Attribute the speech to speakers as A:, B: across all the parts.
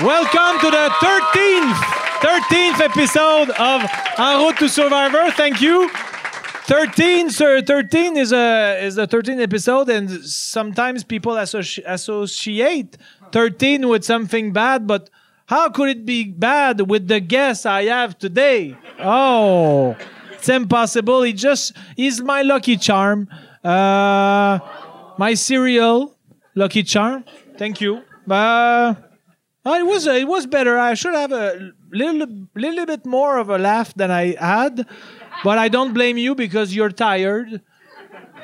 A: Welcome to the 13th, 13th episode of En Route to Survivor. Thank you. 13, sir. 13 is a is the 13th episode, and sometimes people associ- associate 13 with something bad, but how could it be bad with the guest I have today? Oh, it's impossible. He just he's my lucky charm. Uh, my cereal, lucky charm. Thank you. Uh, Oh, it was it was better. I should have a little little bit more of a laugh than I had, but I don't blame you because you're tired,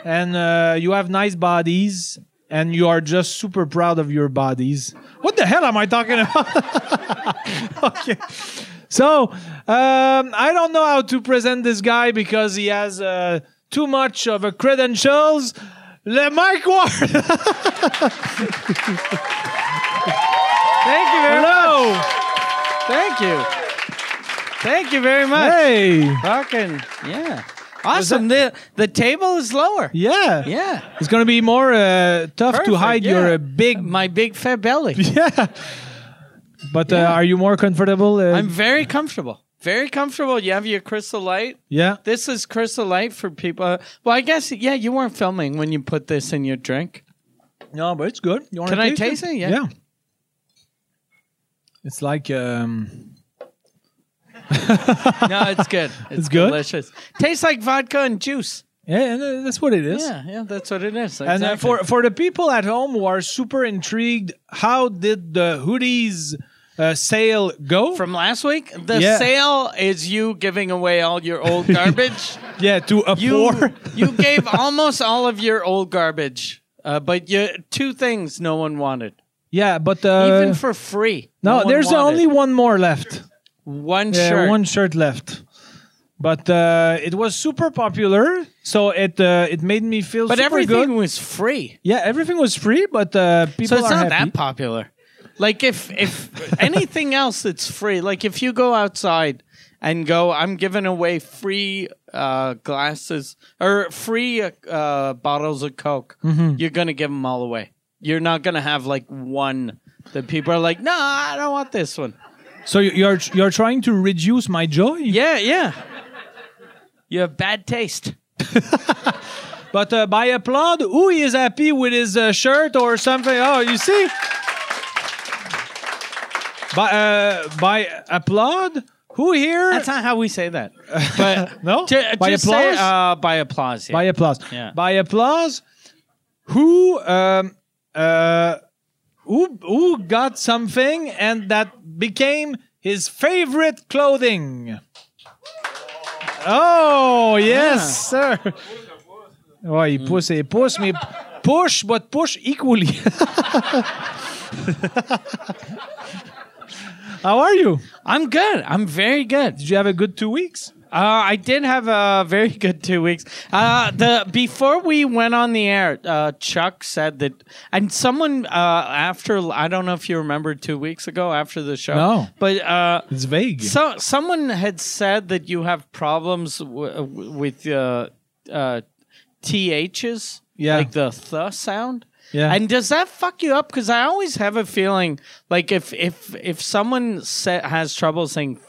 A: and uh, you have nice bodies, and you are just super proud of your bodies. What the hell am I talking about? okay, so um, I don't know how to present this guy because he has uh, too much of a credentials. Le Mike Ward. Thank you very Hello.
B: Thank you. Thank you very much.
A: Hey.
B: Fucking yeah. Awesome. the the table is lower.
A: Yeah.
B: Yeah.
A: It's gonna be more uh, tough to
B: Perfect,
A: hide
B: yeah.
A: your uh, big.
B: My big fat belly.
A: Yeah. But
B: Yeah.
A: Uh, are you more comfortable? Uh,
B: I'm very comfortable. Very comfortable. You have your crystal light.
A: yeah.
B: This is crystal light for people. Well, I guess yeah, you weren't filming when you put this in your drink.
A: No, but it's good. You wanna
B: Can I taste it? Yeah.
A: Yeah. It's like um,
B: No, it's good. It's,
A: good?
B: Delicious. Tastes like vodka and juice.
A: yeah, and, uh, that's what it is.
B: Yeah, yeah, that's what it is.
A: And uh,
B: exactly.
A: for for the people at home who are super intrigued, how did the hoodies uh, sale go?
B: from last week, the
A: Yeah.
B: sale is you giving away all your old garbage.
A: yeah to a
B: You
A: poor.
B: you gave almost all of your old garbage, uh, but you two things no one wanted,
A: yeah, but uh,
B: even for free.
A: no,
B: one
A: there's
B: wanted.
A: only one more left.
B: one
A: Yeah,
B: shirt.
A: one shirt left. But uh, it was super popular, so it uh, it made me feel
B: but
A: super
B: everything
A: good.
B: was free,
A: Yeah, everything was free, but uh, people
B: so it's
A: are
B: not
A: happy.
B: that popular. Like if if anything else that's free, like if you go outside and go, I'm giving away free uh, glasses or free uh, uh, bottles of Coke.
A: Mm-hmm.
B: You're gonna give them all away. You're not gonna have like one that people are like, no, I don't want this one.
A: So you- you're you're trying to reduce my joy.
B: Yeah, yeah. You have bad taste.
A: But uh, by applaud, who is happy with his uh, shirt or something? Oh, you see. By uh, by applaud, who here?
B: That's not how we say that. But
A: no.
B: Ju-
A: by
B: just
A: applause.
B: say, uh, by applause. Yeah.
A: by applause.
B: Yeah.
A: By applause. Who um uh who who got something and that became his favorite clothing. Oh yes, sir. Oh, il pousse et pousse, mais push but push equally. How are you?
B: I'm good. I'm very good.
A: Did you have a good two weeks?
B: Uh, I did have a very good two weeks. Uh, the before we went on the air, uh, Chuck said that, and someone uh, after I don't know if you remember two weeks ago after the show,
A: No.
B: but uh,
A: It's vague.
B: so someone had said that you have problems w- w- with uh, uh, ths,
A: Yeah.
B: like the th sound.
A: Yeah.
B: And does that fuck you up? Because I always have a feeling like if if if someone sa- has trouble saying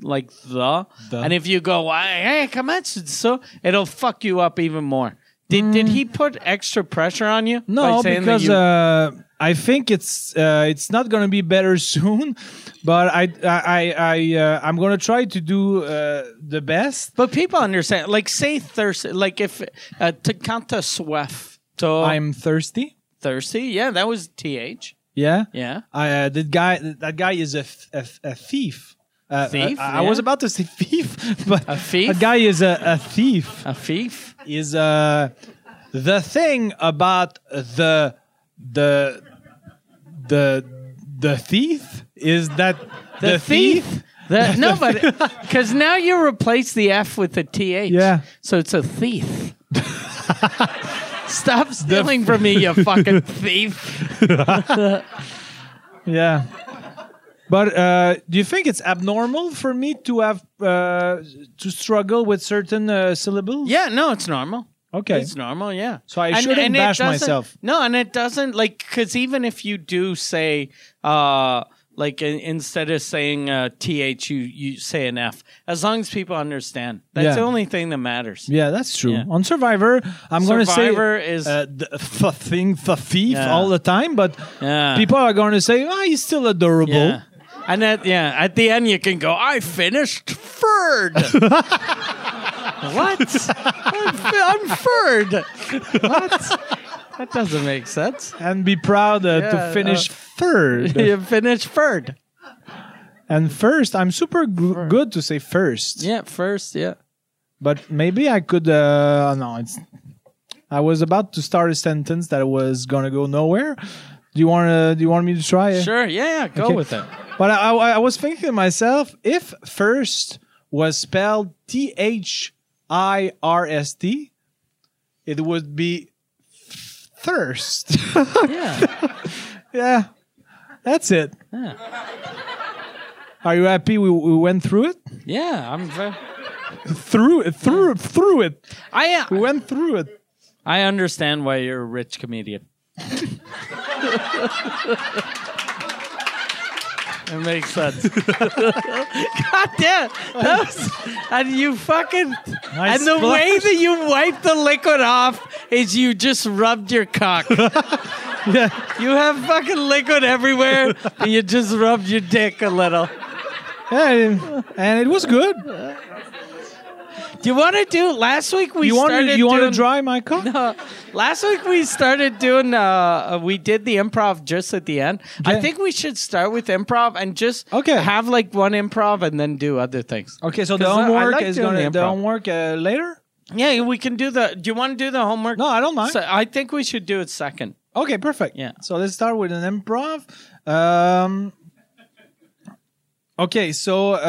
B: like the,
A: The.
B: and if you go hey come on so it'll fuck you up even more. Did did he put extra pressure on you?
A: Mm. No,
B: by saying that
A: because
B: you-
A: uh, I think it's uh, it's not gonna be better soon, but I I I, I uh, I'm gonna try to do uh, the best.
B: But people understand. Like, say thirsty. Like, if uh, to canta suef. So
A: I'm thirsty.
B: thirsty. Yeah, that was th.
A: Yeah.
B: Yeah.
A: I uh, that guy that guy is a f- a f- a thief. Uh,
B: Thief,
A: I, I was
B: yeah.
A: about to say thief, but a
B: thief?
A: That guy is a, a thief.
B: A thief.
A: is uh, the thing about the the the the thief is that the, thief
B: That, no, but because now you replace the f with a th.
A: Yeah.
B: So it's a thief. Stop stealing from me, you fucking thief.
A: Yeah. But uh, do you think it's abnormal for me to have uh, to struggle with certain uh, syllables?
B: Yeah. No, it's normal.
A: Okay.
B: It's normal, yeah.
A: So I shouldn't
B: it
A: bash
B: doesn't-
A: myself.
B: No, and it doesn't like because even if you do say uh Like in, instead of saying uh, th, you you say an f. As long as people understand, that's
A: Yeah.
B: the only thing that matters.
A: Yeah, that's true.
B: Yeah.
A: On Survivor, I'm going to say
B: Survivor is-
A: uh, the f- thing, f- thief
B: Yeah.
A: all the time, but
B: Yeah.
A: people are going to say, "Oh, he's still adorable."
B: Yeah. And at yeah, at the end you can go, I finished third. what? I'm, fi- I'm third. What? That doesn't make sense.
A: And be proud uh, to
B: Yeah,
A: finish third.
B: You finished third.
A: And first, I'm super gr good to say first,
B: Yeah, first, yeah.
A: but maybe I could. Uh, no, it's. I was about to start a sentence that was gonna go nowhere. Do you want to? Do you want me to try it?
B: Sure, yeah, yeah, go
A: Okay.
B: with it.
A: But I, I, I was thinking to myself, if first was spelled T H I R S T, it would be thirst.
B: Yeah.
A: yeah, that's it.
B: Yeah,
A: Are you happy we, we went through it?
B: yeah I'm very
A: Through it, through it, through it. We
B: I uh,
A: went through it.
B: I understand why you're a rich comedian. it makes sense. God damn. That was, and you fucking. and the
A: splash.
B: way that you wipe the liquid off is you just rubbed your cock. You have fucking liquid everywhere, and you just rubbed your dick a little.
A: Yeah, and it was good.
B: Do you want to do? Last week we
A: You want
B: started
A: to, you want to
B: doing-
A: dry my cock?
B: Uh, last week we started doing uh, uh, we did the improv just at the end i
A: Okay.
B: think we should start with improv and just
A: Okay.
B: have like one improv and then do other things
A: Okay, so the
B: 'Cause I- I
A: homework
B: like
A: is
B: doing
A: gonna
B: the
A: the
B: improv.
A: homework uh, later.
B: yeah we can do the do you want to do the homework
A: No, Uh, I don't mind.
B: so i think we should do it second
A: Okay, perfect.
B: Yeah.
A: So let's start with an improv. Um, okay, so uh,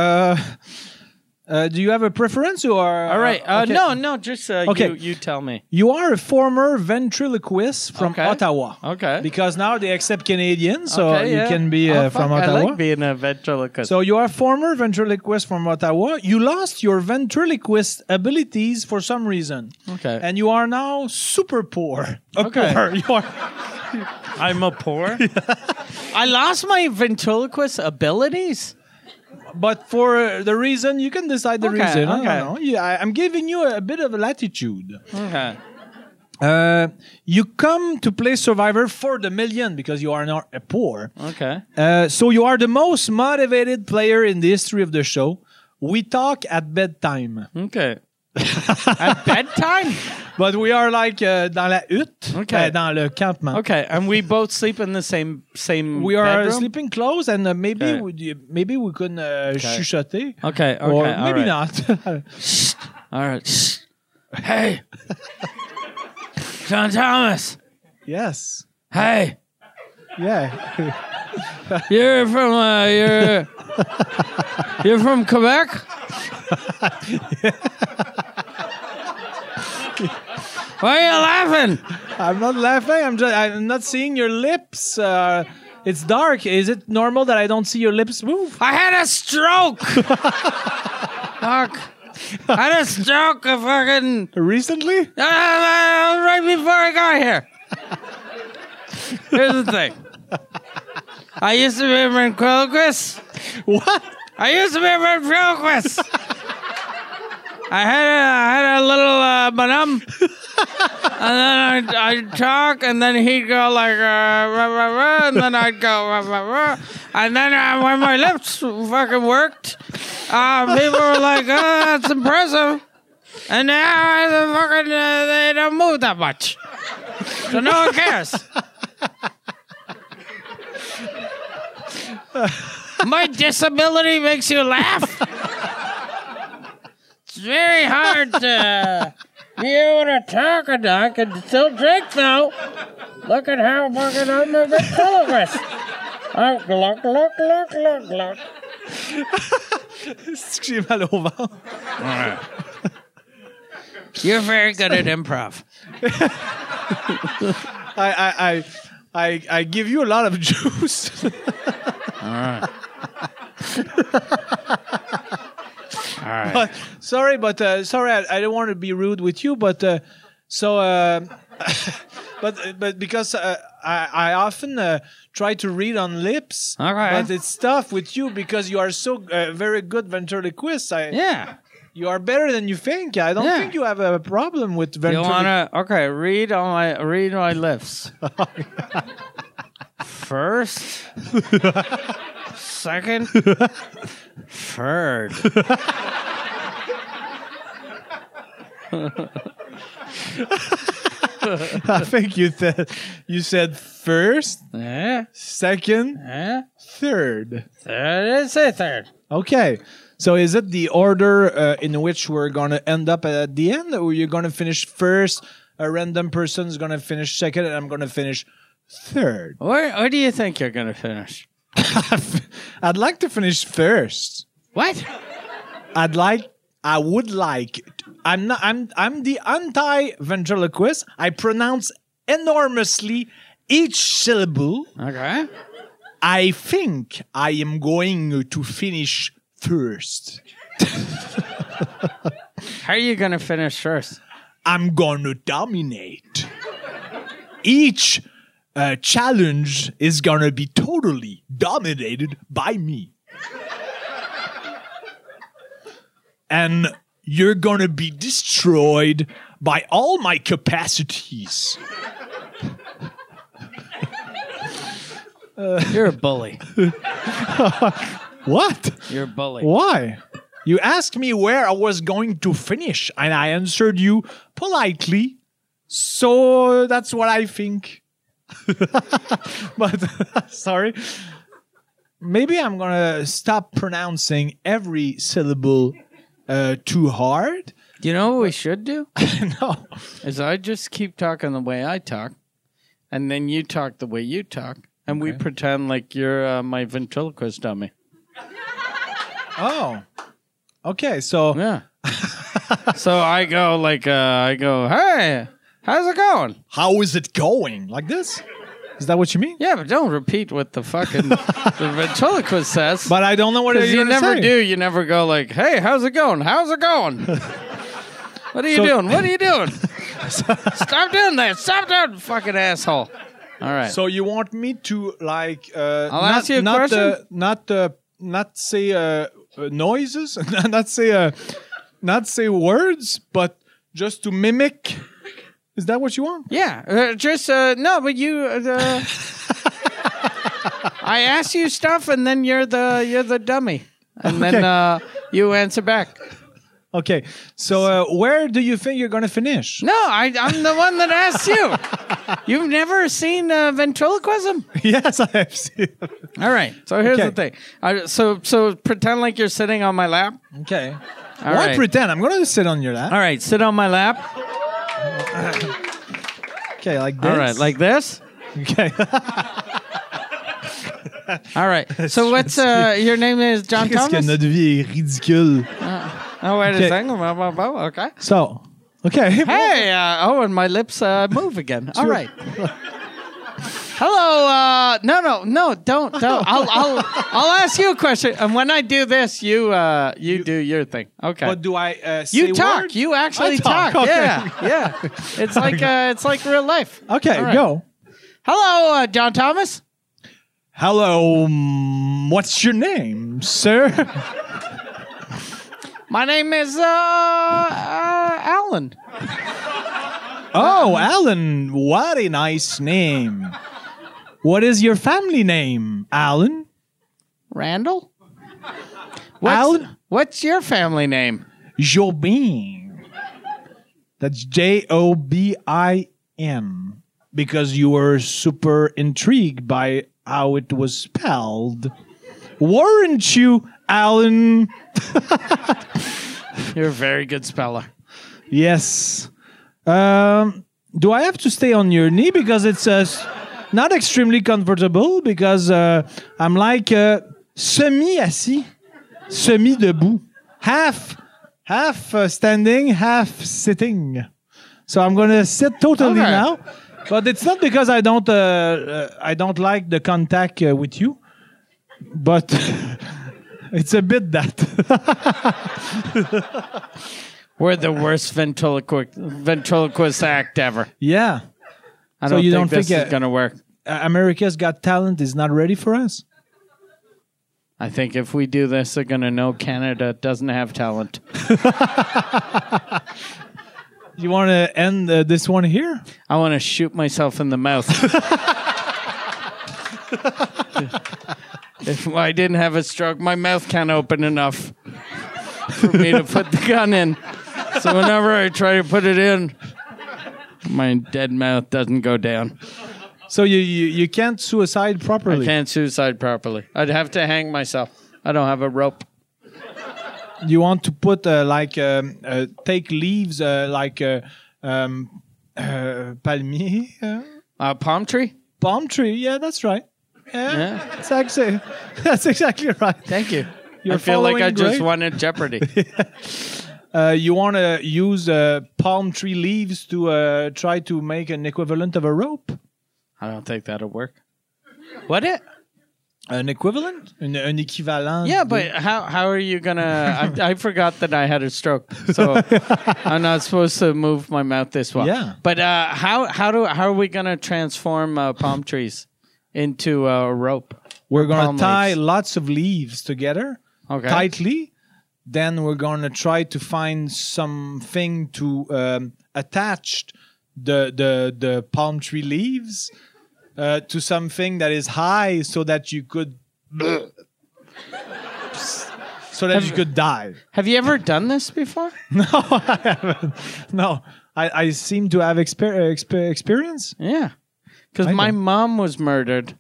A: uh, do you have a preference or?
B: all right uh,
A: okay.
B: no no just uh,
A: Okay.
B: you, you tell me
A: You are a former ventriloquist from
B: Okay.
A: Ottawa.
B: Okay.
A: Because now they accept Canadians, so
B: Okay,
A: you
B: yeah.
A: can be
B: Oh,
A: uh,
B: fuck,
A: from
B: i
A: Ottawa.
B: like being a ventriloquist
A: so you are a former ventriloquist from Ottawa. You lost your ventriloquist abilities for some reason.
B: Okay.
A: And you are now super poor. A
B: Okay.
A: Poor. You are.
B: i'm a poor i lost my ventriloquist abilities
A: But for uh, the reason, you can decide the
B: Okay,
A: reason. I don't
B: okay.
A: know. Yeah, I, I'm giving you a, a bit of latitude.
B: okay
A: Uh, you come to play Survivor for the million because you are not a poor.
B: okay
A: Uh, so you are the most motivated player in the history of the show. We talk at bedtime,
B: okay at bedtime
A: but we are like uh, dans la hutte,
B: Okay.
A: uh, dans le campement.
B: Okay, and we both sleep in the same same.
A: We are
B: bedroom?
A: sleeping close, and uh, maybe
B: Okay.
A: we, maybe we can uh, chuchoter.
B: Okay, okay,
A: Or
B: all
A: maybe
B: right.
A: not.
B: All right. Shh. Hey, John Thomas.
A: yes.
B: Hey,
A: Yeah.
B: you're from uh, you're you're from Quebec. Why are you laughing?
A: I'm not laughing. I'm just. I'm not seeing your lips. Uh, it's dark. Is it normal that I don't see your lips move?
B: I had a stroke. Fuck. I had a stroke. A fucking.
A: Recently?
B: Uh, uh, right before I got here. Here's the thing. I used to be a ventriloquist.
A: What?
B: I used to be a ventriloquist. I had a, I had a little uh, madam, and then I'd, I'd talk, and then he'd go like, uh, rah, rah, rah, and then I'd go, rah, rah, rah. and then uh, when my lips fucking worked, uh, people were like, oh, that's impressive. And now the fucking uh, they don't move that much, so no one cares. My disability makes you laugh. It's very hard to be able to talk, and I can still drink though. Look at how fucking I'm a big telegraph. Oh, look, look, look, look, look.
A: C'est que j'ai mal au ventre.
B: You're very good at improv.
A: I, I, I, I, I give you a lot of juice.
B: All right.
A: but sorry, but uh, sorry, I, I don't want to be rude with you, but uh, so uh, but but because uh, I I often uh, try to read on lips.
B: All right.
A: But it's tough with you because you are so uh, very good ventriloquist. I,
B: Yeah.
A: You are better than you think. I don't
B: Yeah.
A: think you have a problem with
B: You
A: ventriloquism.
B: wanna okay? Read on my read my lips. First, second, third.
A: I think you said you said first,
B: Yeah,
A: second,
B: yeah.
A: third.
B: Third is it. Third.
A: Okay. So is it the order uh, in which we're gonna end up at the end, or you're gonna finish first? A random person's gonna finish second, and I'm gonna finish third.
B: Where where do you think you're gonna finish?
A: I'd like to finish first.
B: What?
A: I'd like. I would like. I'm not. I'm. I'm the anti ventriloquist. I pronounce enormously each syllable.
B: Okay.
A: I think I am going to finish first.
B: How are you gonna finish first?
A: I'm gonna dominate. Each uh, challenge is gonna be totally dominated by me. and you're gonna be destroyed by all my capacities.
B: You're a bully.
A: What?
B: You're a bully.
A: Why? You asked me where I was going to finish, and I answered you politely. So that's what I think. but sorry. Maybe I'm gonna stop pronouncing every syllable uh, too hard.
B: You know what we should do?
A: no.
B: Is I just keep talking the way I talk, and then you talk the way you talk, and we pretend like you're uh, my ventriloquist dummy.
A: Oh. Okay. So
B: Yeah. so I go like uh, I go, hey, how's it going?
A: how is it going? Like this? Is that what you mean?
B: Yeah, but don't repeat what the fucking the ventriloquist says.
A: But I don't know what you're
B: 'Cause you
A: gonna
B: never
A: say.
B: do. You never go like, hey, how's it going? How's it going? What are you
A: So-
B: doing? What are you doing? Stop doing that. Stop doing fucking asshole. All right.
A: So you want me to like? Uh,
B: I'll
A: not,
B: ask you a
A: not,
B: question.
A: Uh, not uh, not say uh, uh, noises, not say uh, not say words, but just to mimic. Is that what you want?
B: Yeah, uh, just uh, no, but you. Uh, I ask you stuff, and then you're the you're the dummy, and then
A: Okay.
B: uh, you answer back.
A: Okay. So uh, where do you think you're gonna finish?
B: No, I, I'm the one that asks you. You've never seen uh, ventriloquism.
A: yes, I have seen.
B: All right, so here's the
A: Okay.
B: thing. I, so so pretend like you're sitting on my lap.
A: Okay.
B: All
A: Why
B: right.
A: pretend? I'm gonna sit on your lap.
B: All right, sit on my lap.
A: Okay, like this.
B: All right, like this.
A: okay.
B: All right. So what's uh, your name is John
A: Qu'est-ce que
B: Thomas?
A: notre vie est ridicule.
B: Oh wait
A: Okay.
B: a second. Blah, blah, blah. Okay.
A: So, okay.
B: Hey, uh, oh, and my lips uh, move again. All right. Hello. Uh, no, no, no. Don't, don't. I'll, I'll, I'll ask you a question. And when I do this, you, uh, you, do your thing. Okay.
A: But do I uh, say
B: you talk.
A: words?
B: You
A: I
B: actually talk.
A: talk, okay.
B: Yeah, yeah. It's like, uh, it's like real life.
A: Okay,
B: All right.
A: go.
B: Hello, uh, John Thomas.
A: Hello, mm, what's your name, sir?
B: My name is uh, uh, Alan.
A: Oh, Alan, what a nice name. What is your family name, Alan?
B: Randall. What's,
A: Alan?
B: What's your family name?
A: Jobin. That's J O B I N. Because you were super intrigued by how it was spelled. Weren't you, Alan?
B: You're a very good speller.
A: Yes. Um, do I have to stay on your knee because it's uh, s- not extremely comfortable because uh, I'm like uh, semi assis, semi debout, half half uh, standing, half sitting. So I'm gonna sit totally
B: Okay.
A: now, but it's not because I don't uh, uh, I don't like the contact uh, with you, but it's a bit that.
B: We're the worst ventriloquist, ventriloquist act ever.
A: Yeah.
B: I
A: So
B: don't
A: you
B: think
A: don't
B: this
A: think
B: is
A: it-
B: going to work.
A: Uh, America's Got Talent is not ready for us.
B: I think if we do this, they're going to know Canada doesn't have talent.
A: You want to end uh, this one here?
B: I want to shoot myself in the mouth. if I didn't have a stroke, my mouth can't open enough for me to put the gun in. So whenever I try to put it in, my dead mouth doesn't go down.
A: So you, you, you can't suicide properly.
B: Can't suicide properly. I'd have to hang myself. I don't have a rope.
A: You want to put uh, like um, uh, take leaves uh, like uh, um, uh, palmier uh,
B: A palm tree?
A: palm tree. Yeah, that's right. Yeah,
B: Yeah.
A: That's, actually, that's exactly right.
B: Thank you.
A: You're
B: I feel like
A: following
B: I just
A: great.
B: won at Jeopardy.
A: Uh, you want to use uh, palm tree leaves to uh, try to make an equivalent of a rope.
B: I don't think that'll work. What it?
A: An equivalent? An, an équivalent?
B: Yeah, but how how are you gonna? I, I forgot that I had a stroke, so I'm not supposed to move my mouth this well.
A: Yeah.
B: But uh, how how do how are we gonna transform uh, palm trees into uh, a rope?
A: We're going
B: palm
A: to tie
B: leaves.
A: lots of leaves together
B: Okay.
A: tightly. Then we're going to try to find something to um, attach the, the, the palm tree leaves uh, to something that is high so that you could. so that you could die.
B: Have you ever done this before?
A: No, I haven't. No, I, I seem to have exper- uh, exper- experience.
B: Yeah. Because my
A: don't.
B: mom was murdered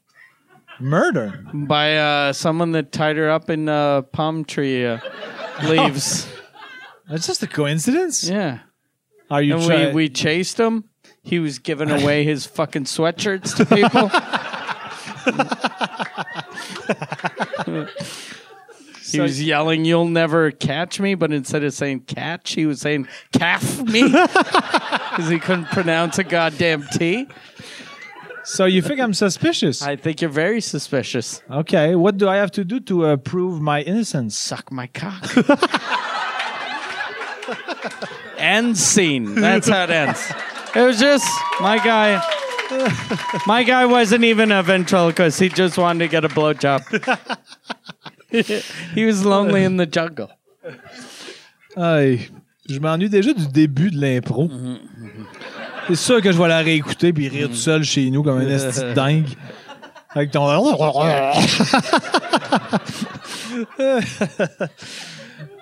A: Murder.
B: by uh, someone that tied her up in uh, palm tree uh, leaves.
A: That's just a coincidence.
B: Yeah.
A: Are you
B: And
A: try-
B: we, we chased him. He was giving away his fucking sweatshirts to people. he
A: So-
B: was yelling, You'll never catch me. But instead of saying catch, he was saying calf me because he couldn't pronounce a goddamn T.
A: So you think I'm suspicious?
B: I think you're very suspicious.
A: okay, what do I have to do to uh, prove my innocence?
B: Suck my cock. End scene. That's how it ends. It was just my guy. My guy wasn't even a ventriloquist. He just wanted to get a blowjob. he was lonely in the jungle.
A: Aïe, je m'ennuie déjà du début de l'impro.
B: Mhm,
A: C'est sûr que je vais la réécouter puis rire tout seul chez nous comme un esti de dingue. Avec ton.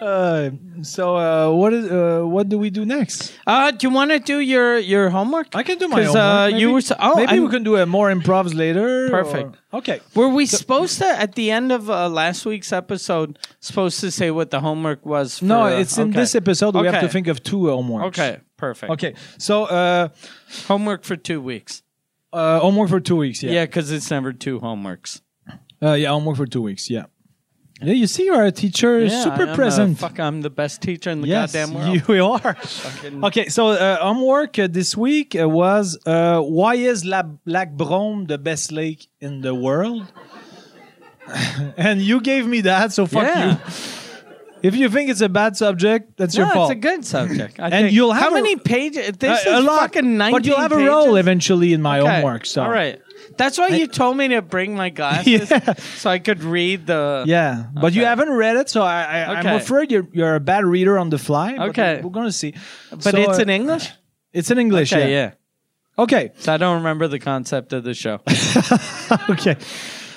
A: Uh, so uh, what is uh, what do we do next?
B: Uh, do you want to do your, your homework?
A: I can do my
B: Because,
A: homework.
B: uh,
A: maybe.
B: you were so- oh,
A: maybe
B: I'm-
A: we can do uh, more improvs later. or-
B: Perfect.
A: okay.
B: Were we supposed to, at the end of uh, last week's episode, supposed to say what the homework was? For,
A: No,
B: uh,
A: it's in
B: okay.
A: this episode. We have
B: Okay.
A: to think of two homeworks.
B: Okay, perfect.
A: Okay. So uh,
B: Homework for two weeks.
A: uh, homework for two weeks. Yeah.
B: Yeah, because it's never two homeworks.
A: Uh, yeah. Homework for two weeks. Yeah. Yeah. You see, you're a teacher,
B: Yeah,
A: super
B: I'm, uh,
A: present.
B: fuck, I'm the best teacher in the
A: yes,
B: goddamn world.
A: you, you are. Okay. So uh, homework uh, this week uh, was uh, why is La Lac Brome the best lake in the world? and you gave me that, so fuck
B: Yeah.
A: you. If you think it's a bad subject, that's
B: No,
A: your fault.
B: it's a good subject. I
A: And
B: think.
A: you'll
B: how
A: have a-
B: many pages? This
A: Uh,
B: is fucking 19
A: but you'll have
B: pages?
A: a role eventually in my
B: Okay,
A: homework. So
B: All right. That's why you told me to bring my glasses
A: Yeah.
B: so I could read the.
A: Yeah, but you
B: Okay.
A: haven't read it, so I, I,
B: Okay.
A: I'm afraid you're you're a bad reader on the fly. but
B: Okay.
A: we're gonna see. uh,
B: But it's in English?
A: it's in English.
B: Okay, yeah.
A: yeah. Okay.
B: So I don't remember the concept of the show.
A: okay.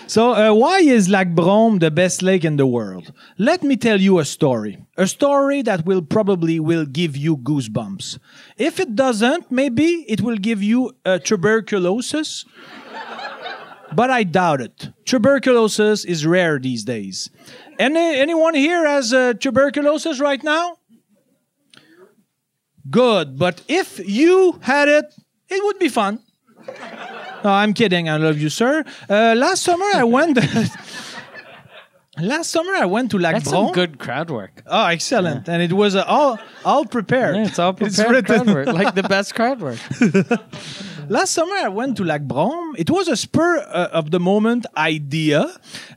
A: So, uh, why is Lac Brome the best lake in the world? Let me tell you a story. A story that will probably will give you goosebumps. If it doesn't, maybe it will give you uh, tuberculosis. but I doubt it. Tuberculosis is rare these days. Any, anyone here has uh, tuberculosis right now? Good, but if you had it, it would be fun. No, I'm kidding. I love you, sir. Uh, last summer I went. last summer I went to Lac
B: That's
A: Brome.
B: some good crowd work.
A: Oh, excellent! And it was uh, all all prepared.
B: Yeah, it's all prepared crowd work, like the best crowd work.
A: Last summer, I went to Lac Brome. It was a spur uh, of the moment idea.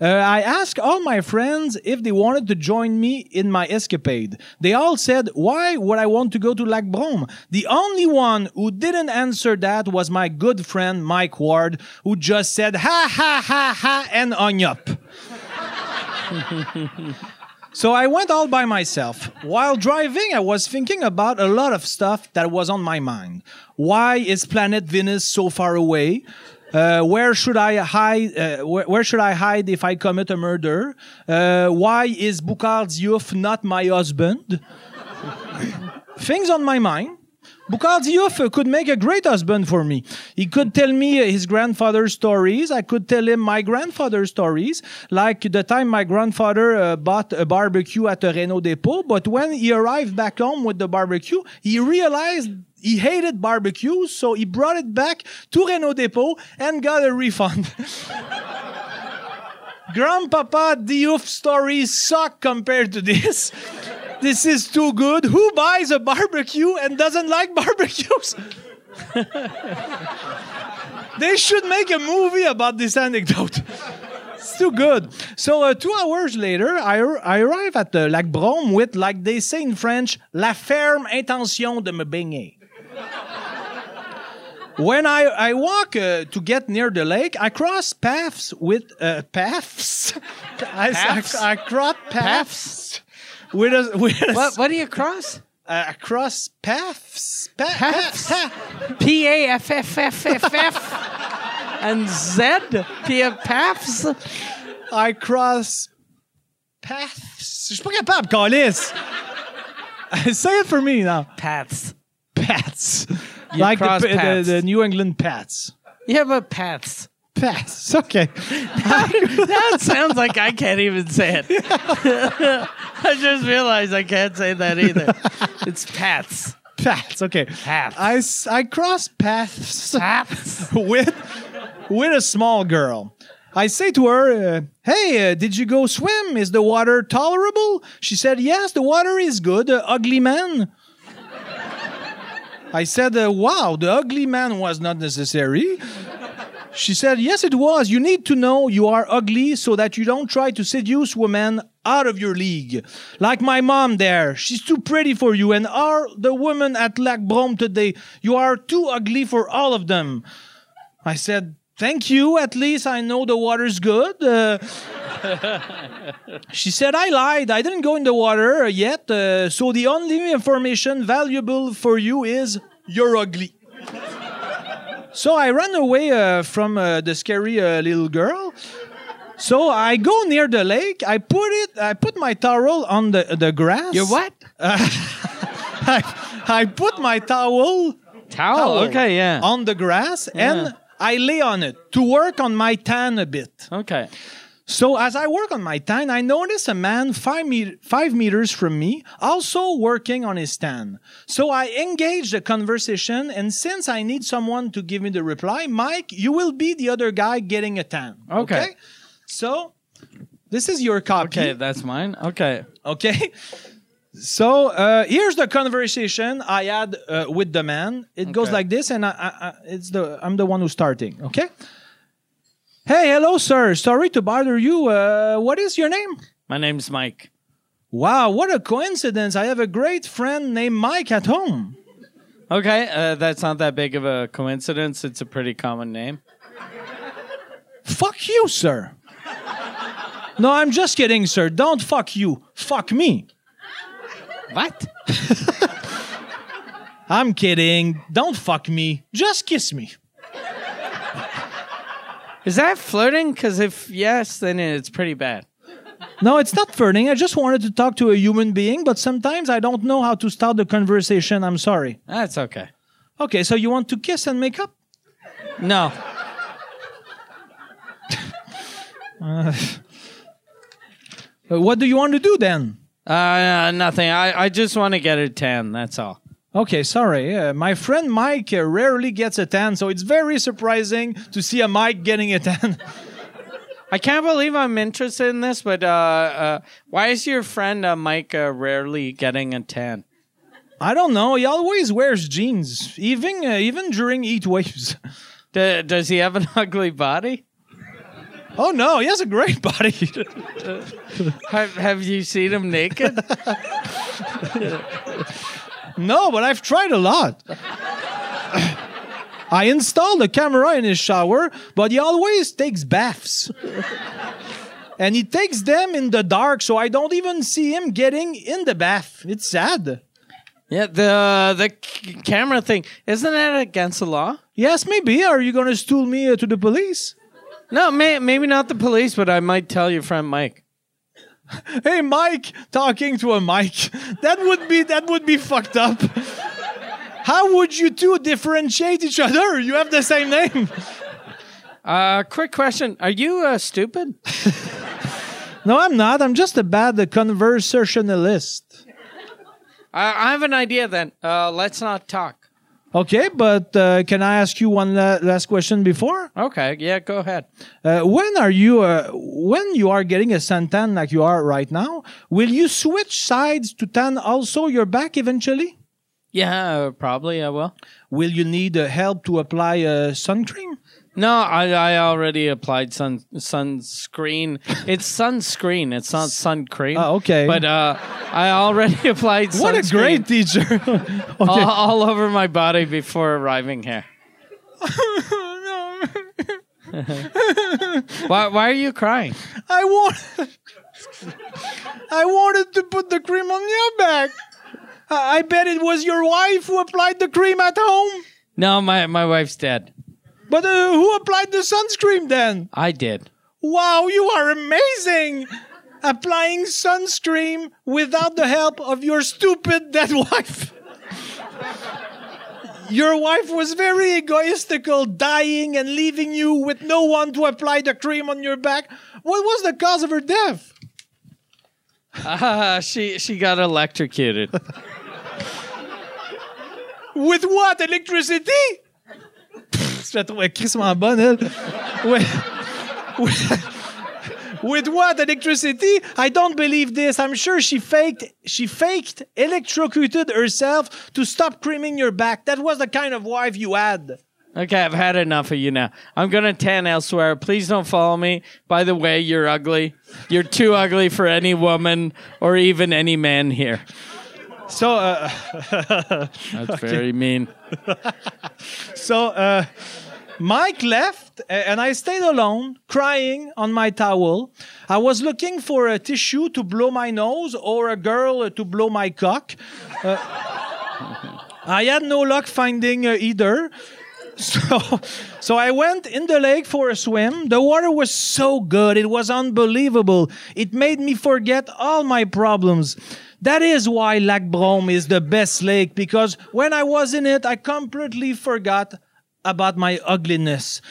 A: Uh, I asked all my friends if they wanted to join me in my escapade. They all said, Why would I want to go to Lac Brome? The only one who didn't answer that was my good friend Mike Ward, who just said, Ha ha ha ha, and on up. So I went all by myself. While driving, I was thinking about a lot of stuff that was on my mind. Why is planet Venus so far away? Uh, where should I hide? Uh, where, where should I hide if I commit a murder? Uh, why is Bukar Diouf not my husband? Things on my mind. Bukar Diouf uh, could make a great husband for me. He could tell me uh, his grandfather's stories. I could tell him my grandfather's stories, like the time my grandfather uh, bought a barbecue at a Renault depot. But when he arrived back home with the barbecue, he realized he hated barbecue, so he brought it back to Renault depot and got a refund. Grandpapa Diouf stories suck compared to this. This is too good. Who buys a barbecue and doesn't like barbecues? they should make a movie about this anecdote. It's too good. So uh, two hours later, I, I arrive at the Lac Brome with, like they say in French, la ferme intention de me baigner. When I, I walk uh, to get near the lake, I cross paths with uh, paths. I,
B: Paths?
A: I, I cross paths. With a, with a,
B: What, what do you cross?
A: uh, across paths. Pa-
B: Paths?
A: pa-
B: P A F F F F F and Z. P A Paths.
A: pa- I cross paths. Je suis pas capable, Carlis. Say it for me now.
B: Paths.
A: Pats. like the,
B: cross
A: pa- the,
B: paths.
A: the New England Pats.
B: Yeah, but paths.
A: Pats. Okay.
B: that sounds like I can't even say it. I just realized I can't say that either. It's paths.
A: Pats. Okay.
B: Paths.
A: I, s- I cross paths.
B: Paths.
A: with with a small girl. I say to her, uh, "Hey, uh, did you go swim? Is the water tolerable?" She said, "Yes, the water is good. Uh, ugly man." I said, uh, "Wow, the ugly man was not necessary." She said, "Yes, it was. You need to know you are ugly so that you don't try to seduce women out of your league. Like my mom there, she's too pretty for you, and are the women at Lac Brome today? You are too ugly for all of them." I said, Thank you. At least I know the water's good. Uh, she said, I lied. I didn't go in the water yet. Uh, so the only information valuable for you is you're ugly. so I ran away uh, from uh, the scary uh, little girl. So I go near the lake. I put it. I put my towel on the the grass.
B: Your what?
A: I, I put my towel
B: Towel. Oh, Okay, yeah.
A: on the grass and I lay on it to work on my tan a bit.
B: Okay.
A: So as I work on my tan, I notice a man five, met- five meters from me also working on his tan. So I engage the conversation, and since I need someone to give me the reply, Mike, you will be the other guy getting a tan.
B: Okay.
A: So this is your copy.
B: Okay, that's mine. Okay.
A: Okay. So uh, here's the conversation I had uh, with the man. It goes
B: Okay.
A: like this, and I, I, I, it's the I'm the one who's starting. Okay. Hey, hello, sir. Sorry to bother you. Uh, what is your name?
B: My name's Mike.
A: Wow, what a coincidence! I have a great friend named Mike at home.
B: Okay, uh, that's not that big of a coincidence. It's a pretty common name.
A: Fuck you, sir. no, I'm just kidding, sir. Don't fuck you. Fuck me.
B: What?
A: I'm kidding. Don't fuck me. Just kiss me.
B: Is that flirting? Because if yes, then it's pretty bad.
A: No, it's not flirting. I just wanted to talk to a human being, but sometimes I don't know how to start the conversation. I'm sorry.
B: That's okay.
A: Okay, so you want to kiss and make up?
B: No.
A: Uh, what do you want to do then?
B: Uh, uh, nothing. I, I just want to get a 10. That's all.
A: Okay, sorry. Uh, my friend Mike uh, rarely gets a tan, so it's very surprising to see a Mike getting a tan.
B: I can't believe I'm interested in this, but uh, uh, why is your friend uh, Mike uh, rarely getting a 10?
A: I don't know. He always wears jeans, even uh, even during heat waves.
B: D- does he have an ugly body?
A: Oh no, he has a great body.
B: Have, have you seen him naked?
A: no, but I've tried a lot. I installed a camera in his shower, but he always takes baths. and he takes them in the dark, so I don't even see him getting in the bath. It's sad.
B: yeah, the the c- camera thing isn't that against the law?
A: Yes, maybe. Are you going to stool me uh, to the police?
B: No, may, maybe not the police, but I might tell your friend Mike.
A: Hey, Mike, talking to a mic. That would be that would be fucked up. How would you two differentiate each other? You have the same name.
B: Uh, quick question: Are you uh, stupid?
A: No, I'm not. I'm just a bad uh, conversationalist.
B: I, I have an idea. Then uh, let's not talk.
A: Okay, but uh, can I ask you one la- last question before?
B: Okay, yeah, go ahead.
A: Uh, when are you uh, when you are getting a suntan like you are right now? Will you switch sides to tan also your back eventually?
B: Yeah, uh, probably I will.
A: Will you need uh, help to apply uh, sun cream?
B: No, I, I already applied sun sunscreen. It's sunscreen. It's not sun cream.
A: Oh, okay.
B: But uh, I already applied. Sunscreen Uh-huh.
A: What a great teacher!
B: all,
A: okay.
B: all over my body before arriving here. why Why are you crying?
A: I want. I wanted to put the cream on your back. I I bet it was your wife who applied the cream at home.
B: No, my my wife's dead.
A: But uh, who applied the sunscreen then?
B: I did.
A: Wow, you are amazing! Applying sunscreen without the help of your stupid dead wife. Your wife was very egoistical, dying and leaving you with no one to apply the cream on your back. What was the cause of her death?
B: Uh, she she got electrocuted.
A: With what? Electricity? Pff, Je la trouvais crissement bonne, elle. Ouais. With- With what electricity? I don't believe this. I'm sure she faked she faked electrocuted herself to stop creaming your back. That was the kind of wife you had.
B: Okay, I've had enough of you now. I'm gonna tan elsewhere. Please don't follow me. By the way, you're ugly. You're too ugly for any woman or even any man here.
A: So uh,
B: That's very mean.
A: so uh, Mike left a- and I stayed alone crying on my towel. I was looking for a tissue to blow my nose or a girl to blow my cock. Uh, I had no luck finding uh, either. So, so I went in the lake for a swim. The water was so good. It was unbelievable. It made me forget all my problems. That is why Lac Brome is the best lake because when I was in it, I completely forgot about my ugliness.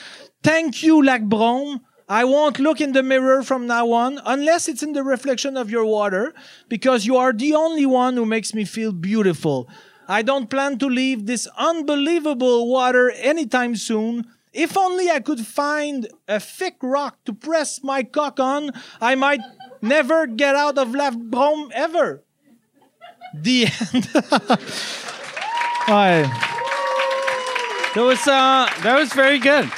A: Thank you, Lac Brome. I won't look in the mirror from now on unless it's in the reflection of your water because you are the only one who makes me feel beautiful. I don't plan to leave this unbelievable water anytime soon. If only I could find a thick rock to press my cock on, I might never get out of Lac Brome ever. The end. Ouais.
B: That was uh, that was very good.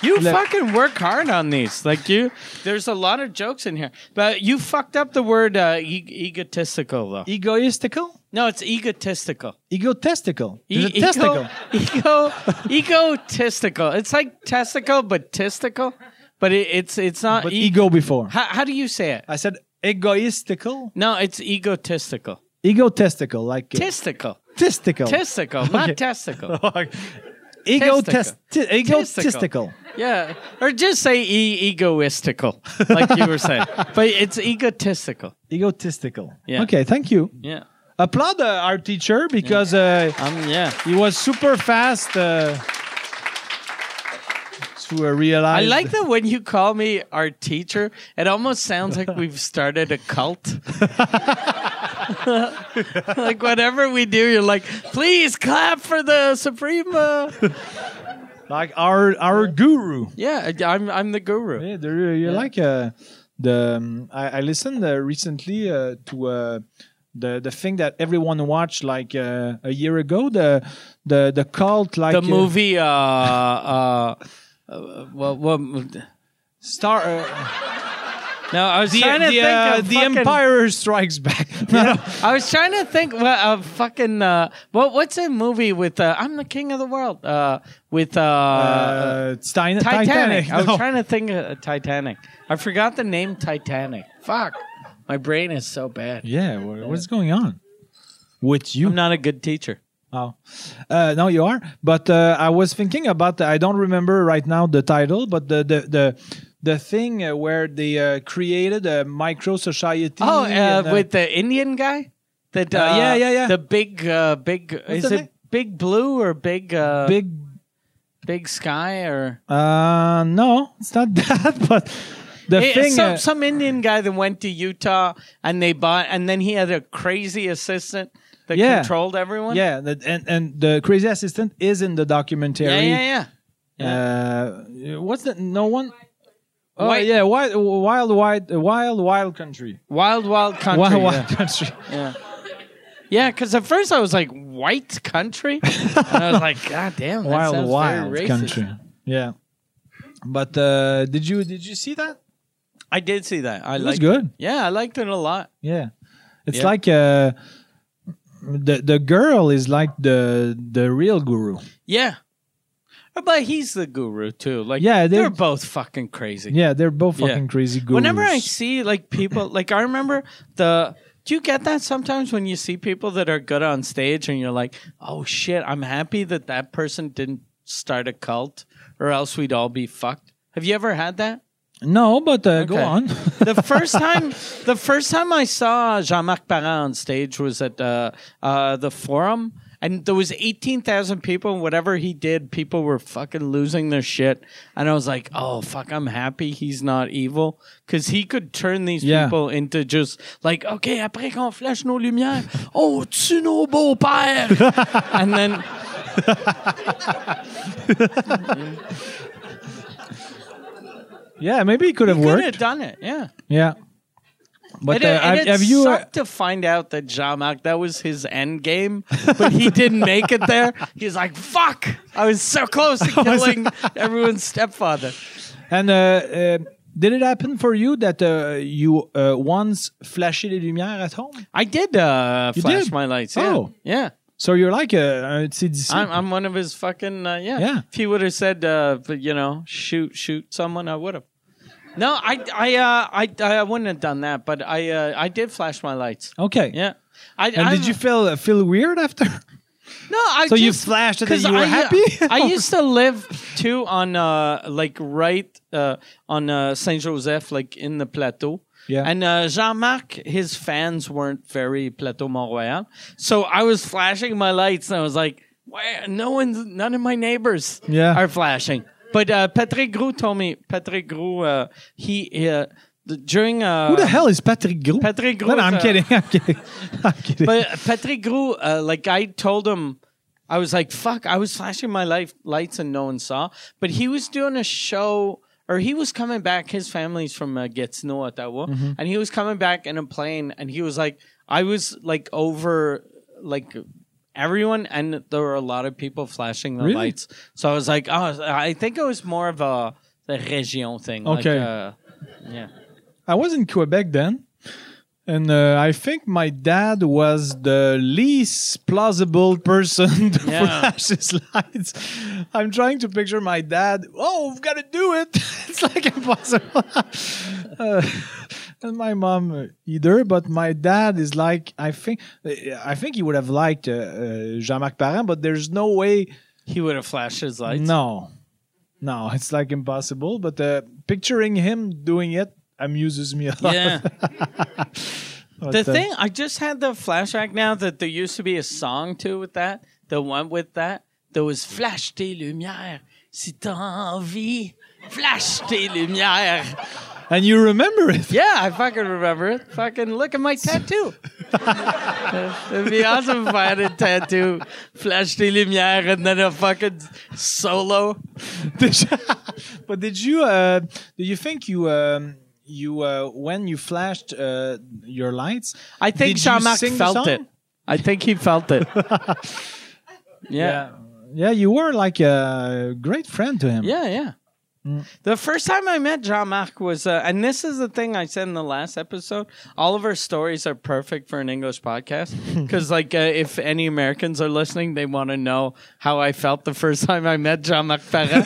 B: You
A: Look.
B: fucking work hard on these. Like you, there's a lot of jokes in here, but you fucked up the word uh, e- egotistical though.
A: Egoistical?
B: no, it's egotistical.
A: Egotistical.
B: E-
A: There's a testicle.
B: Ego, egotistical. It's like testicle, but testicle. But it, it's it's not.
A: But
B: e-
A: ego before.
B: how, how do you say it?
A: I said egoistical.
B: No, it's egotistical.
A: Egotistical, like uh,
B: Testicle.
A: testicle.
B: Testicle, not testicle.
A: Egotest- egotistical.
B: Yeah. Or just say e- egoistical, like you were saying. But it's egotistical.
A: Egotistical.
B: Yeah.
A: Okay, thank you.
B: Yeah.
A: Applaud uh, our teacher because uh,
B: Um, yeah.
A: he was super fast uh, to uh,
B: I
A: realize.
B: like that when you call me our teacher, it almost sounds like we've started a cult. like whatever we do, you're like, please clap for the supreme. uh."
A: like our our guru.
B: Yeah, I'm I'm the guru.
A: Yeah, there, you like uh, the. Um, I, I listened uh, recently uh, to uh, the the thing that everyone watched like uh, a year ago. The the the cult like
B: the
A: uh,
B: movie. Uh, uh, uh, well, well, no,
A: Star. Uh,
B: I was
A: the
B: trying to
A: the,
B: think
A: uh,
B: of
A: the
B: fucking-
A: Empire Strikes Back. No, no.
B: I was trying to think what a fucking uh, what what's a movie with uh, I'm the king of the world uh, with uh,
A: Uh, Stein-
B: Titanic.
A: Titanic. Oh,
B: I was
A: no.
B: trying to think of uh, Titanic. I forgot the name Titanic. Fuck, my brain is so bad.
A: Yeah, wha- what's going on with you?
B: I'm not a good teacher.
A: Oh, uh, no, you are. But uh, I was thinking about. The, I don't remember right now the title, but the the the, the thing uh, where they uh, created a micro society.
B: Oh, uh,
A: and,
B: with the Indian guy. That uh,
A: yeah, yeah, yeah.
B: The big uh, big is
A: the
B: it
A: name?
B: Big Blue or Big uh, Big
A: big.
B: Big Sky or
A: Uh, no, it's not that. But the
B: It-
A: thing.
B: some,
A: uh,
B: Eh, some Indian guy that went to Utah and they bought, and then he had a crazy assistant that
A: Yeah.
B: controlled everyone.
A: yeah, that, and and the crazy assistant is in the documentary.
B: yeah, yeah, yeah.
A: Uh, what's that? No one. Oh
B: White-
A: yeah, wild, wild, wild, wild, wild country.
B: Wild, wild country.
A: Wild,
B: yeah.
A: wild country.
B: Yeah. Yeah, because at first I was like, white country? and I was like, God damn, that
A: wild,
B: sounds
A: wild
B: very racist.
A: country. Yeah. But uh, did you did you see that?
B: I did see that. I
A: It was
B: liked
A: good.
B: Yeah, I liked it a lot.
A: Yeah. It's
B: Yeah.
A: like uh, the the girl is like the the real guru.
B: Yeah. But he's the guru too. Like,
A: Yeah, they're-
B: they're both fucking crazy.
A: Yeah, they're both
B: Yeah.
A: fucking crazy gurus.
B: Whenever I see like people, like I remember the. Do you get that sometimes when you see people that are good on stage and you're like, oh shit, I'm happy that that person didn't start a cult or else we'd all be fucked? Have you ever had that?
A: no, but uh, go
B: Okay.
A: on.
B: the first time the first time I saw Jean-Marc Parent on stage was at uh, uh, the forum and there was 18,000 people and whatever he did people were fucking losing their shit and I was like oh fuck I'm happy he's not evil cuz he could turn these
A: Yeah.
B: people into just like okay après qu'on flash nos lumières oh tu nos beaux-pères and then
A: yeah, maybe it could have
B: could have
A: worked.
B: done it yeah
A: Yeah. But
B: And it-
A: uh, have,
B: and it
A: have you? uh,
B: sucked to find out that Jamak that was his end game, but he didn't make it there. He's like, "Fuck! I was so close to killing everyone's stepfather."
A: And uh, uh, did it happen for you that uh, you uh, once flashed les lumières at home?
B: I did uh, flash
A: did?
B: my lights.
A: Oh.
B: Yeah, yeah.
A: So you're like uh, a, a CDC.
B: I'm, I'm one of his fucking uh, yeah.
A: Yeah.
B: If he would have said, uh, but, you know, shoot, shoot someone, I would have. No, I, I, uh, I, I wouldn't have done that. But I, uh, I did flash my lights.
A: okay.
B: Yeah. I,
A: And did you feel feel weird after?
B: No, I
A: So you
B: just-
A: flashed it that
B: 'cause
A: you were
B: I, uh,
A: happy?
B: I used to live too on uh like right uh on uh Saint Joseph, like in the plateau.
A: Yeah.
B: And uh, Jean Marc, his fans weren't very Plateau Mont Royal. So I was flashing my lights and I was like, Why no one's none of my neighbors
A: Yeah.
B: are flashing. But uh, Patrick Grou told me Patrick Grou uh, he uh, the, during uh
A: Who the hell is Patrick Gros?
B: Patrick
A: No,
B: Gros,
A: no, I'm
B: uh,
A: kidding. I'm kidding. I'm kidding.
B: but Patrick Grou, uh, like I told him, I was like, "Fuck!" I was flashing my life lights and no one saw. But he was doing a show, or he was coming back. His family's from uh, Gatineau, Ottawa,
A: Mm-hmm.
B: and he was coming back in a plane. And he was like, "I was like over like." Everyone and there were a lot of people flashing the
A: Really?
B: lights, so I was like, "Oh, I think it was more of a the région thing." like,
A: Okay.
B: uh, yeah.
A: I was in Quebec then, and uh, I think my dad was the least plausible person to
B: Yeah.
A: flash his lights. I'm trying to picture my dad. Oh, we've got to do it. it's like impossible. uh, and my mom uh, either, but my dad is like I think I think he would have liked uh, uh, Jean-Marc Parent, but there's no way.
B: He would have flashed his lights.
A: No, no, it's like impossible. But uh, picturing him doing it amuses me a lot.
B: Yeah.
A: But,
B: The
A: uh,
B: thing I just had the flashback now that there used to be a song too with that. The one with that there was flash tes lumières si t'as envie. Flash tes lumières.
A: and you remember it.
B: Yeah, I fucking remember it. Fucking look at my tattoo. It'd be awesome if I had a tattoo, flash tes lumières, and then a fucking solo.
A: Did you- but did you? Uh, do you think you um, you uh, when you flashed uh, your lights.
B: I
A: did
B: think
A: you
B: Jean-Marc
A: sing the
B: felt
A: song?
B: it. I think he felt it. yeah.
A: Yeah, you were like a great friend to him.
B: Yeah, yeah. The first time I met Jean Marc was, uh, and this is the thing I said in the last episode. All of our stories are perfect for an English podcast because, like, uh, if any Americans are listening, they want to know how I felt the first time I met Jean Marc Ferret.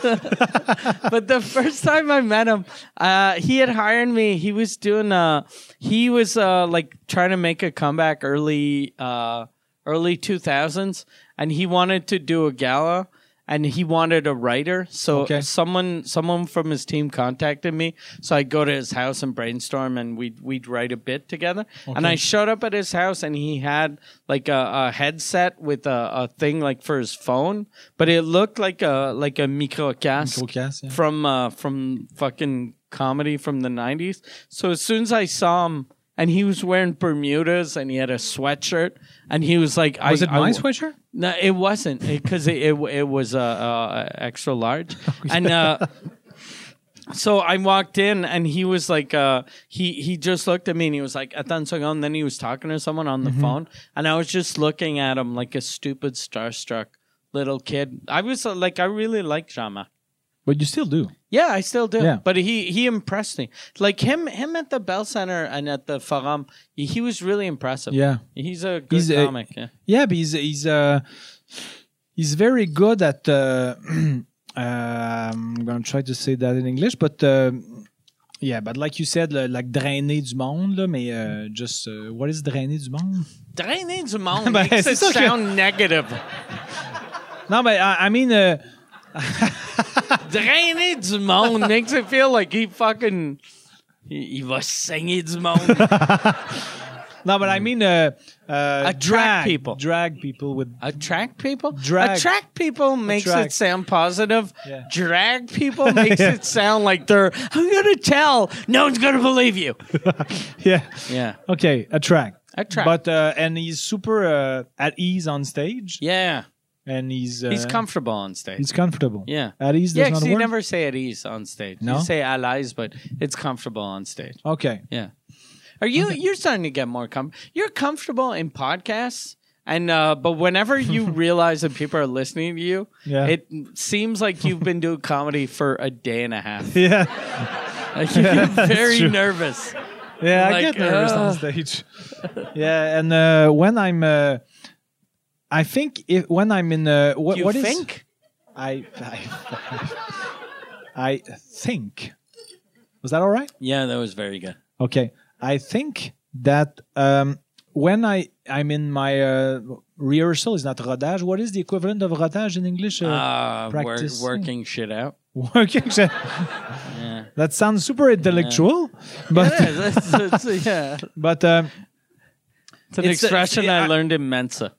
B: but the first time I met him, uh, he had hired me. He was doing, uh, he was uh, like trying to make a comeback early, uh, early two thousands, and he wanted to do a gala, and he wanted a writer. So
A: Okay.
B: someone, someone from his team contacted me. So I go to his house and brainstorm, and we'd we'd write a bit together. And I showed up at his house, and he had like a, a headset with a, a thing like for his phone, but it looked like a like a microcast
A: Microcast, yeah.
B: from uh, from fucking comedy from the '90s. So as soon as I saw him, and he was wearing Bermudas and he had a sweatshirt, and he was like,
A: Was
B: I,
A: it my
B: I-
A: sweatshirt?
B: No, it wasn't because it, it it was uh, uh, extra large, and uh, so I walked in and he was like, uh, he he just looked at me and he was like, "Atan Sagan," and Then he was talking to someone on the
A: Mm-hmm.
B: phone, and I was just looking at him like a stupid starstruck little kid. I was uh, like, I really like Jama.
A: But you still do.
B: Yeah, I still do.
A: Yeah.
B: But he he impressed me. Like him him at the Bell Center and at the Faram, he was really impressive.
A: Yeah.
B: He's a good
A: He's a-
B: comic. yeah.
A: Yeah, but he's he's uh, he's very good at. Uh, uh, I'm gonna try to say that in English, but uh, yeah, but like you said, le- like drainer du monde, là, mais uh, just uh, what is drainer du monde?
B: Drainer du monde
A: Ben,
B: makes
A: c'est
B: it
A: ça que-
B: sound negative.
A: No, but I, I mean, uh,
B: Drainer du monde makes it feel like he fucking he, he va saigner du monde.
A: no, but I mean, uh, uh,
B: Attract
A: drag
B: people.
A: drag people with
B: Attract people?
A: Drag.
B: Attract people makes
A: Attract.
B: it sound positive.
A: Yeah.
B: Drag people makes it sound like they're I'm gonna tell. No one's gonna believe you.
A: yeah.
B: Yeah.
A: Okay, attract.
B: Attract.
A: But uh, and he's super uh, at ease on stage,
B: Yeah.
A: and he's uh,
B: He's comfortable on stage.
A: He's comfortable.
B: Yeah.
A: at ease.
B: Yeah,
A: Does
B: 'cause
A: not
B: you
A: work.
B: never say at ease on stage.
A: No?
B: You say allies, but it's comfortable on stage.
A: Okay.
B: Yeah. Are you? You're starting to get more com. You're comfortable in podcasts, and uh, but whenever you realize that people are listening to you,
A: Yeah.
B: it seems like you've been doing comedy for a day and a half.
A: Yeah.
B: Like, you get very
A: true.
B: nervous.
A: Yeah, I
B: Like, uh.
A: get nervous on
B: "Ugh."
A: stage. yeah, and uh, when I'm, uh, I think if, when I'm in, uh, what,
B: You
A: what is-
B: think?
A: I, I, I think. Was that all right?
B: Yeah, that was very good.
A: Okay, I think that um, when I I'm in my uh, rehearsal is not rodage. What is the equivalent of rodage in English?
B: Uh, wor-
A: Practice.
B: working shit out.
A: working.
B: Yeah.
A: That sounds super intellectual, but
B: yeah, that's, that's- yeah.
A: but um,
B: It's an
A: It's a-
B: expression
A: yeah,
B: I
A: I-
B: learned in Mensa.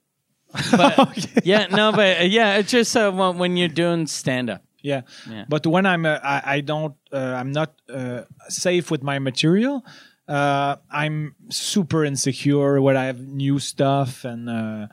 B: But, Yeah, no, but uh, yeah, it's just uh, when, when you're doing stand up.
A: Yeah.
B: Yeah.
A: But when I'm, uh, I, I don't, uh, I'm not uh, safe with my material. Uh, I'm super insecure when I have new stuff and. Uh,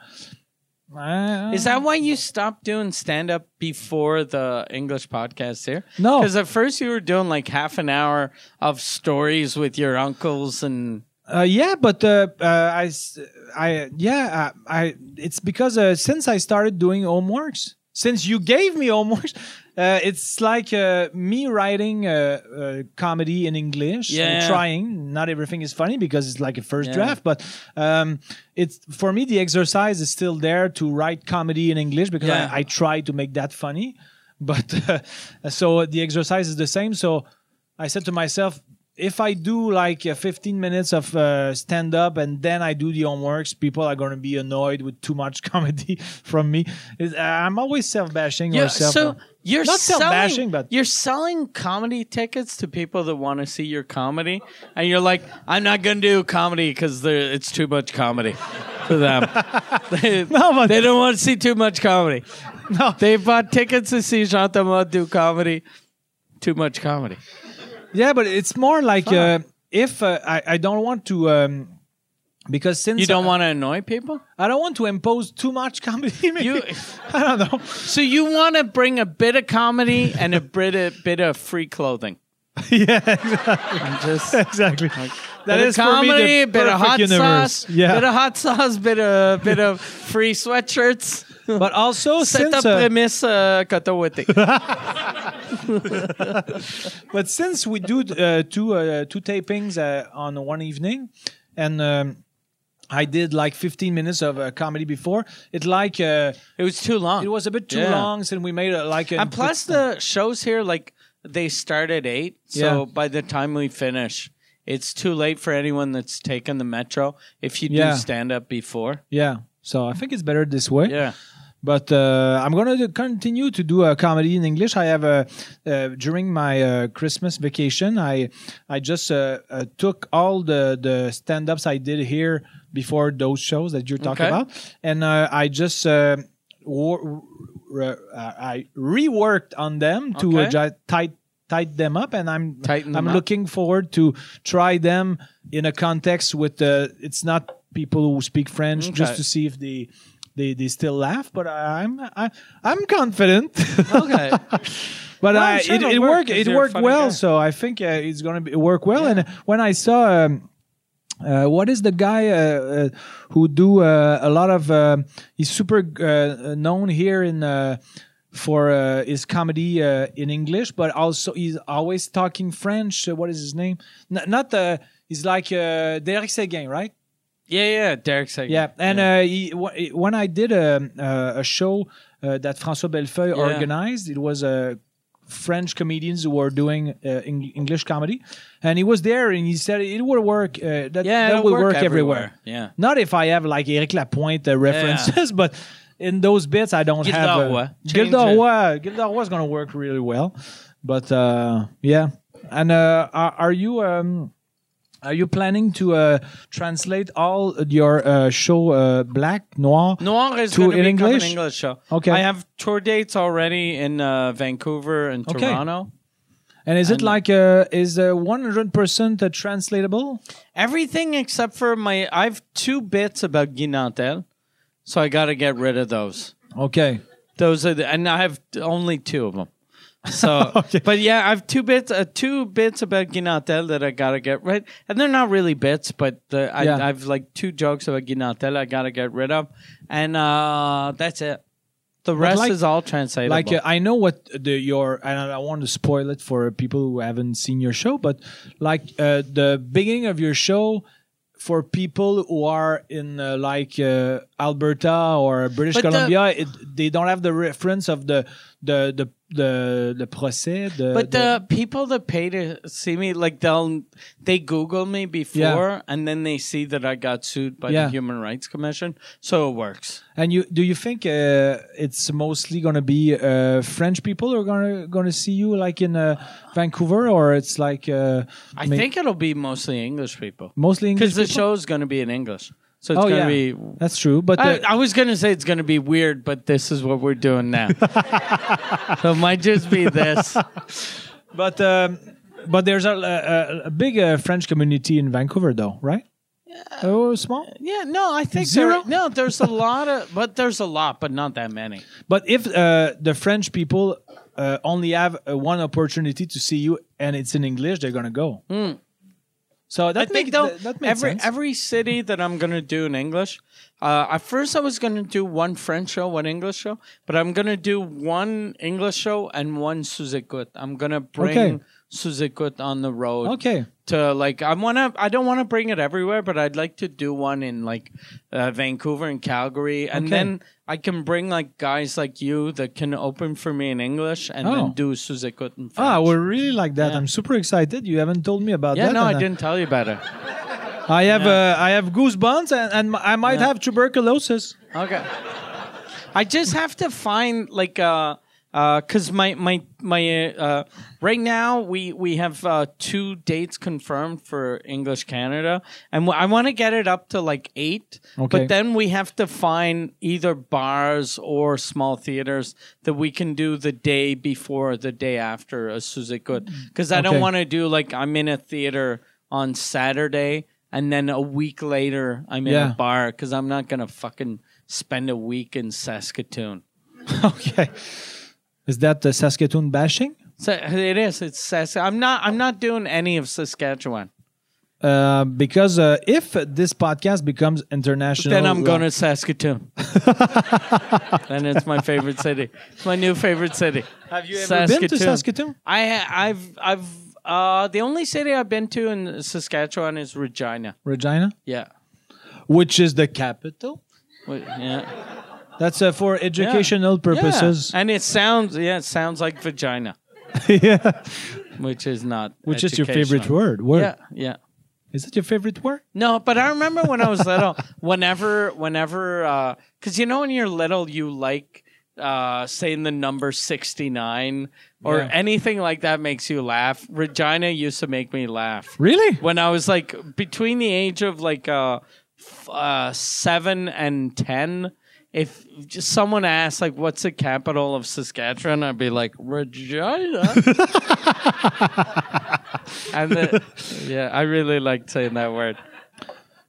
A: I-
B: Is that why you stopped doing stand up before the English podcast here?
A: No.
B: Because at first you were doing like half an hour of stories with your uncles and.
A: Uh, yeah, but uh, uh, I, s- I, yeah, uh, I, I it's because uh, since I started doing homeworks, since you gave me homeworks, uh, it's like uh, me writing uh, uh, comedy in English,
B: Yeah.
A: trying. Not everything is funny because it's like a first
B: Yeah.
A: draft, but um, it's for me the exercise is still there to write comedy in English because
B: Yeah.
A: I, I try to make that funny. But uh, so the exercise is the same. So I said to myself, if I do like uh, 15 minutes of uh, stand up and then I do the homeworks, people are going to be annoyed with too much comedy from me. It's- I'm always self bashing
B: Yeah,
A: or self.
B: so you're
A: Not
B: selling,
A: self-bashing, but-
B: you're selling comedy tickets to people that want to see your comedy, and you're like, "I'm not going to do comedy because it's too much comedy for them. they,
A: No, but-
B: they don't want to see too much comedy.
A: No.
B: they bought tickets to see Jean Thomas do comedy. Too much comedy.
A: yeah, but it's more like uh, if uh, I, I don't want to. Um, because since
B: You don't
A: I,
B: want to annoy people,
A: I don't want to impose too much comedy. Maybe.
B: You-
A: I don't know.
B: so you want to bring a bit of comedy and a bit of, bit of free clothing.
A: yeah,
B: I'm just
A: exactly.
B: bit of comedy, bit of hot sauce, bit
A: Yeah,
B: of hot sauce, bit of bit of free sweatshirts.
A: but also
B: Set
A: since
B: up
A: uh,
B: premise uh, Kotowiti.
A: but since we do uh, two uh, two tapings uh, on one evening, and um, I did like 15 minutes of uh, comedy before, it like uh,
B: It was too long.
A: it was a bit too
B: Yeah.
A: long, and we made uh, like a
B: And plus, the shows here, like, they start at eight. So
A: Yeah.
B: by the time we finish, it's too late for anyone that's taken the metro if you
A: Yeah.
B: do stand up before.
A: yeah. So I think it's better this way.
B: Yeah.
A: but uh, I'm gonna do- continue to do a comedy in English. I have a uh, during my uh, Christmas vacation, I I just uh, uh, took all the the stand ups I did here before those shows that you're talking
B: Okay.
A: about, and uh, I just. Uh, wor- re- uh, I reworked on them to
B: Okay.
A: uh, ju- tight tight them up, and I'm
B: Tighten
A: I'm
B: them up.
A: looking forward to try them in a context with uh, it's not people who speak French just
B: Okay.
A: to see if they they, they still laugh, but I- I'm I, I'm confident.
B: Okay.
A: but
B: Well,
A: I,
B: I'm sure
A: it,
B: it'll
A: it
B: work
A: worked
B: 'cause
A: it
B: you're a
A: worked
B: funny
A: well,
B: guy.
A: so I think uh, it's gonna be, work well. And when I saw. Um, uh, what is the guy uh, uh, who do uh, a lot of? Uh, he's super uh, known here in uh, for uh, his comedy uh, in English, but also he's always talking French. Uh, what is his name? N- not uh, he's like uh, Derek Seguin, right?
B: yeah, yeah. Derek's like,
A: Yeah, and Uh, he, wh- when I did a, uh, a show uh, that François Bellefeuille
B: Yeah.
A: organized, it was uh, French comedians who were doing uh, Eng- English comedy, and he was there, and he said it will work. Uh, that
B: Yeah,
A: that
B: it'll
A: will
B: work
A: work, everywhere.
B: everywhere. Yeah.
A: not if I have like Eric Lapointe uh, references, but. In those bits, I don't have.
B: Gilda Roy. Change
A: Gilda
B: it.
A: Roy. Gilda Roy is going to work really well, but uh, yeah. And uh, are, are you? Um, are you planning to uh, translate all your uh, show uh, black noir?
B: Noir is
A: To-
B: going to
A: in
B: become
A: English?
B: an English show.
A: Okay.
B: I have tour dates already in uh, Vancouver and
A: Okay.
B: Toronto.
A: And is it like uh, is one hundred percent translatable?
B: Everything except for my, I have two bits about Guy Nantel, so I got to get rid of those.
A: Okay.
B: Those are the, and I have t- only two of them. So,
A: Okay.
B: but yeah, I have two bits, uh, two bits about Guinatel that I gotta get rid, and they're not really bits, but the, I,
A: Yeah.
B: I have like two jokes about Guinatel I gotta get rid of, and uh, that's it. The rest
A: like-
B: is all translatable.
A: Like uh, I know what the your and I don't want to spoil it for people who haven't seen your show, but like uh, the beginning of your show for people who are in uh, like uh, Alberta or British
B: But the-
A: Columbia, it, they don't have the reference of the the the the, the process. The,
B: But the people that pay to see me, like they'll they Google me before, and then they see that I got sued by
A: Yeah.
B: the Human Rights Commission, so it works.
A: And you do you think uh, it's mostly going to be uh, French people who are going to going to see you like in uh, Vancouver or it's like uh,
B: I
A: ma-
B: think it'll be mostly English people
A: mostly English
B: because the
A: people?
B: show's going to be in English, so it's
A: Oh
B: going
A: yeah,
B: to be.
A: that's true. But
B: I,
A: uh,
B: I was going to say it's going to be weird, but this is what we're doing now. so it might just be this.
A: but um, but there's a, a, a big uh, French community in Vancouver though, right? Oh, small.
B: Yeah, no, I think
A: Zero?
B: There, no, there's a lot of, but there's a lot, but not that many.
A: But if uh, the French people uh, only have uh, one opportunity to see you and it's in English, they're going to go. So that
B: Hmm. I think
A: makes
B: though
A: that, that makes
B: every
A: sense.
B: every city that I'm gonna do in English. Uh, at first, I was gonna do one French show, one English show, but I'm gonna do one English show and one Suzekut. I'm gonna bring
A: Okay.
B: okay. on the road.
A: Okay.
B: To like, I wanna. I don't wanna bring it everywhere, but I'd like to do one in like uh, Vancouver and Calgary, and
A: Okay.
B: then I can bring like guys like you that can open for me in English, and
A: Oh.
B: then do Suzekut in French.
A: Ah, I would really like that. I'm super excited. You haven't told me about
B: yeah,
A: that.
B: no,
A: and,
B: I
A: uh,
B: didn't tell you about it.
A: I have uh, I have goosebumps and, and I might have tuberculosis.
B: Okay. I just have to find like uh uh cuz my my my uh right now we we have uh two dates confirmed for English Canada and wh- I want to get it up to like 8
A: Okay.
B: but then we have to find either bars or small theaters that we can do the day before or the day after a Suzekut cuz I
A: Okay.
B: don't want to do like I'm in a theater on Saturday and then a week later I'm in
A: Yeah.
B: a bar because I'm not gonna fucking spend a week in Saskatoon.
A: okay, is that the Saskatoon bashing?
B: So it is. It's Sask- I'm not. I'm not doing any of Saskatchewan.
A: Uh, because uh, if this podcast becomes international, uh,
B: Then I'm going to Saskatoon. then it's my favorite city. It's my new favorite city. Have
A: you ever been to Saskatoon?
B: I I've I've uh the only city I've been to in Saskatchewan is Regina.
A: Regina,
B: Yeah.
A: which is the capital.
B: Wait, Yeah.
A: That's uh, for educational purposes.
B: Yeah. And it sounds yeah, it sounds like vagina,
A: Yeah,
B: which is not
A: which is your favorite
B: educational.
A: word? Word
B: Yeah, yeah.
A: is it your favorite word?
B: No, but I remember when I was little, whenever, whenever, because you know when you're little, you like uh, saying the number 69 or
A: Yeah.
B: anything like that makes you laugh. Regina used to make me laugh.
A: Really?
B: When I was like between the age of like uh, f- uh, seven and 10, if just someone asked, like, what's the capital of Saskatchewan, I'd be like, Regina. and the, yeah, I really liked saying that word.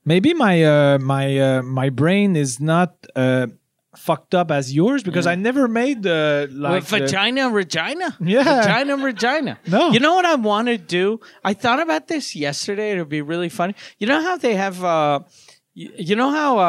A: Maybe my uh, my uh, my brain is not uh, fucked up as yours because I never made the like. uh,
B: With
A: the-
B: vagina, Regina.
A: Yeah.
B: Vagina, Regina.
A: No.
B: You know what I want to do? I thought about this yesterday. It would be really funny. You know how they have, uh, y- you know how uh,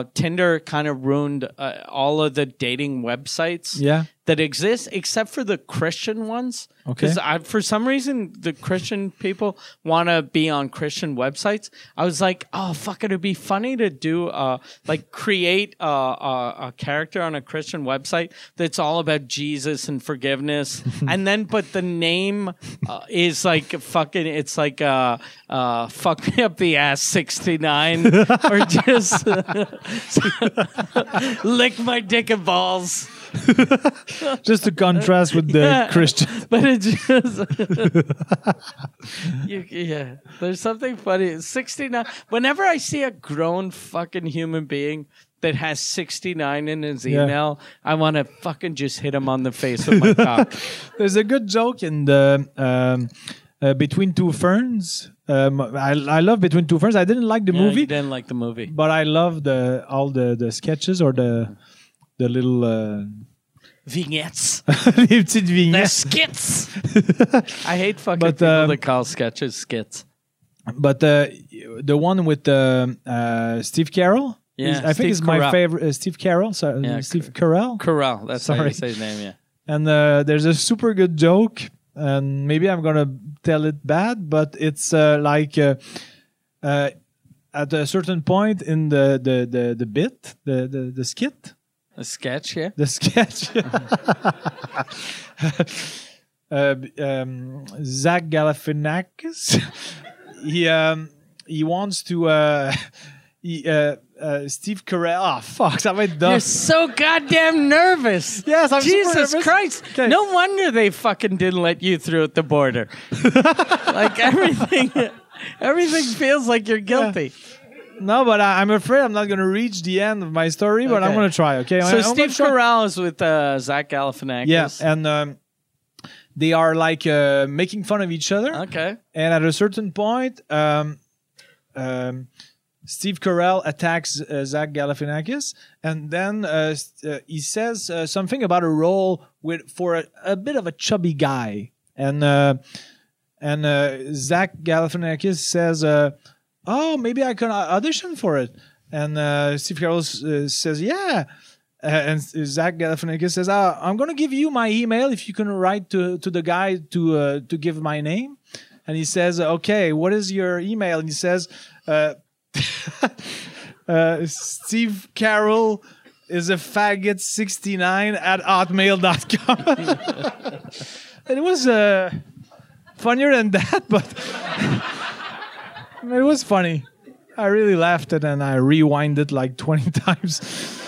B: uh, Tinder kind of ruined uh, all of the dating websites?
A: yeah.
B: that exist except for the Christian ones.
A: Okay.
B: Because I, for some reason, the Christian people want to be on Christian websites. I was like, oh, fuck, it would be funny to do, uh, like, create a, a, a character on a Christian website that's all about Jesus and forgiveness. and then, but the name uh, is like fucking, it's like, uh, uh, fuck me up the ass 69 or just lick my dick and balls.
A: Just to contrast with the
B: Yeah.
A: Christian.
B: but it just you, yeah there's something funny 69 whenever i see a grown fucking human being that has 69 in his
A: Yeah.
B: email i want to fucking just hit him on the face with my cock
A: There's a good joke in the um, uh, Between Two Ferns. Um, I, I love Between Two Ferns. I didn't like the
B: Yeah,
A: movie,
B: you didn't like the movie
A: but I love the all the, the sketches or the the little uh,
B: vignettes
A: les petites
B: they're
A: vignettes.
B: skits i hate fucking
A: But,
B: people
A: um,
B: that call sketches skits
A: But uh, the one with um uh, Steve Carroll.
B: Yeah,
A: is- I think
B: Steve
A: it's my
B: Carell.
A: favorite. Uh, Steve Carroll. Sorry,
B: Yeah,
A: Steve Carell.
B: corral that's how
A: Sorry.
B: you say his name yeah
A: and uh, there's a super good joke and maybe i'm gonna tell it bad but it's uh, like uh, uh, at a certain point in the the the, the bit the, the the skit
B: a sketch yeah
A: the sketch uh, um, zach galifianakis he um, he wants to uh, he, uh, uh, steve carell ah fuck that went dumb
B: You're so goddamn nervous.
A: Yes, I'm super
B: Jesus
A: nervous.
B: Christ.
A: Okay.
B: No wonder they fucking didn't let you through at the border. like everything everything feels like you're guilty.
A: No, but I, I'm afraid I'm not going to reach the end of my story, but I'm
B: Okay.
A: going to try, okay?
B: So
A: I'm gonna
B: Steve
A: try.
B: Carell is with uh, Zach Galifianakis.
A: Yeah, and um, they are like uh, making fun of each other.
B: Okay.
A: And at a certain point, um, um, Steve Carell attacks uh, Zach Galifianakis, and then uh, s- uh, he says uh, something about a role with for a, a bit of a chubby guy, and uh, and uh, Zach Galifianakis says, uh, "Oh, maybe I can audition for it." And uh, Steve Carell s- uh, says, "Yeah." Uh, and s- Zach Galifianakis says, Ah, "I'm going to give you my email if you can write to to the guy to uh, to give my name." And he says, "Okay, what is your email?" And he says, uh, uh, "Steve Carroll is a faggot 69 at hotmail.com." and it was uh, funnier than that, but it was funny. I really laughed it and I rewind it like 20 times.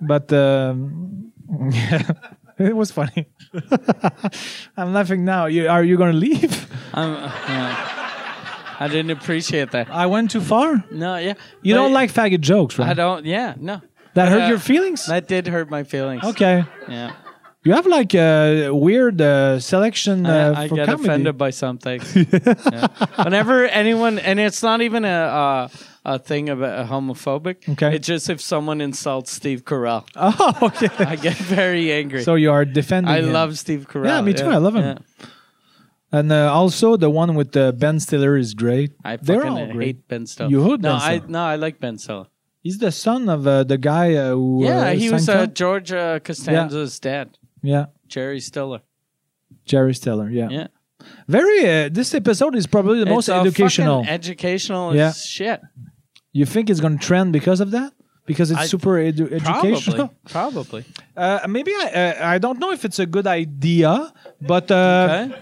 A: But um, yeah, it was funny. I'm laughing now. You, are you going to leave?
B: Um, yeah. I didn't appreciate that.
A: I went too far.
B: No, yeah.
A: You
B: But
A: don't like faggot jokes, right?
B: I don't yeah, no.
A: that hurt
B: uh,
A: your feelings?
B: That did hurt my feelings.
A: okay.
B: Yeah.
A: You have like a weird uh, selection uh,
B: I, I
A: for
B: get
A: comedy.
B: offended by something. Yeah. Whenever anyone, and it's not even a uh, a thing about homophobic.
A: Okay.
B: It's just if someone insults Steve Carell,
A: Oh, okay.
B: I get very angry.
A: So you are defending.
B: I
A: him.
B: love Steve Carell.
A: Yeah, me too. I love him. And uh, also the one with uh, Ben Stiller is great.
B: I fucking
A: They're all great.
B: hate Ben Stiller.
A: You hate
B: no,
A: Ben
B: I
A: Stiller.
B: no, I like Ben Stiller.
A: He's the son of uh, the guy uh, who.
B: Yeah,
A: uh,
B: he was uh,
A: Seinfeld?
B: George uh, Costanza's dad,
A: yeah,
B: Jerry Stiller.
A: Jerry Stiller. Yeah.
B: Yeah,
A: Very. Uh, this episode is probably the most
B: It's, uh, fucking
A: educational.
B: educational as
A: Yeah.
B: shit.
A: you think it's going to trend because of that? Because it's
B: I-
A: super edu-
B: Probably,
A: educational.
B: probably.
A: Uh, maybe I. Uh, I don't know if it's a good idea, but. Uh,
B: Okay.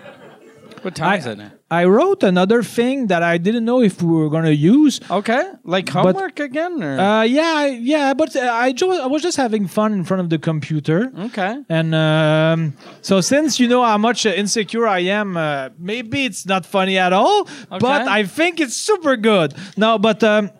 B: What time is it now?
A: I wrote another thing that I didn't know if we were gonna use.
B: Okay, like homework again, or
A: Uh, yeah, I- yeah, but uh, I, jo- I was just having fun in front of the computer,
B: okay.
A: and um, so since you know how much uh, insecure I am, uh, maybe it's not funny at all, but
B: Okay.
A: I think it's super good. No, but um,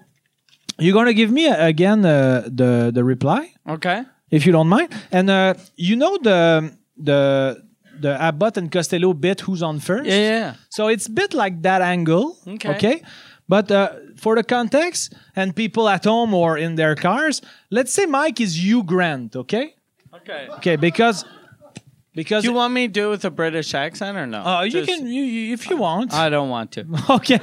A: you're gonna give me uh, again uh, the the reply
B: Okay.
A: if you don't mind, and uh, you know the the the Abbott and Costello bit who's on first.
B: Yeah, yeah.
A: So it's a bit like that angle.
B: Okay.
A: But uh, for the context and people at home or in their cars, let's say Mike is Hugh Grant, okay?
B: Okay.
A: Okay, because because
B: Do you want me to do it with a British accent or no?
A: uh, you
B: Just-
A: can you, you, if you want.
B: I don't want to.
A: Uh, okay.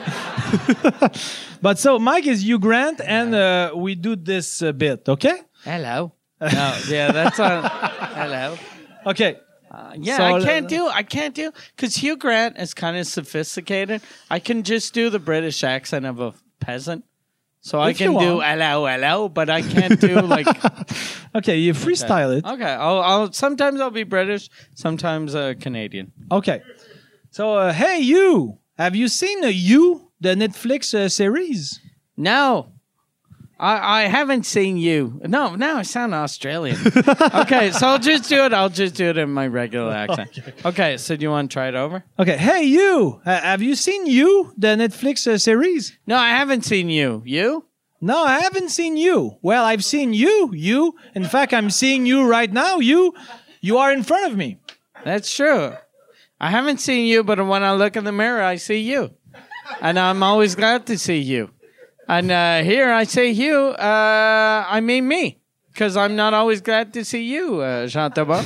A: but so Mike is Hugh Grant and uh, we do this uh, bit, okay?
B: Hello. No, yeah, that's on. Hello.
A: Okay.
B: Yeah,
A: So,
B: I can't do. I can't do because Hugh Grant is kind of sophisticated. I can just do the British accent of a peasant, so I
A: If you
B: can do
A: want.
B: hello, hello, but I can't do like.
A: Okay, you freestyle it.
B: Okay, I'll, I'll sometimes I'll be British, sometimes uh, Canadian.
A: Okay. So uh, hey you, have you seen uh, you the Netflix uh, series?
B: No. I, I haven't seen you. No, no, I sound Australian. okay, so I'll just do it. I'll just do it in my regular accent. Okay, so do you want to try it over?
A: Okay, hey you, uh, have you seen you the Netflix uh, series?
B: No, I haven't seen you. You?
A: No, I haven't seen you. Well, I've seen you, you. In fact, I'm seeing you right now. You, you are in front of me.
B: That's true. I haven't seen you, but when I look in the mirror, I see you. And I'm always glad to see you. And uh, here I say you, uh, I mean me, because I'm not always glad to see you, uh, Jean Tabot.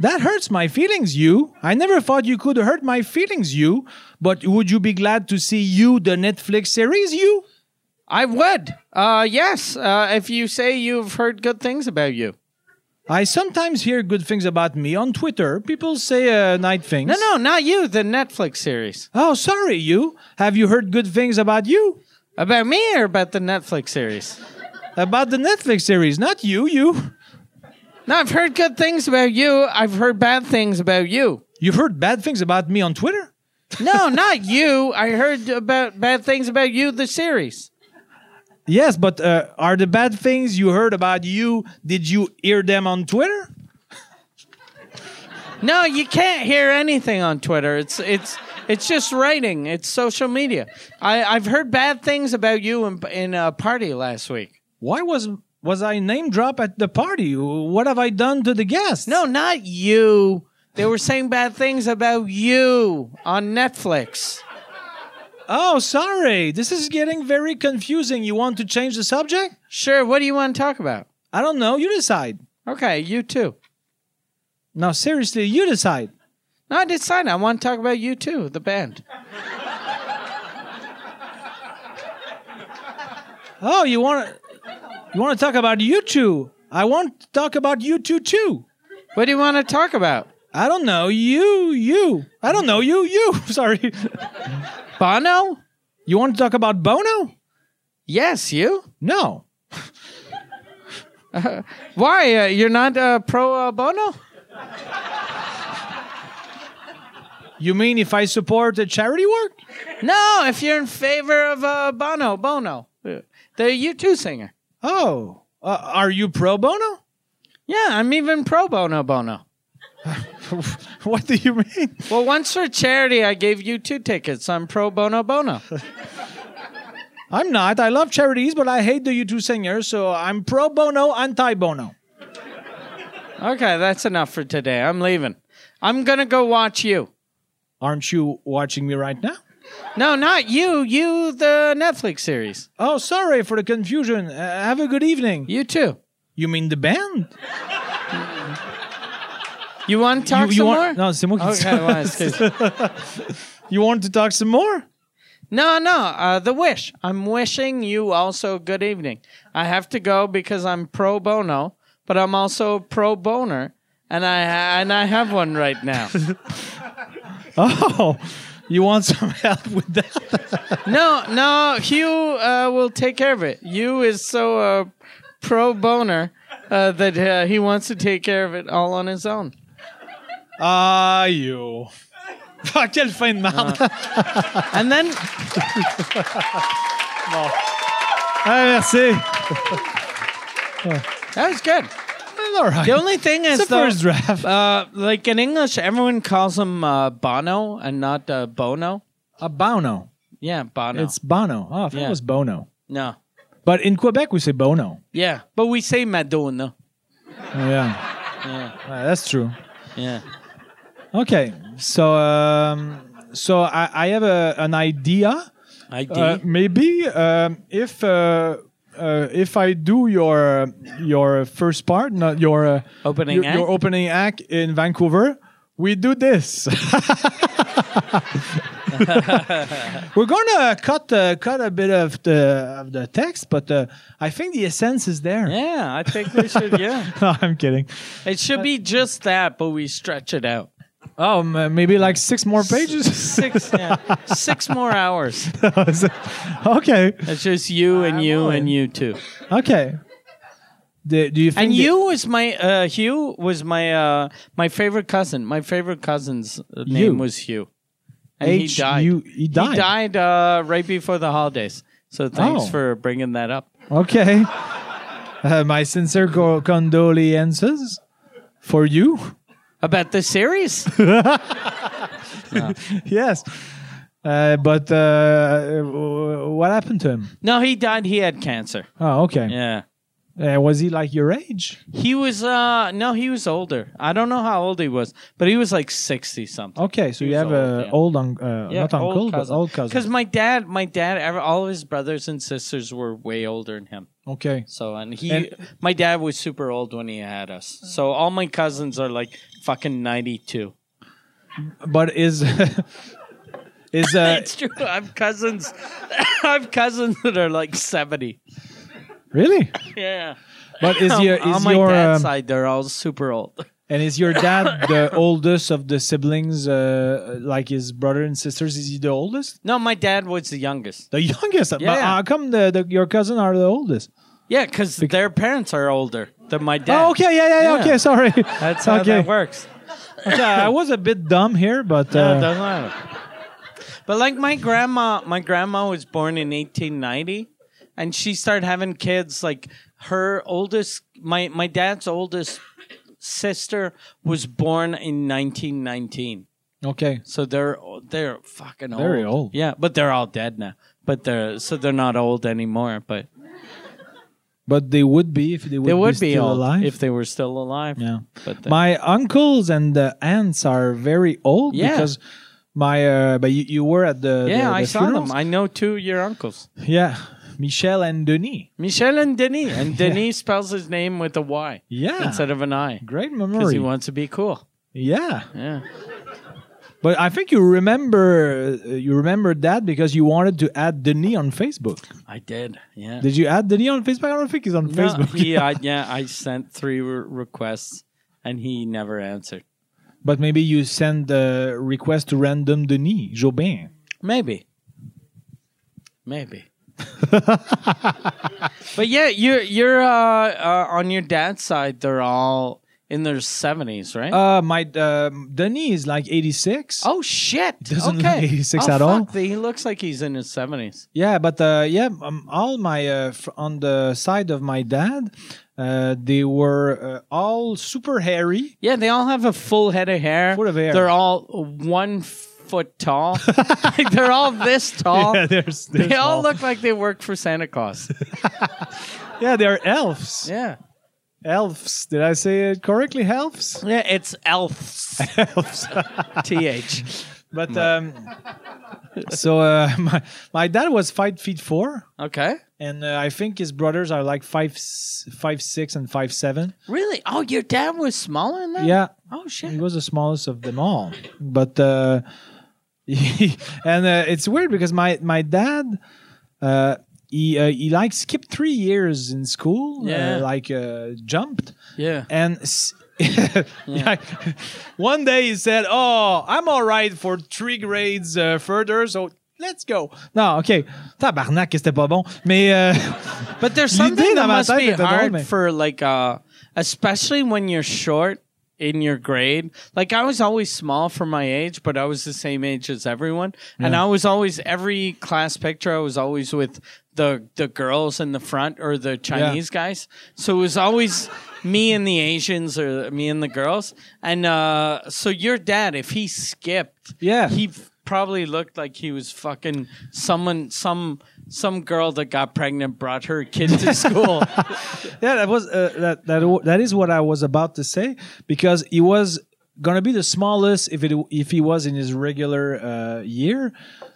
A: That hurts my feelings, you. I never thought you could hurt my feelings, you. But would you be glad to see you, the Netflix series, you?
B: I would. Uh, yes, uh, if you say you've heard good things about you.
A: I sometimes hear good things about me on Twitter. People say uh, night things.
B: No, no, not you. The Netflix series
A: Oh, sorry, you. Have you heard good things about you?
B: about me or about the Netflix series?
A: About the Netflix series, not you, you.
B: No, I've heard good things about you. I've heard bad things about you.
A: You've heard bad things about me on Twitter?
B: No, not you. I heard about bad things about you. The series.
A: Yes, but uh, are the bad things you heard about you, did you hear them on Twitter?
B: No, you can't hear anything on Twitter. It's it's it's just writing. It's social media. I I've heard bad things about you in in a party last week.
A: Why was was I name drop at the party? What have I done to the guests?
B: No, not you. They were saying bad things about you on Netflix.
A: Oh, sorry. This is getting very confusing. You want to change the subject?
B: Sure, what do you want to talk about?
A: I don't know. You decide.
B: Okay, you too.
A: No, seriously, you decide.
B: No, I decided I want to talk about you too, the band.
A: Oh, you want you want to talk about you two? I want to talk about you two too.
B: What do you want to talk about?
A: I don't know you you. I don't know you you. Sorry.
B: Bono?
A: You want to talk about Bono?
B: Yes, you.
A: No.
B: Why? Uh, you're not uh, pro uh, Bono?
A: You mean if I support a charity work?
B: No, if you're in favor of uh, Bono, Bono, Uh, the U2 singer.
A: Oh, uh, are you pro bono?
B: Yeah, I'm even pro Bono Bono.
A: what do you mean?
B: Well, once for charity, I gave you two tickets. I'm pro Bono Bono.
A: I'm not. I love charities, but I hate the U2 singer, so I'm pro bono, anti bono.
B: Okay, that's enough for today. I'm leaving. I'm gonna go watch you.
A: Aren't you watching me right now?
B: No, not you. You, the Netflix series.
A: Oh, sorry for the confusion. Uh, have a good evening.
B: You too.
A: You mean the band?
B: You want to
A: You,
B: talk
A: you
B: some
A: want?
B: more?
A: No, c'est moi qui dis
B: Okay,
A: ça.
B: well, excuse me.
A: You want to talk some more?
B: no, no. Uh, the wish. I'm wishing you also good evening. I have to go because I'm pro bono, but I'm also pro boner, and I and I have one right now.
A: Oh, you want some help with that?
B: No, no, Hugh uh, will take care of it. You is so uh, pro boner uh, that uh, he wants to take care of it all on his own.
A: Ah, you. Ah, quelle fin de merde.
B: And then,
A: Ah, merci.
B: that was good.
A: All right.
B: The only thing is,
A: It's the
B: though,
A: first draft.
B: uh, like in English, everyone calls him uh, Bono and not uh, Bono.
A: Ah, Bono.
B: Yeah, Bono.
A: It's Bono. Oh, I thought
B: Yeah.
A: it was Bono.
B: no.
A: But in Quebec, we say Bono.
B: Yeah, but we say Madonna.
A: Oh, Yeah.
B: Yeah,
A: Ah, that's true.
B: yeah.
A: Okay. So, um, so I, I have a, an idea.
B: ID.
A: Uh, maybe um, if uh, uh, if I do your your first part, not your uh,
B: Opening
A: your,
B: act?
A: your opening act in Vancouver, we do this. We're gonna cut uh, cut a bit of the of the text, but uh, I think the essence is there.
B: yeah, I think we should. Yeah,
A: No, I'm kidding.
B: it should be just that, but we stretch it out.
A: Oh, m- maybe like six more pages.
B: Six, yeah, six more hours.
A: okay,
B: It's just you and you
A: all in.
B: and you too.
A: okay. Do, do you think
B: And
A: the-
B: you was my uh, Hugh was my uh, my favorite cousin. My favorite cousin's uh, name
A: You.
B: was Hugh. And he
A: H-
B: died.
A: you- he died?
B: He died uh, right before the holidays. So thanks
A: Oh.
B: for bringing that up.
A: Okay. Uh, my sincere co- condolences for you.
B: About the series?
A: Yes. Uh, but uh, w- what happened to him?
B: no, he died. He had cancer.
A: Oh, okay.
B: Yeah.
A: Uh, was he like your age?
B: He was uh no, he was older. I don't know how old he was, but he was like 60 something.
A: Okay, so
B: He
A: you
B: was
A: have a old un- uh, Oh,
B: Yeah,
A: not uncle, but old
B: Because
A: cousin.
B: my dad, my dad, ev- all of his brothers and sisters were way older than him.
A: Okay.
B: So and he,
A: And-
B: my dad was super old when he had us. So all my cousins are like fucking ninety-two.
A: But is is uh,
B: It's true. I have cousins. I have cousins that are like seventy.
A: really?
B: Yeah.
A: But is
B: On-
A: your
B: on
A: is
B: my
A: your
B: dad's
A: um,
B: side, they're all super old.
A: and is your dad the oldest of the siblings? Uh, like his brother and sisters? Is he the oldest?
B: No, my dad was the youngest.
A: The youngest? But
B: Yeah.
A: how come the, the your cousin are the oldest?
B: Yeah, because their parents are older than my dad.
A: Oh, okay, yeah, yeah, yeah.
B: Yeah.
A: Okay, sorry.
B: That's how
A: okay.
B: that works.
A: Okay, I was a bit dumb here, but
B: No, it
A: uh,
B: doesn't matter. But like my grandma, my grandma was born in 1890, and she started having kids. Like her oldest, my my dad's oldest sister was born in 1919.
A: okay.
B: So they're they're fucking old.
A: Very old.
B: Yeah, but they're all dead now. But they're so they're not old anymore. But
A: But they would be if they would,
B: they would
A: be,
B: be,
A: still
B: old
A: alive.
B: if they were still alive.
A: yeah.
B: But they-
A: My uncles and uh, aunts are very old
B: Yeah.
A: because my uh, but you, you were at the the-
B: yeah,
A: the
B: I saw
A: funerals.
B: them. I know two of your uncles,
A: yeah, Michel and Denis.
B: Michel and Denis, and Denis spells his name with a Y.
A: Yeah,
B: instead of an eye
A: great
B: because
A: memory.
B: he wants to be cool.
A: yeah,
B: Yeah.
A: but I think you remember uh, you remember that because you wanted to add Denis on Facebook.
B: I did. Yeah.
A: Did you add Denis on Facebook? I don't think he's on
B: No,
A: Facebook.
B: he, I, yeah, I sent three re- requests and he never answered.
A: But maybe you send the request to random Denis Jobin.
B: Maybe. Maybe. but yeah, you're you're uh, uh, on your dad's side. They're all in their seventies, right?
A: Uh, my um Denis is like 86.
B: oh shit!
A: doesn't look
B: okay.
A: 86
B: oh,
A: at
B: fuck,
A: all.
B: the- He looks like he's in his seventies.
A: Yeah, but uh, yeah, um, all my uh, fr- on the side of my dad, uh, they were uh, all super hairy.
B: Yeah, they all have a full head of hair.
A: Full of hair.
B: They're all one foot tall. Like, they're all this tall.
A: there's,
B: they all look like they work for Santa Claus.
A: Yeah, they're elves.
B: yeah.
A: Elves. Did I say it correctly? Elves.
B: Yeah, it's elves.
A: elves.
B: TH.
A: But um, so uh, my my dad was five feet four,
B: Okay.
A: and uh, I think his brothers are like five s- five six and five seven.
B: Really? Oh, your dad was smaller than that?
A: Yeah,
B: Oh,
A: he
B: shit.
A: was the smallest of them all. But uh, and uh, it's weird because my my dad. Uh, he, uh, he like skipped three years in school, uh,
B: Yeah.
A: like uh, jumped,
B: Yeah.
A: and s- like, one day he said, "Oh, I'm all right for three grades uh, further, so let's go." No, okay, tabarnak, que c'était pas bon. Mais uh,
B: But there's
A: L'idée dans
B: something that
A: ma
B: must
A: tête
B: be
A: était drôle,
B: hard
A: mais-
B: for like uh especially when you're short in your grade. Like I was always small for my age, but I was the same age as everyone. And I was always every class picture I was always with the the girls in the front or the Chinese guys. So it was always me and the Asians or me and the girls. And uh so your dad if he skipped
A: Yeah.
B: he f- probably looked like he was fucking someone some some girl that got pregnant brought her kid to school
A: yeah, that was uh, that that w- that is what I was about to say because he was gonna be the smallest if it if he was in his regular uh, year.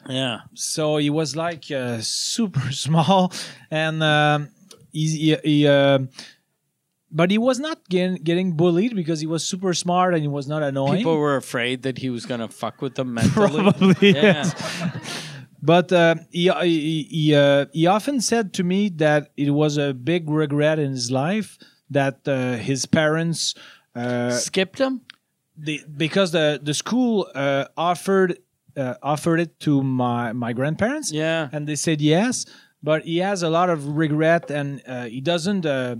B: yeah
A: so he was like uh, super small and um, he, he, he uh, but he was not getting, getting bullied because he was super smart and he was not annoying
B: people were afraid that he was gonna fuck with them mentally
A: probably
B: yeah
A: yes. but uh, he, he, he, uh, he often said to me that it was a big regret in his life that uh, his parents uh,
B: skipped him
A: the, because the the school uh, offered uh, offered it to my my grandparents.
B: Yeah.
A: and they said yes, but he has a lot of regret and uh, he doesn't. Uh,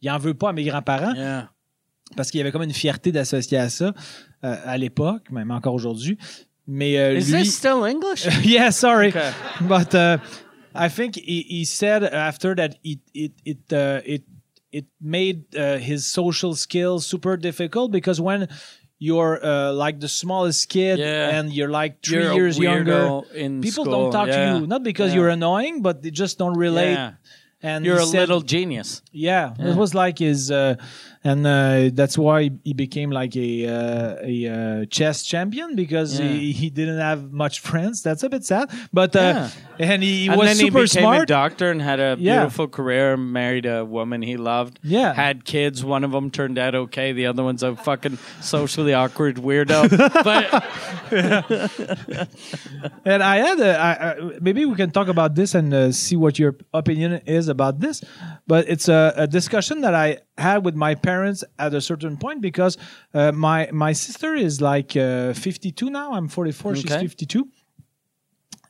A: il en veut pas à mes grands-parents
B: yeah
A: parce qu'il y avait comme une fierté d'associer à ça euh, à l'époque, même encore aujourd'hui. Mais euh,
B: is
A: lui,
B: this still english
A: yeah, sorry,
B: Okay.
A: but uh, I think he, he said after that it it it uh, it it made uh, his social skills super difficult because when you're uh, like the smallest kid
B: Yeah.
A: and you're like 3
B: You're a
A: years younger,
B: weirdo in
A: people
B: school,
A: don't talk
B: yeah.
A: to you not because
B: Yeah.
A: you're annoying, but they just don't relate.
B: Yeah.
A: And
B: you're
A: he
B: a
A: said-
B: little genius
A: yeah, it was like his, uh, and uh, that's why he became like a uh, a uh, chess champion because he, he didn't have much friends. That's a bit sad, but uh, and he, he
B: and
A: was
B: then
A: super
B: he became a
A: smart.
B: doctor and had a
A: Yeah.
B: beautiful career married a woman he loved
A: Yeah.
B: had kids one of them turned out okay the other one's a fucking socially awkward weirdo but
A: and I had a, I, I, maybe we can talk about this and uh, see what your opinion is about this. But it's a, a discussion that I had with my parents at a certain point because uh, my my sister is like uh, 52 now. I'm 44. She's
B: Okay.
A: 52.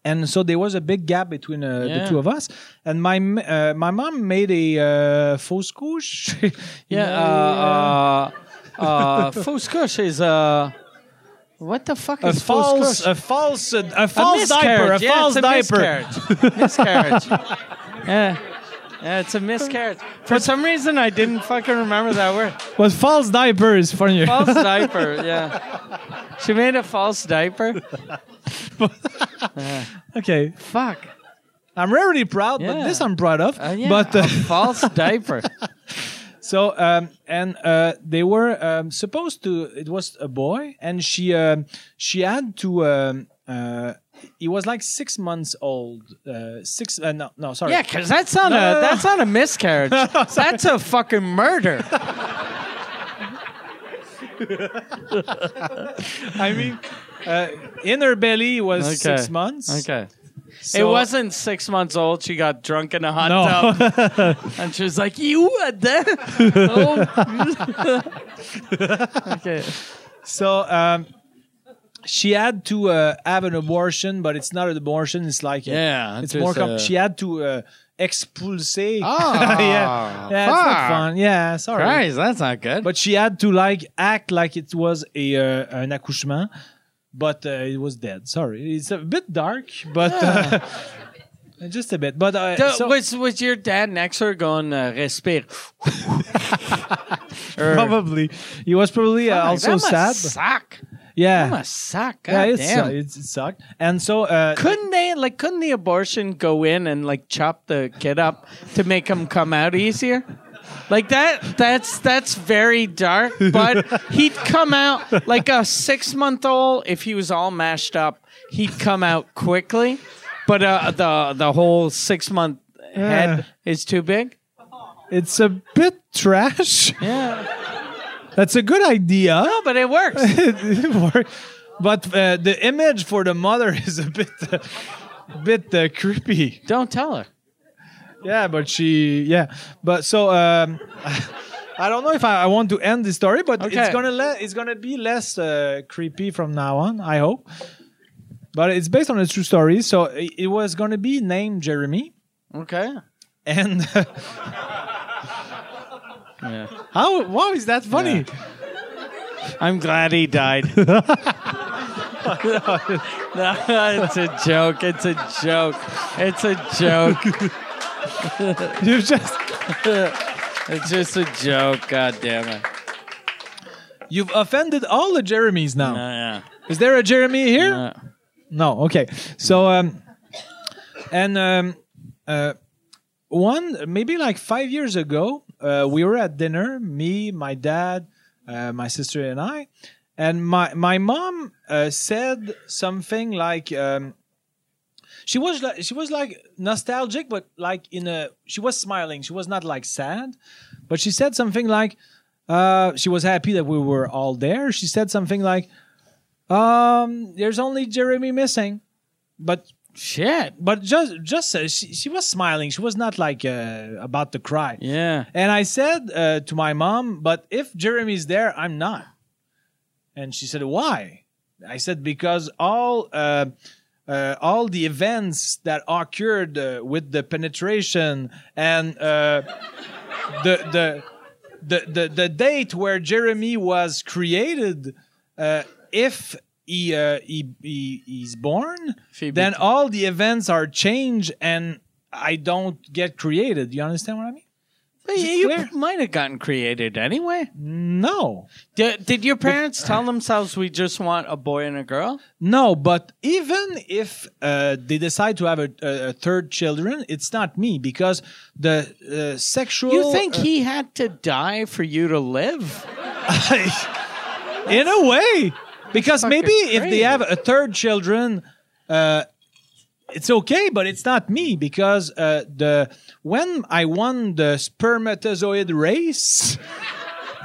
A: And so there was a big gap between uh, the
B: Yeah.
A: two of us, and my m- uh, my mom made a uh, fausse couche. You know,
B: uh, Yeah, uh, uh, uh, fausse couche is uh, what the fuck
A: a
B: is fausse
A: false,
B: couche?
A: a false, a false diaper, a
B: miscarriage. Yeah,
A: false
B: it's
A: diaper.
B: Miscarriage. miscarriage. Yeah. yeah, it's a miscarriage. For some reason, I didn't fucking remember that word.
A: But false diaper is funnier.
B: False diaper. Yeah, she made a false diaper.
A: okay,
B: Fuck.
A: I'm rarely proud, but
B: Yeah.
A: this I'm proud of.
B: Uh, yeah,
A: But
B: a
A: uh,
B: false diaper.
A: so um, and uh, they were um, supposed to. It was a boy, and she um, she had to. Um, uh, he was like six months old. Uh, six. Uh, no, no, sorry.
B: Yeah, because that's not
A: No,
B: a
A: no, no.
B: that's not a miscarriage. that's a fucking murder.
A: I mean, uh, in her belly was
B: Okay.
A: six months.
B: Okay. it
A: So-
B: wasn't six months old. She got drunk in a hot
A: No.
B: tub, and she was like, "You are there." Oh. okay.
A: So um, she had to uh, have an abortion, but it's not an abortion. It's like a-
B: Yeah,
A: it's
B: just
A: more. Com-
B: a-
A: she had to uh, expulse. yeah,
B: Ah,
A: yeah, it's not
B: fuck.
A: fun. Yeah, sorry.
B: Christ, that's not good.
A: But she had to like act like it was a uh, an accouchement, but uh, it was dead. Sorry, it's a bit dark, but uh, just a bit. But uh,
B: So,
A: so-
B: was was your dad next to her going uh, respire? Or-
A: probably he was probably uh,
B: Fuck, that
A: also
B: must
A: sad.
B: Suck.
A: yeah,
B: That must suck. God
A: yeah, uh, it,
B: damn.
A: su- it, it sucked. And so uh,
B: couldn't they like? Couldn't the abortion go in and like chop the kid up to make him come out easier? Like that that's that's very dark, but he'd come out like a 6-month-old if he was all mashed up, he'd come out quickly. But uh, the the whole 6-month head is too big.
A: It's a bit trash.
B: Yeah.
A: That's a good idea.
B: No, but it works.
A: but uh, the image for the mother is a bit, uh, bit uh, creepy.
B: Don't tell her.
A: Yeah, but she, yeah, but so um, I don't know if I, I want to end the story, but it's
B: Okay.
A: gonna le- it's gonna be less uh, creepy from now on. I hope. But it's based on a true story, so it, it was gonna be named Jeremy,
B: Okay.
A: and
B: Yeah.
A: how wow is that funny?
B: I'm glad he died. no, it's a joke. It's a joke. It's a joke.
A: You just
B: It's just a joke. God damn it.
A: you've offended all the Jeremys now.
B: Uh, Yeah. Uh,
A: Is there a Jeremy here?
B: yeah.
A: No, okay. So um and um uh one maybe like 5 years ago, uh we were at dinner, me, my dad, uh, my sister and I, and my my mom uh, said something like um she was like she was like nostalgic but like in a she was smiling she was not like sad but she said something like uh she was happy that we were all there she said something like um there's only jeremy missing but
B: Shit.
A: but just just uh, she, she was smiling she was not like uh, about to cry
B: Yeah.
A: and I said uh, to my mom, but if Jeremy's there, I'm not. And she said, why? I said, because all. Uh, uh, all the events that occurred uh, with the penetration and uh, the, the the the the date where Jeremy was created, uh, if he, uh, he he he's born,
B: Phoebe.
A: then all the events are changed and I don't get created. You understand what I mean?
B: But
A: it
B: you
A: clear?
B: might have gotten created anyway.
A: No.
B: Did, did your parents tell themselves we just want a boy and a girl?
A: No, but even if uh, they decide to have a, a, a third children, it's not me because the uh, sexual.
B: You think he had to die for you to live?
A: uh, in a way, because
B: fucking
A: maybe if they
B: crazy.
A: have a third children, uh, it's okay, but it's not me because uh, the when I won the spermatozoid race.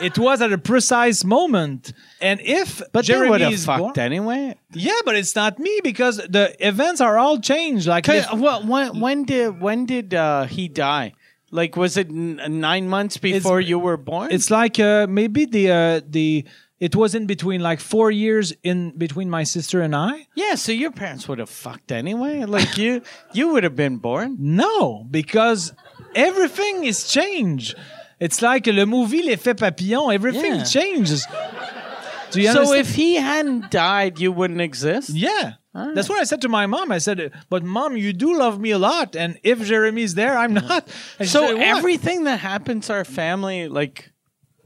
A: It was at a precise moment, and if
B: But
A: Jeremy
B: they would have
A: is
B: fucked
A: born-
B: anyway.
A: yeah, but it's not me because the events are all changed. Like
B: Cause,
A: if-
B: uh, well, when, when did when did uh, he die? Like, was it n- uh, nine months before you were born?
A: it's like uh, maybe the uh, the it was in between like four years in between my sister and I.
B: yeah. So your parents would have fucked anyway. Like you, you would have been born.
A: No, because everything is changed. It's like le movie l'effet papillon. Everything
B: Yeah.
A: changes. Do you
B: So
A: understand?
B: if he hadn't died, you wouldn't exist.
A: yeah. That's what I said to my mom. I said, "But mom, you do love me a lot, and if Jeremy's there, I'm not." And she
B: So
A: said, "What?"
B: everything that happens to our family, like,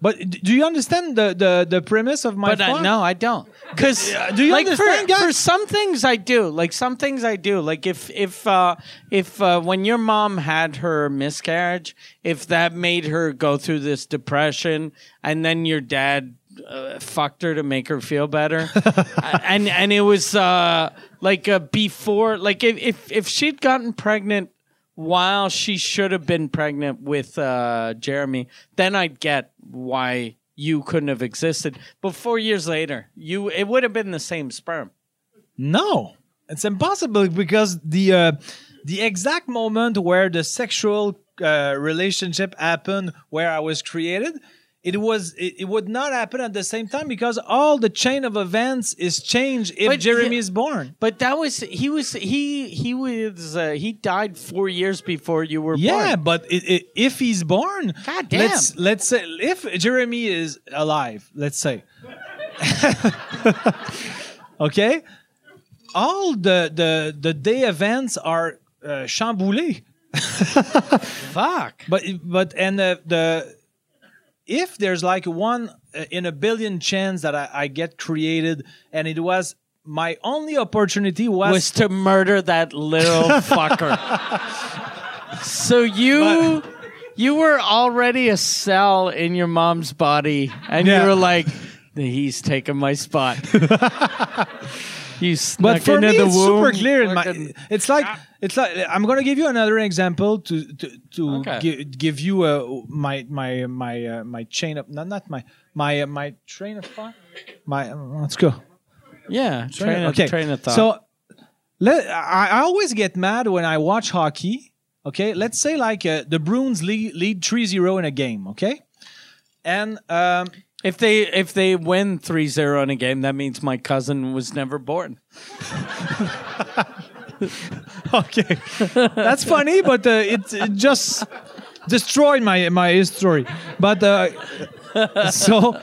A: But d- do you understand the the, the premise of my?
B: but I,
A: thought?
B: no, I don't. Because
A: do you
B: like
A: understand,
B: for,
A: guys?
B: for some things I do. Like some things I do. Like if if uh, if uh, when your mom had her miscarriage, if that made her go through this depression, and then your dad uh, fucked her to make her feel better, Uh, and and it was uh, like uh, before, like if, if if she'd gotten pregnant while she should have been pregnant with uh, Jeremy, then I'd get why you couldn't have existed. But four years later, you it would have been the same sperm.
A: No, it's impossible because the uh, the exact moment where the sexual uh, relationship happened, where I was created, it was it, it would not happen at the same time because all the chain of events is changed if
B: But
A: Jeremy
B: yeah-
A: is born.
B: But that was he was he he was uh, he died four years before you were
A: Yeah,
B: born.
A: but i i if he's born,
B: God damn.
A: let's let's say if Jeremy is alive, let's say, okay, all the the the day events are uh, chamboulés.
B: Fuck.
A: But but and the, the if there's like one uh, in a billion chance that I, I get created, and it was my only opportunity was,
B: Was to murder that little fucker. so you you were already a cell in your mom's body, and
A: Yeah.
B: you were like, "He's taking my spot." you snuck
A: But for
B: into
A: me,
B: the
A: it's
B: womb.
A: super clear. In my,
B: Fucking-
A: it's like it's like I'm gonna give you another example to to, to
B: Okay.
A: gi- give you uh, my my my uh, my chain of not not my my uh, my train of thought. My uh, let's go.
B: yeah, train, of- train of thought.
A: So let, I, I always get mad when I watch hockey. Okay, let's say like uh, the Bruins lead, lead 3-0 in a game. Okay, and um,
B: if they if they win 3-0 in a game, that means my cousin was never born.
A: okay, that's funny, but uh, it, it just destroyed my my history. But uh, so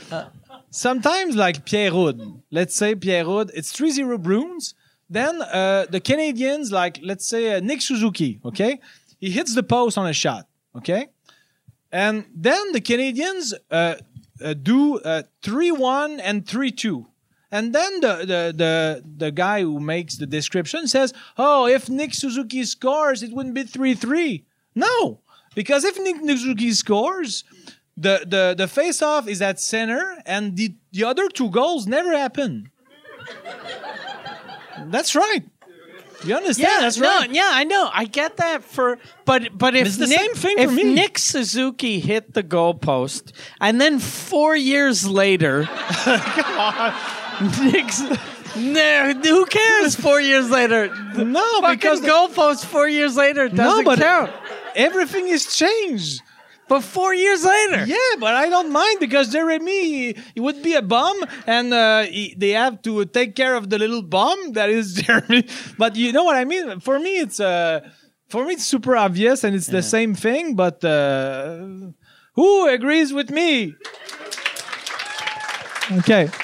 A: sometimes like Pierre-Houd, let's say Pierre-Houd, it's 3-0 Bruins. Then uh, the Canadians, like let's say uh, Nick Suzuki, okay, he hits the post on a shot, okay, and then the Canadians uh, uh, do uh, three-one and three-two. And then the, the, the, the guy who makes the description says, Oh, if Nick Suzuki scores, it wouldn't be 3 3. No, because if Nick, Nick Suzuki scores, the, the, the face off is at center and the, the other two goals never happen. That's right. You understand? That's
B: no,
A: right.
B: Yeah, I know. I get that for, but but if
A: It's the
B: Nick,
A: same thing
B: if
A: for me.
B: Nick Suzuki hit the goalpost, and then four years later, Nick's. No, who cares? Four years later, The
A: No,
B: fucking
A: because the-
B: goalpost four years later doesn't
A: but-
B: count.
A: Everything is changed.
B: But four years later,
A: Yeah, but I don't mind because Jeremy he, he would be a bum, and uh, he, they have to take care of the little bum that is Jeremy. But you know what I mean. For me, it's uh, for me it's super obvious, and it's the same thing. But uh, who agrees with me? Okay.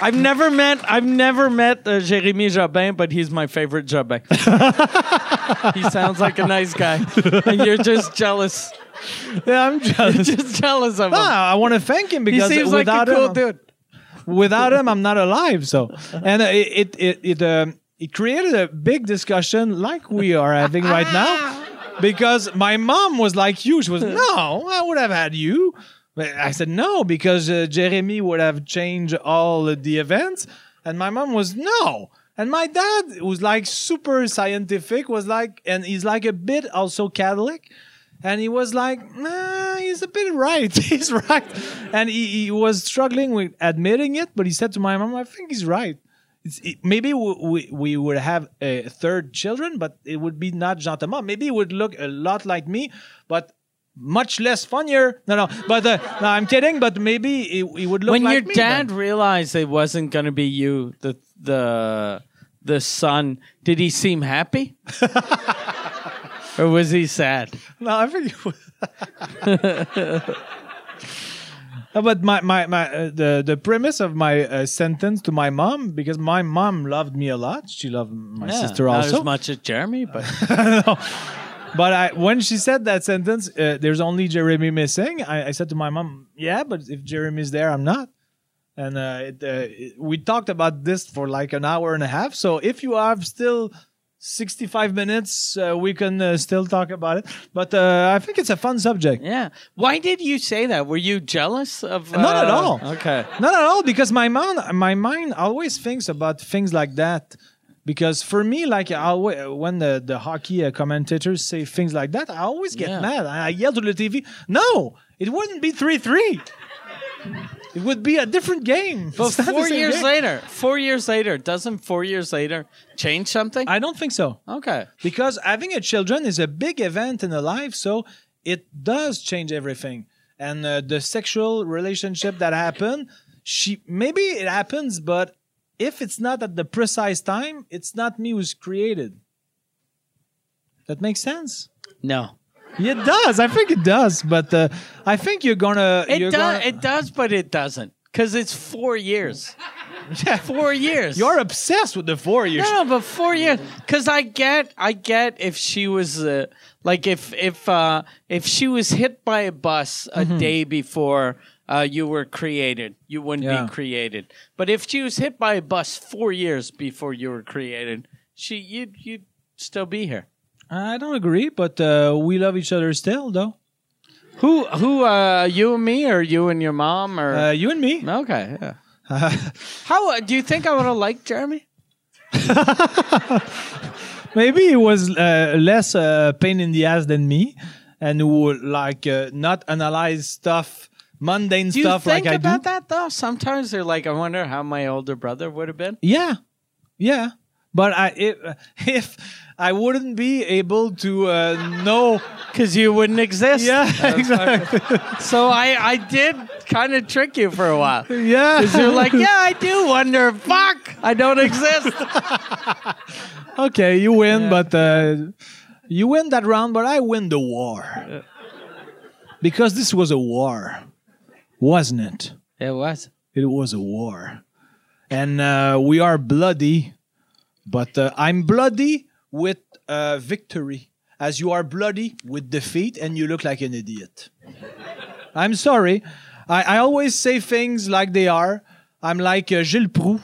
B: I've never met I've never met uh, Jeremy Jobin, but he's my favorite Jobin. he sounds like a nice guy, and you're just jealous.
A: Yeah, I'm jealous.
B: Just jealous of him.
A: Ah, I want to thank him
B: He
A: because
B: seems like a
A: without
B: cool
A: him,
B: dude.
A: without him i'm not alive so and uh, it it it it, um, it created a big discussion like we are having right now because my mom was like you she was no i would have had you But i said no because uh, jeremy would have changed all of the events and my mom was no and my dad was like super scientific was like and he's like a bit also catholic and he was like, nah, he's a bit right. he's right. And he, he was struggling with admitting it, but he said to my mom, I think he's right. It's, it, maybe we, we, we would have a third children, but it would be not Jean Thomas. Maybe he would look a lot like me, but much less funnier. No, no, but uh, no, I'm kidding, but maybe he, he would look
B: When
A: like
B: your
A: me,
B: dad
A: but-
B: realized it wasn't going to be you, the the the son, did he seem happy? or was he sad?
A: No, I think you Uh, But my my, my uh, the the premise of my uh, sentence to my mom because my mom loved me a lot. She loved my
B: Yeah,
A: sister
B: not
A: also.
B: as much as Jeremy, but
A: But I, when she said that sentence, uh, there's only Jeremy missing. I, I said to my mom, "Yeah, but if Jeremy's there, I'm not." And uh, it, uh, it- we talked about this for like an hour and a half. So if you have still 65 minutes, uh, we can uh, still talk about it. But uh, I think it's a fun subject.
B: yeah. Why did you say that? Were you jealous of?
A: Uh,
B: uh,
A: Not at all.
B: Okay.
A: Not at all, because my mind, my mind always thinks about things like that. Because for me, like I always, when the, the hockey uh, commentators say things like that, I always get
B: Yeah.
A: mad. I I yell to the TV, "No, it wouldn't be three three. It would be a different game."
B: But
A: It's not the
B: four
A: same
B: years
A: game."
B: later, four years later, doesn't four years later change something?
A: I don't think so.
B: okay.
A: because having a children is a big event in a life so it does change everything and uh, the sexual relationship that happened she maybe it happens but if it's not at the precise time it's not me who's created that makes sense
B: No.
A: it does i think it does but uh, i think you're gonna
B: It
A: you're
B: does.
A: gonna-
B: It does, but it doesn't, because it's four years. Four years.
A: you're obsessed with the four years
B: no, no, but four years. Because I get, I get if she was uh, like if if uh, if she was hit by a bus a day before. Uh, you were created. You wouldn't
A: Yeah.
B: be created. But if she was hit by a bus four years before you were created, she you'd you'd still be here.
A: i don't agree but uh, we love each other still though
B: Who who uh you and me or you and your mom or
A: Uh, you and me.
B: okay. Yeah. How uh, do you think I would have liked Jeremy?
A: Maybe he was uh, less uh, pain in the ass than me, and who would like uh, not analyze stuff, mundane
B: Do you
A: stuff
B: think
A: like I do.
B: about that though? Sometimes they're like, I wonder how my older brother would have been.
A: Yeah, yeah. But I if, if I wouldn't be able to uh, know.
B: Because you wouldn't exist.
A: Yeah, exactly.
B: So I, I did kind of trick you for a while.
A: Yeah,
B: Because you're like, yeah, I do wonder. Fuck, I don't exist.
A: okay, you win, but uh, you win that round, but I win the war because this was a war, wasn't it?
B: It was.
A: It was a war, and uh, we are bloody, but uh, I'm bloody with uh, victory, as you are bloody with defeat, and you look like an idiot. I'm sorry. I, I always say things like they are. I'm like uh, Gilles Proux.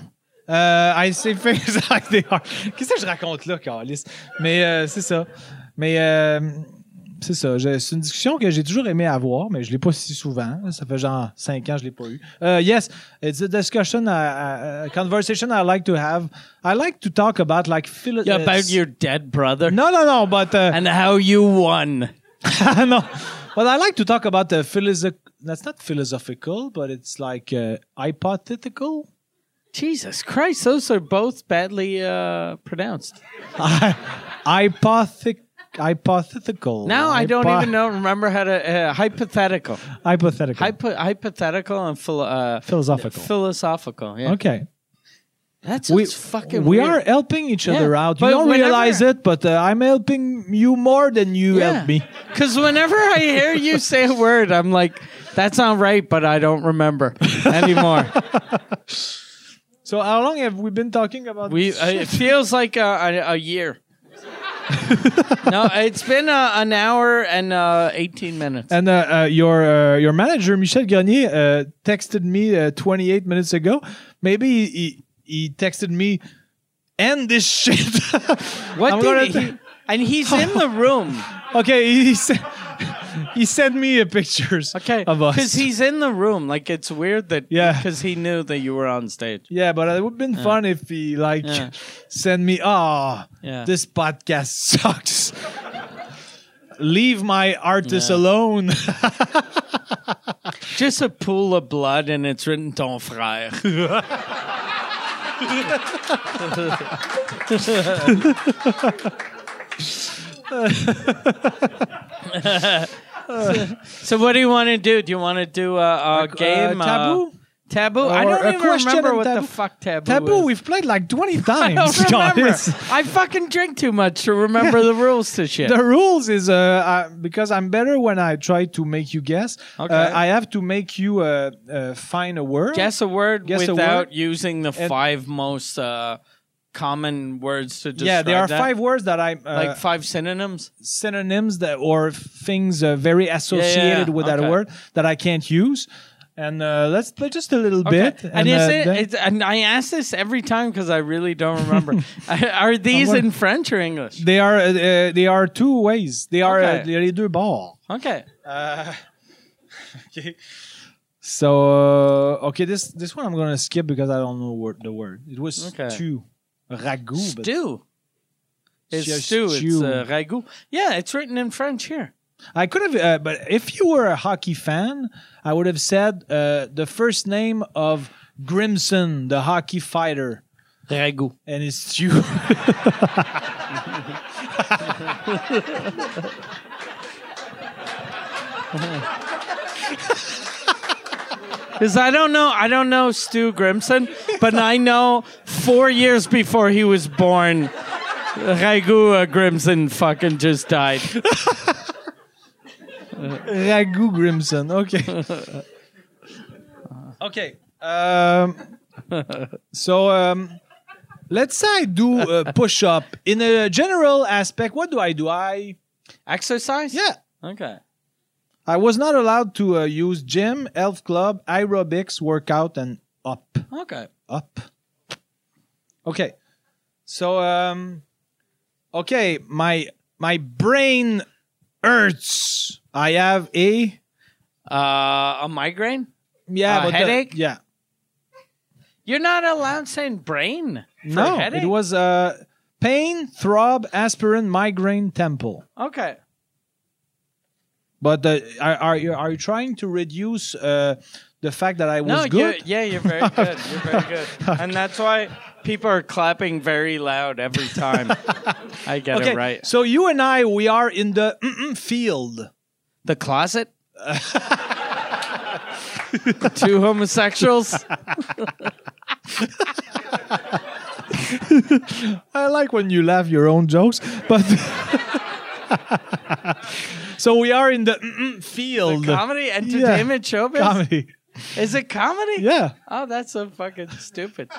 A: Euh, I say things like they are. Qu'est-ce que je raconte là, Carlis? Mais euh, c'est ça. Mais euh, c'est ça. Je- C'est une discussion que j'ai toujours aimé avoir, mais je l'ai pas si souvent. Ça fait genre cinq ans que je l'ai pas eu. Euh, yes, it's a discussion, a, conversation I like to have. I like to talk about like philo-
B: Yeah,
A: uh,
B: about your dead brother
A: No, no, no, but uh,
B: and how you won.
A: no. But I like to talk about the philosoph. That's not philosophical, but it's like uh, hypothetical.
B: Jesus Christ, those are both badly uh, pronounced.
A: Hypothic. Hypothetical.
B: Now I don't
A: Hypo-
B: even know remember how to uh, hypothetical,
A: Hypothetical.
B: Hypo- hypothetical and philo- uh,
A: Philosophical.
B: philosophical. Yeah,
A: okay.
B: that's
A: We,
B: fucking.
A: we
B: weird.
A: are helping each
B: Yeah,
A: other out. You
B: but
A: don't
B: whenever-
A: realize it, but uh, I'm helping you more than you help me.
B: Because whenever I hear you say a word, I'm like, that's not right, but I don't remember anymore.
A: So how long have we been talking about?
B: we
A: this
B: uh,
A: shit?
B: It feels like a, a, a year. no, it's been uh an hour and uh, 18 minutes.
A: And uh, uh, your uh, your manager Michel Garnier uh, texted me uh, 28 minutes ago. Maybe he, he, he texted me, "End this shit."
B: what
A: I'm
B: did
A: gonna
B: he-
A: t-
B: and he's in the room.
A: okay, he, he sent he sent me uh, pictures.
B: Okay,
A: of us.
B: because he's in the room. Like it's weird that
A: Yeah.
B: because he knew that you were on stage.
A: yeah, but it would have been fun if he like
B: Yeah.
A: sent me, "Ah,
B: Yeah.
A: this podcast sucks." Leave my artist alone.
B: Just a pool of blood, and it's written "Ton frère." so, what do you want to do? Do you want to do a, a game?
A: Uh,
B: uh,
A: taboo.
B: taboo. I
A: Or
B: don't
A: a
B: even
A: question
B: remember
A: and
B: what
A: taboo.
B: the fuck taboo.
A: Taboo.
B: Is.
A: We've played like 20
B: I don't
A: times.
B: remember.
A: guys.
B: I fucking drink too much to remember the rules to shit.
A: the rules is uh, uh because I'm better when I try to make you guess.
B: Okay.
A: Uh, I have to make you uh, uh find a word.
B: guess a word
A: Guess a
B: without
A: word.
B: using the
A: And-
B: five most uh, common words to describe
A: Yeah, there are
B: that.
A: five words that I uh,
B: like five synonyms.
A: synonyms that or things uh, very associated with that
B: okay.
A: word that I can't use. And uh, let's play just a little bit.
B: And,
A: uh,
B: is it,
A: then-
B: it's, and I ask this every time because I really don't remember. are these
A: I'm
B: in French or English?
A: they are uh, uh, they are two ways. They are
B: Okay.
A: uh, les deux bords.
B: Okay.
A: Okay. So uh, okay, this this one I'm gonna skip because I don't know word, the word. It was
B: Okay.
A: stew, ragout. but-
B: Stew. It's
A: Just
B: stew. It's
A: stew.
B: uh, ragout. Yeah, it's written in French here.
A: I could have, uh, but if you were a hockey fan, I would have said uh, the first name of Grimson, the hockey fighter,
B: Ragout.
A: and his stew.
B: Because I don't know, I don't know Stu Grimson, but I know four years before he was born, Ragu Grimson fucking just died.
A: Ragu Grimson. Okay. okay. Um, so um, let's say I do uh, push up. In a general aspect, what do I do? I
B: Exercise?
A: yeah.
B: Okay.
A: I was not allowed to uh, use gym, health club, aerobics, workout, and up.
B: Okay.
A: up. Okay. So um okay, my my brain hurts. I have a
B: Uh, a migraine?
A: Yeah,
B: A
A: but the-
B: headache?
A: yeah,
B: You're not allowed saying brain. For
A: no,
B: headache?
A: it was uh, pain, throb, aspirin, migraine, temple.
B: okay.
A: But the, are, are you are you trying to reduce uh, the fact that I was
B: no,
A: good?
B: You're, yeah, you're very good. You're very good, and that's why people are clapping very loud every time. I get it right.
A: So you and I, we are in the mm-mm field.
B: The closet. Two homosexuals.
A: I like when you laugh your own jokes, but so we are in the mm-mm field.
B: Comedy, entertainment, showbiz.
A: Comedy.
B: Is it comedy?
A: Yeah.
B: Oh, that's so fucking stupid.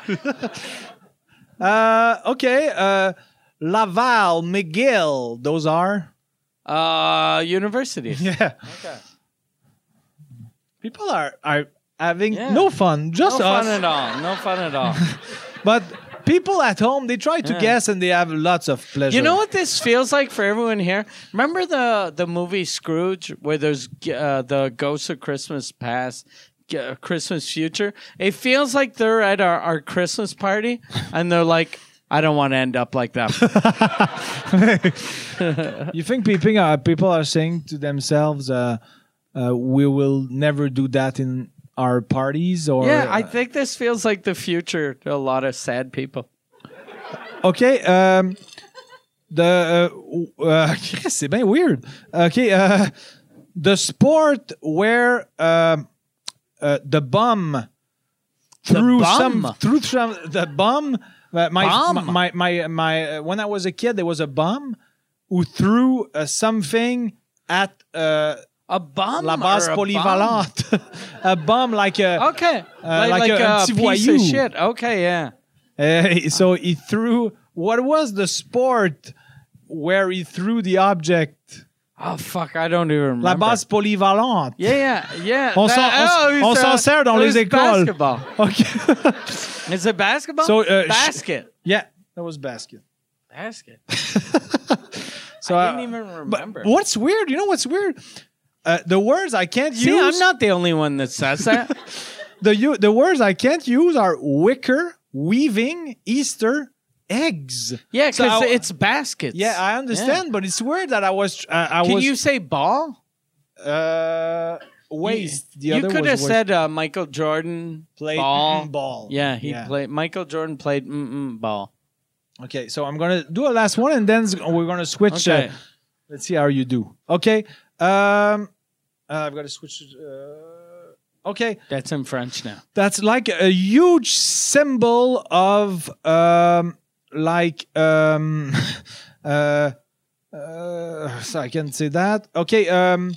A: Uh, okay. Uh, Laval, McGill. Those are.
B: Uh, universities.
A: Yeah.
B: Okay.
A: People are are having
B: Yeah.
A: no fun,
B: No
A: just us.
B: fun at all. No fun at all.
A: But people at home, they try to
B: Yeah.
A: guess and they have lots of pleasure.
B: You know what this feels like for everyone here? Remember the the movie Scrooge, where there's uh, the ghosts of Christmas past, g- uh, Christmas future. It feels like they're at our, our Christmas party, and they're like, "I don't want to end up like that."
A: You think people are people are saying to themselves, uh, uh, "We will never do that in our parties." Or
B: yeah, I think this feels like the future to a lot of sad people.
A: okay. Um, the uh, uh, c'est bien weird. Okay, uh, the sport where um uh, the bum through some
B: bum?
A: through some the bum. Uh, my,
B: Bum?
A: my my my uh, when I was a kid, there was a bum who threw uh, something at. Uh,
B: A bomb.
A: La base
B: or a Oh, bomb?
A: polyvalente. a bomb like a.
B: Okay,
A: Uh, like a- un petit
B: piece
A: voyou.
B: of shit. Okay, yeah.
A: Uh, so he threw. What was the sport where he threw the object?
B: Oh fuck, I don't even remember.
A: La base polyvalente.
B: Yeah, yeah, yeah.
A: On s'en- on s-
B: it
A: on
B: was,
A: s'en
B: uh,
A: sert dans
B: it
A: les
B: was
A: écoles.
B: Basketball.
A: Okay.
B: Is it basketball?
A: So, uh, sh-
B: basket.
A: yeah, that was basket.
B: basket.
A: So
B: I
A: uh,
B: didn't even
A: but
B: remember.
A: what's weird? You know what's weird? Uh, the words I can't
B: See,
A: use.
B: I'm not the only one that says that.
A: the u- the words I can't use are wicker, weaving, Easter, eggs.
B: yeah,
A: So
B: because
A: I-
B: it's baskets.
A: Yeah, I understand, but it's weird that I was. tr- Uh, I
B: Can
A: was.
B: you say ball?
A: uh, waste. The
B: You,
A: other
B: could
A: was
B: have
A: waste.
B: said uh, Michael Jordan
A: played
B: ball.
A: mm, ball.
B: Yeah, he played. Michael Jordan played mm-mm ball.
A: Okay, so I'm gonna do a last one, and then s- we're gonna switch.
B: Okay.
A: Uh, let's see how you do. Okay. Um, uh, I've got to switch. Uh, okay,
B: That's in French now.
A: that's like a huge symbol of um, like um, uh, uh, so I can't say that. Okay. Um,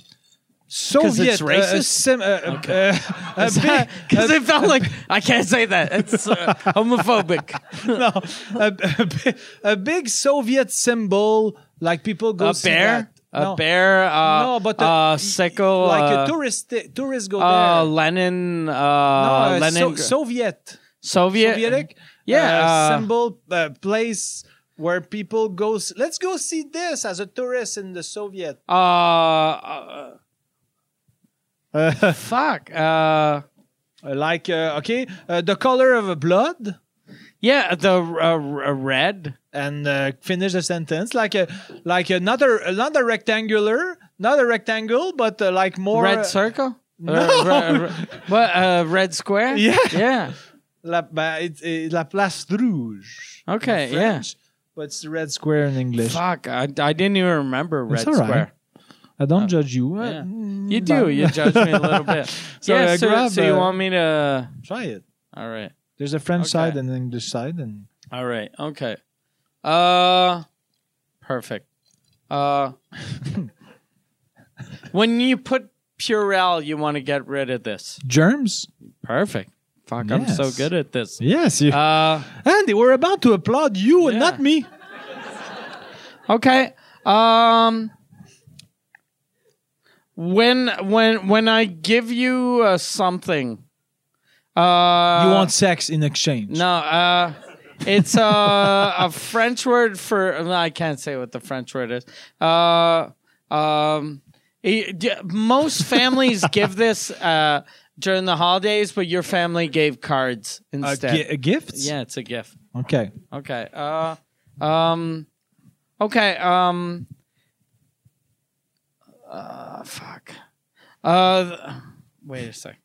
A: Soviet
B: it's
A: uh,
B: racist?
A: sim- uh,
B: Okay.
A: uh, a big-
B: Because it felt like I can't say that. It's uh, homophobic.
A: no, a, a, bi- a big Soviet symbol, like people go
B: a
A: see
B: bear,
A: that.
B: a bear, uh,
A: No, but the-
B: uh, sickle,
A: like
B: uh,
A: a tourist, tourists go
B: uh,
A: there.
B: Lenin, uh,
A: No, uh,
B: Lenin,
A: So- Soviet,
B: Soviet,
A: Sovietic,
B: yeah,
A: uh,
B: uh,
A: symbol, uh, place where people go. s- Let's go see this as a tourist in the Soviet.
B: uh, uh, fuck, uh,
A: like uh, okay, uh, the color of a blood,
B: yeah, the uh, r- red,
A: and uh, finish the sentence like a like another another rectangular, not a rectangle, but uh, like more
B: red circle, Uh,
A: No.
B: Or re- re- what, uh, red square,
A: Yeah.
B: yeah,
A: La, bah, it's, uh, La Place Rouge. in
B: Ah, okay, yeah.
A: French, But it's the red square in English.
B: Fuck, I, I didn't even remember red
A: It's all right.
B: square.
A: I don't judge you. Uh,
B: Ah. yeah.
A: mm,
B: You do,
A: but-
B: you judge me a little bit.
A: So,
B: yeah,
A: uh,
B: so,
A: grab,
B: so you
A: uh,
B: want me to?
A: Try it.
B: All right.
A: There's a French
B: Okay.
A: side and an English side, and
B: All right. Okay. Uh perfect. Uh When you put Purell, you want to get rid of this.
A: germs.
B: Perfect. Fuck, I'm so
A: Yes.
B: good at this.
A: Yes, you.
B: Uh
A: Andy, we're about to applaud you and
B: Yeah.
A: not me.
B: okay. Um when when when I give you uh, something uh
A: you want sex in exchange?
B: No, uh, it's uh, a French word for. No, I can't say what the French word is. Uh, um, Eh, d- Most families give this uh, during the holidays, but your family gave cards
A: Uh,
B: instead.
A: gi- gifts?
B: yeah, it's a gift.
A: Okay.
B: Okay. Uh, um, okay. Um, uh, fuck. Uh, th- wait a sec.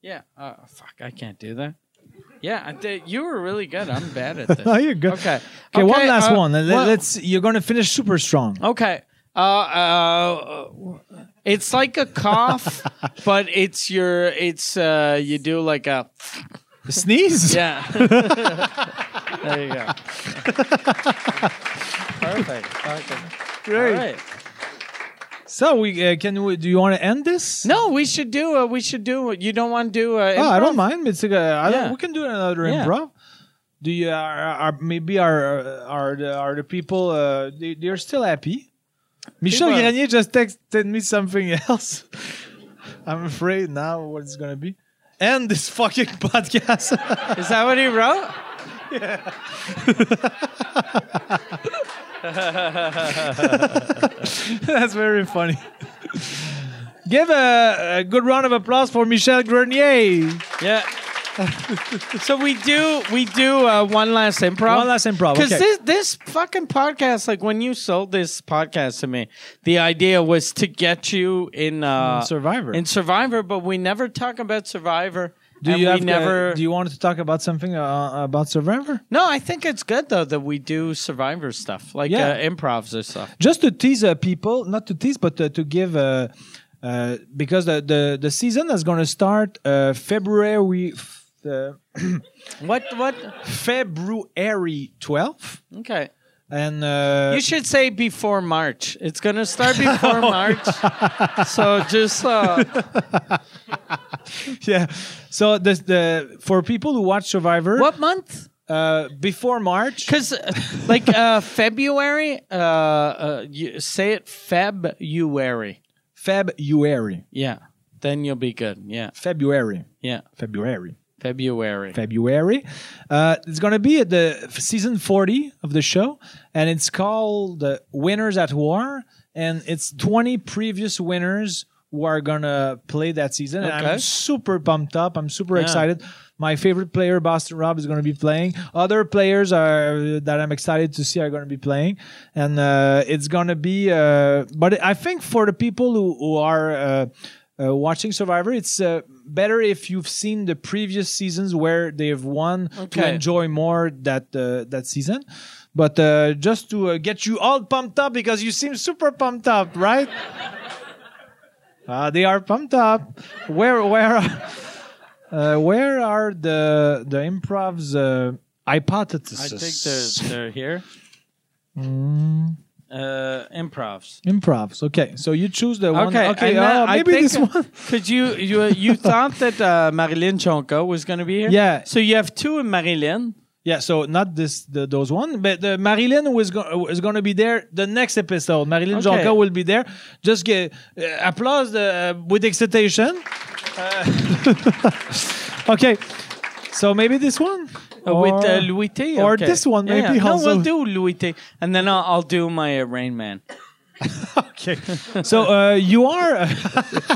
B: Yeah. Uh, fuck. I can't do that. Yeah, I did. You were really good. I'm bad at this.
A: Oh, you're good.
B: Okay.
A: Okay, one last
B: uh,
A: one. Let-
B: well-
A: Let's. You're gonna finish super strong.
B: Okay. Uh, uh, it's like a cough, but it's your, it's, uh, you do like a,
A: Sneeze.
B: yeah. there you go. Perfect. Perfect.
A: Great.
B: All right.
A: So we uh, can. We, do you want to end this?
B: No, we should do a, we should do a, you don't want to do a,
A: Oh, I
B: improv?
A: don't mind. It's like a, I don't-
B: Yeah.
A: We can do another
B: Yeah.
A: improv. Do you are, are maybe are are the, are the people uh, they, they're still happy? Michel
B: People are-
A: Grenier just texted me something else. I'm afraid now what it's gonna be. And this fucking podcast.
B: Is that what he wrote?
A: That's very funny. Give a, a good round of applause for Michel Grenier.
B: Yeah. so we do we do uh, one last improv.
A: One last improv,
B: Because
A: okay.
B: this this fucking podcast, like when you sold this podcast to me, the idea was to get you in uh,
A: In Survivor.
B: In Survivor, but we never talk about Survivor.
A: Do
B: and
A: you
B: we
A: have uh,
B: never?
A: Do you want to talk about something uh, about Survivor?
B: no, I think it's good though that we do Survivor stuff, like
A: Yeah.
B: uh, improvs or stuff.
A: just to tease uh, people, not to tease, but uh, to give. Uh, uh, because the, the, the season is going to start uh, February f- uh,
B: What? What?
A: February 12th
B: Okay.
A: and uh, Oh.
B: You should say before March. It's gonna start before March. so just uh,
A: yeah so the, the for people who watch survivor
B: what month?
A: uh, before March
B: Because, like, uh, February, uh, uh, you say it February.
A: February
B: Yeah. Then you'll be good. Yeah.
A: February
B: Yeah.
A: February
B: February.
A: February uh, it's going to be at the f- season 40 of the show and it's called uh, Winners at War and it's 20 previous winners who are going to play that season and
B: Okay.
A: I'm super pumped up I'm super
B: Yeah.
A: excited my favorite player Boston Rob is going to be playing other players are that I'm excited to see are going to be playing and uh, it's going to be uh, but I think for the people who, who are uh, uh, watching Survivor, it's uh, better if you've seen the previous seasons where they've won to
B: Okay.
A: enjoy enjoy more that uh, that season. But uh, just to uh, get you all pumped up because you seem super pumped up, right? Uh, they are pumped up. Where where are, uh, where are the the improvs uh, hypotheses?
B: I think they're, they're here.
A: Mm.
B: Uh, improvs.
A: improvs. Okay, so you choose the one.
B: Okay,
A: okay,
B: and
A: uh,
B: then I
A: maybe
B: think-
A: this one.
B: Could you you you thought that uh, Marilyn Chonko was going to be here?
A: Yeah.
B: So you have two in Marilyn. uh,
A: Yeah, so not this the, those one, but the Marilyn was go- is going to be there the next episode. Marilyn
B: Okay.
A: Jonca will be there. Just get uh, applause the, with excitation. Uh, okay, so maybe this one
B: Uh, with uh, Louis T.
A: or
B: okay.
A: this one
B: Yeah,
A: maybe
B: yeah. No,
A: also.
B: we'll do Louis T. And then I'll, I'll do my uh, Rain Man.
A: okay, so uh, you are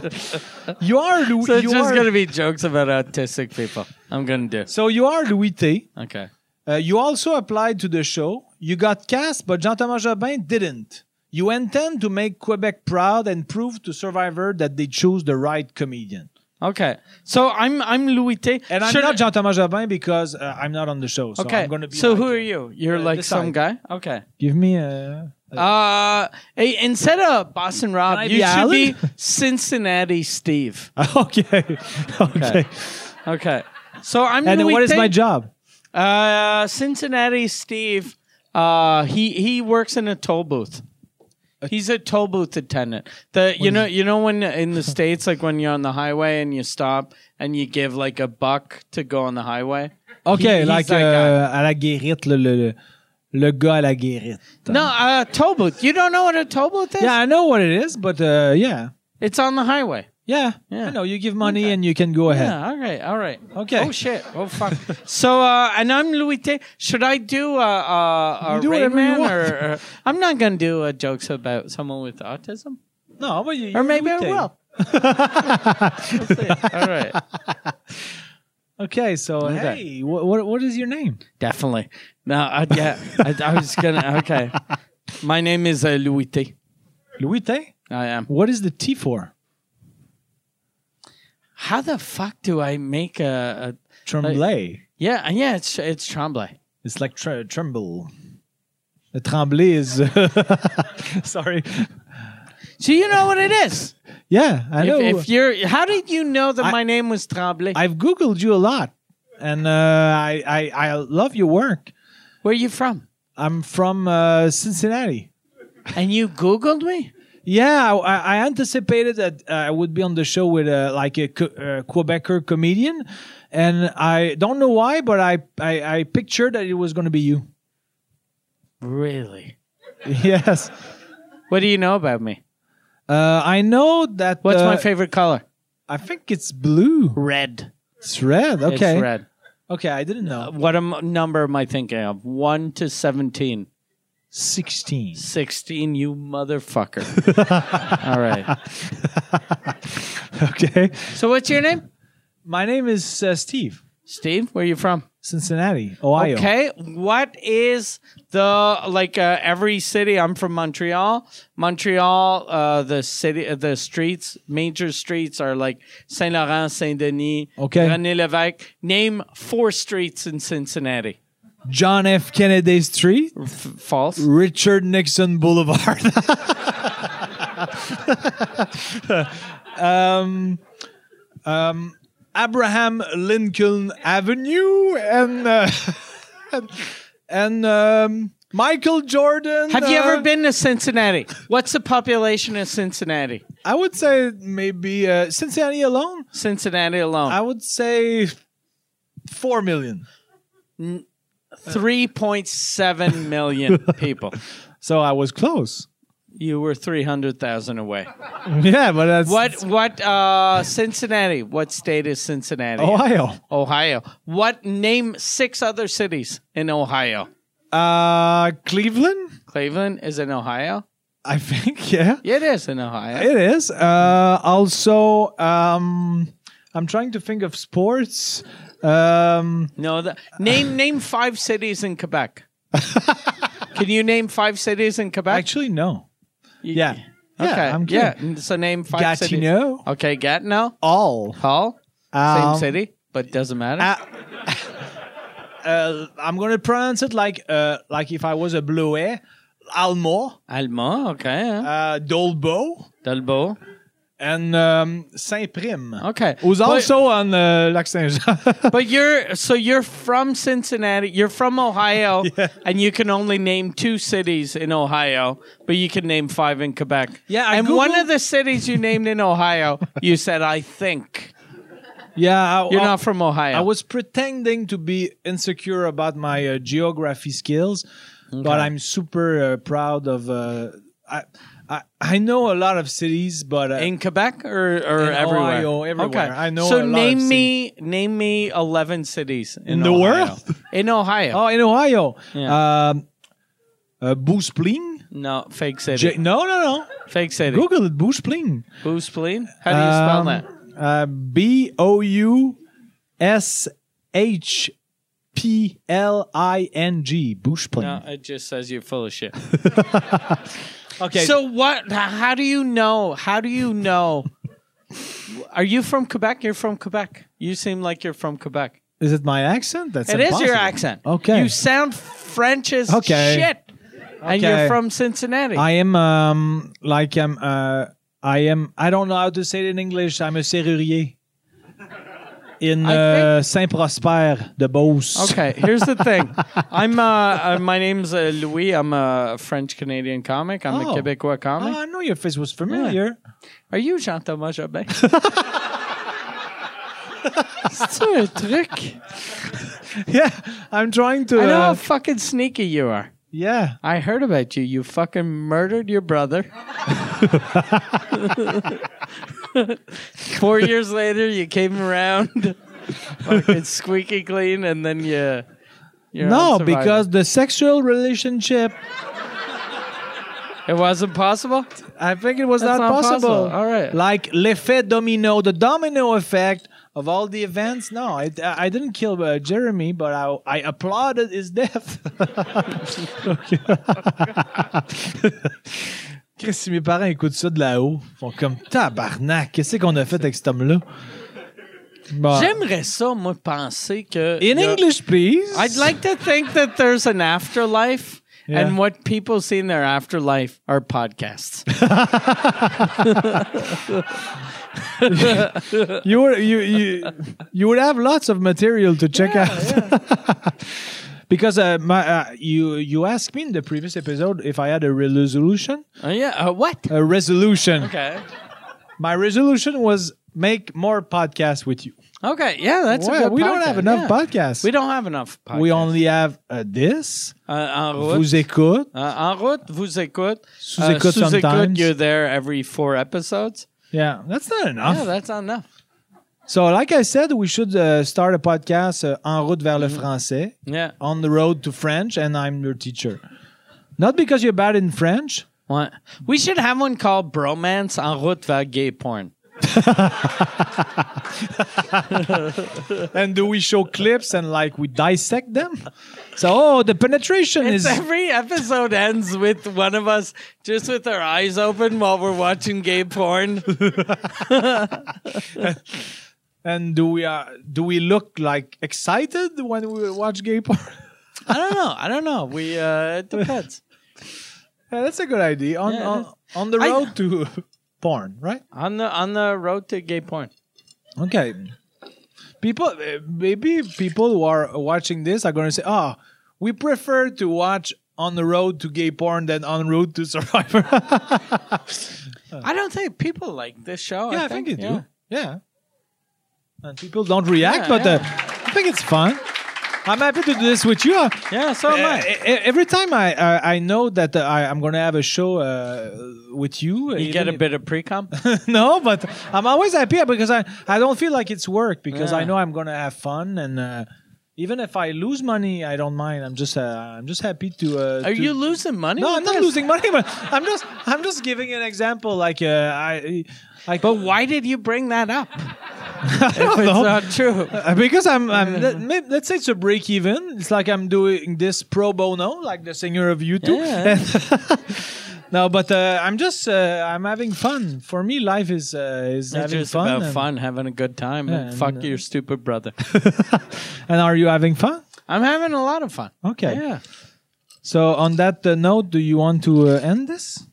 A: you are Louis.
B: So it's
A: you
B: just
A: are,
B: going to be jokes about autistic people. I'm going to do.
A: so you are Louis T.
B: Okay.
A: Uh, you also applied to the show. You got cast, but Jean-Thomas Jobin didn't. You intend to make Quebec proud and prove to Survivor that they choose the right comedian.
B: Okay. So I'm I'm Louis T.
A: And I'm
B: Should-
A: not Jean-Thomas Jobin because uh, I'm not on the show. So
B: Okay.
A: I'm gonna be
B: so
A: like-
B: who are you? You're
A: Uh,
B: like
A: this
B: some
A: side.
B: guy. Okay.
A: Give me a...
B: Uh, hey, instead of Boston Rob,
A: I
B: you
A: be
B: should
A: Alan?
B: be Cincinnati Steve.
A: okay. okay.
B: Okay. So I'm.
A: And
B: Louis
A: what is
B: T.
A: my job?
B: Uh, Cincinnati Steve. Uh, he he works in a toll booth. He's a toll booth attendant. The you know you know when in the states like when you're on the highway and you stop and you give like a buck to go on the highway.
A: Okay,
B: He- he's
A: like
B: that
A: uh, à la guérite, le, le, le gars à la guérite.
B: No, uh, toll booth. You don't know what a toll booth is?
A: Yeah, I know what it is, but uh, yeah.
B: It's on the highway.
A: Yeah.
B: Yeah.
A: I know. You give money and you can go ahead.
B: Yeah, all right, all right.
A: Okay.
B: Oh, shit. Oh, fuck. so, uh, and I'm Louis T. Should I do uh, uh, a
A: do
B: Rain
A: whatever you
B: Man
A: want.
B: Or, or- I'm not going to do uh, jokes about someone with autism.
A: No, but you,
B: Or
A: you
B: maybe I
A: take.
B: will. We'll see. All right.
A: Okay, so
B: Okay.
A: hey, what, what what is your name?
B: Definitely. No, I, yeah, I, I was gonna. Okay, my name is uh, Louis T.
A: Louis T.
B: I am.
A: What is the T for?
B: How the fuck do I make a? a
A: Tremblay.
B: yeah, uh, yeah. It's it's Tremblay.
A: It's like tre- tremble. The tremblay is. Sorry.
B: So you know what it is.
A: Yeah, I know.
B: If, if you're, how did you know that
A: I-
B: my name was Tremblay?
A: I've googled you a lot, and uh, I, I I love your work.
B: Where are you from?
A: I'm from uh, Cincinnati.
B: And you Googled me?
A: Yeah, I- I, I anticipated that uh, I would be on the show with uh, like a co- uh, Quebecer comedian, and I don't know why, but I I, I pictured that it was going to be you.
B: Really?
A: yes,
B: What do you know about me?
A: uh, I know that.
B: What's
A: uh,
B: my favorite color?
A: I think it's blue.
B: Red.
A: It's red. Okay.
B: It's red. Uh,
A: Okay, I didn't know.
B: What am, number am I thinking of? 1 to 17.
A: Sixteen.
B: 16, you motherfucker. All right.
A: Okay.
B: So what's your name?
A: My name is uh, Steve.
B: Steve, where are you from?
A: Cincinnati, Ohio.
B: Okay. What is the like uh, every city? I'm from Montreal. Montreal, uh, the city, uh, the streets, major streets are like Saint Laurent, Saint Denis,
A: Okay.
B: René Lévesque. Name four streets in Cincinnati.
A: John F. Kennedy Street,
B: F- false.
A: Richard Nixon Boulevard. um, um, Abraham Lincoln Avenue and uh, and um, Michael Jordan.
B: Have you
A: uh,
B: ever been to Cincinnati? What's the population of Cincinnati?
A: I would say maybe uh, Cincinnati alone.
B: Cincinnati alone,
A: I would say four million.
B: three point seven million people.
A: So I was close.
B: You were three hundred thousand away.
A: Yeah, but that's
B: What what uh Cincinnati? What state is Cincinnati? in?
A: Ohio.
B: Ohio. What name six other cities in Ohio?
A: Uh, Cleveland,
B: Cleveland is in Ohio?
A: I think. Yeah.
B: Yeah, it is in Ohio.
A: It is. Uh, also, um, I'm trying to think of sports. Um,
B: No, the, name name five cities in Quebec. Can you name five cities in Quebec?
A: actually, no.
B: You-
A: Yeah.
B: Okay.
A: Yeah, I'm
B: yeah.
A: kidding.
B: So name five cities.
A: Gatineau.
B: Okay, Gatineau.
A: All.
B: Hall.
A: Um,
B: same city, but doesn't matter.
A: uh, uh, I'm gonna pronounce it like uh, like if I was a bleuet. Almo,
B: Alma, okay. yeah.
A: uh, Dolbeau,
B: Dalbo.
A: and um, Saint Prime.
B: Okay.
A: Who's
B: But-
A: also on uh, Lac Saint Jean.
B: But you're so you're from Cincinnati. You're from Ohio, and you can only name two cities in Ohio, but you can name five in Quebec.
A: Yeah, I
B: and one
A: Googled-
B: of the cities you named in Ohio, you said I think
A: yeah, I,
B: you're
A: I-
B: not from Ohio.
A: I was pretending to be insecure about my uh, geography skills, but I'm super uh, proud of. Uh, I, I I know a lot of cities, but uh,
B: in Quebec or or
A: In
B: everywhere.
A: Ohio, everywhere.
B: Okay.
A: I know
B: So
A: a lot of
B: name me name me eleven cities in,
A: In the
B: Ohio.
A: world?
B: in Ohio.
A: oh, in Ohio,
B: Yeah.
A: um, uh, Booze Pling.
B: No fake city.
A: J- no, no, no.
B: fake city.
A: Google it, Booze Pling.
B: Who's spleen? How do you spell
A: Um,
B: that?
A: Uh, B O U S H P L I N G. Booze Pling.
B: No, it just says you're full of shit.
A: Okay.
B: So what? How do you know? How do you know? Are you from Quebec? You're from Quebec. You seem like you're from Quebec.
A: is it my accent? That's
B: It is
A: impossible.
B: your accent.
A: Okay.
B: You sound French as
A: Okay.
B: shit. And you're
A: Okay.
B: from Cincinnati.
A: I am um like I'm uh I am I don't know how to say it in English. I'm a serrurier in
B: I
A: uh, Saint Prosper de Beauce.
B: okay. Here's the thing. I'm uh, uh my name's uh, Louis. I'm a French Canadian comic. I'm
A: Oh.
B: a Quebecois comic.
A: Oh, I know your face was familiar.
B: Are you Jean Thomas Jobin? C'est un truc.
A: Yeah, I'm trying to.
B: I know
A: uh,
B: how fucking sneaky you are.
A: yeah,
B: I heard about you. You fucking murdered your brother. Four years later, you came around, fucking squeaky clean, and then you. You're on
A: no,
B: Survivor.
A: because the sexual relationship
B: It wasn't possible?
A: I think it was
B: That's
A: not,
B: not
A: possible.
B: possible. All right.
A: Like l'effet domino, the domino effect of all the events. No, I, I didn't kill uh, Jeremy, but I, I applauded his death. Okay. Chris, si mes parents écoutent ça de là-haut, ils font comme tabarnak, qu'est-ce qu'on a fait avec cet homme-là? Bon.
B: J'aimerais ça, moi, penser que.
A: In
B: y a-
A: English, please.
B: I'd like to think that there's an afterlife,
A: Yeah.
B: and what people see in their afterlife are podcasts.
A: you would you you you would have lots of material to check out. because uh, my uh, you you asked me in the previous episode if I had a resolution.
B: Oh yeah, uh, what?
A: A resolution.
B: Okay.
A: My resolution was make more podcasts with you.
B: Okay. Yeah, that's a
A: Well,
B: good
A: we don't
B: podcast,
A: have enough
B: yeah.
A: podcasts.
B: We don't have enough. Podcasts.
A: We only have uh, this.
B: uh, en route.
A: Vous écoute.
B: uh, en route, vous écoute. Uh,
A: Sous écoute
B: sous écoute,
A: sometimes.
B: You're there every four episodes.
A: Yeah, that's not enough.
B: Yeah, that's not enough.
A: so, like I said, we should uh, start a podcast uh, en route vers le français.
B: Yeah.
A: on the road to French and I'm your teacher. Not because you're bad in French.
B: What? We should have one called Bromance en route vers gay porn.
A: And do we show clips and like we dissect them? So oh, the penetration
B: It's
A: is
B: every episode ends with one of us just with our eyes open while we're watching gay porn.
A: and do we uh, do we look like excited when we watch gay porn?
B: I don't know. I don't know. We uh, it depends.
A: yeah, that's a good idea. On
B: Yeah,
A: on,
B: that's-
A: on the
B: I-
A: road to porn, right?
B: on the on the road to gay porn.
A: Okay. People, uh, maybe people who are watching this are going to say, "Oh, we prefer to watch on the road to gay porn than on road to survivor."
B: I don't think people like this show.
A: Uh. Yeah, I think, you do. Yeah. And people don't react,
B: Yeah,
A: but Uh,
B: yeah.
A: I think it's fun. I'm happy to do this with you. Uh,
B: do. Yeah, so am
A: uh,
B: I.
A: e- every time I, I, I know that uh, I, I'm going to have a show uh, with you.
B: You get a
A: even
B: bit of pre comp.
A: if- no, but I'm always happy because I, I don't feel like it's work because I
B: Yeah.
A: know I'm going to have fun. And uh, even if I lose money, I don't mind. I'm just uh, I'm just happy to. Uh,
B: Are
A: to-
B: you losing money?
A: No,
B: with
A: I'm not
B: this?
A: losing money, but I'm just I'm just giving an example. Like uh, I, I,
B: But why did you bring that up?
A: I don't
B: It's
A: know.
B: not true.
A: Uh, because I'm, I'm let, may- let's say it's a break even. It's like I'm doing this pro bono, like the singer of YouTube.
B: Yeah.
A: no, but uh, I'm just uh, I'm having fun. For me, life is uh, is
B: It's
A: having
B: just
A: fun.
B: about
A: and,
B: fun, having a good time.
A: Yeah,
B: and
A: and,
B: fuck
A: uh,
B: your stupid brother.
A: And are you having fun?
B: I'm having a lot of fun.
A: Okay.
B: Yeah.
A: So on that uh, note, do you want to uh, end this?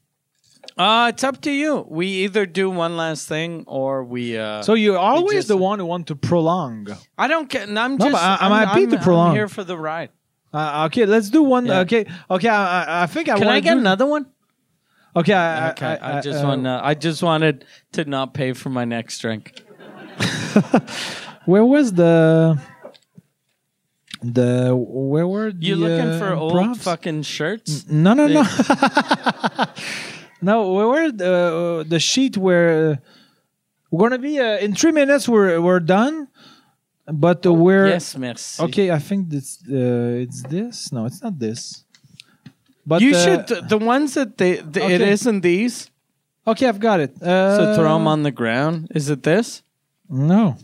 B: Uh, it's up to you. We either do one last thing or we. Uh,
A: So you're always
B: just-
A: the one who want to prolong.
B: I don't care. No, I'm
A: No,
B: just.
A: but I- I'm
B: I'm,
A: happy
B: I'm-
A: to prolong.
B: I'm here for the ride.
A: Uh, okay, let's do one.
B: Yeah.
A: Okay, okay. I, I- I think I
B: Can
A: want
B: I get
A: do,
B: another one?
A: Okay, I, I-
B: Okay,
A: I,
B: I, just
A: uh,
B: want. Uh, I just wanted to not pay for my next drink.
A: Where was the the where were the,
B: You looking
A: uh,
B: for old
A: props? Mm,
B: fucking shirts?
A: No, no,
B: They-
A: no. no, where were the, the sheet where uh, we're gonna be uh, in three minutes? We're we're done, but uh, we're
B: Oh, Yes, merci.
A: okay. I think it's uh, it's this. No, it's not this. But
B: you
A: uh,
B: should. The ones that they. The, It
A: okay.
B: isn't these.
A: Okay, I've got it. Uh,
B: So throw them on the ground. Is it this?
A: No.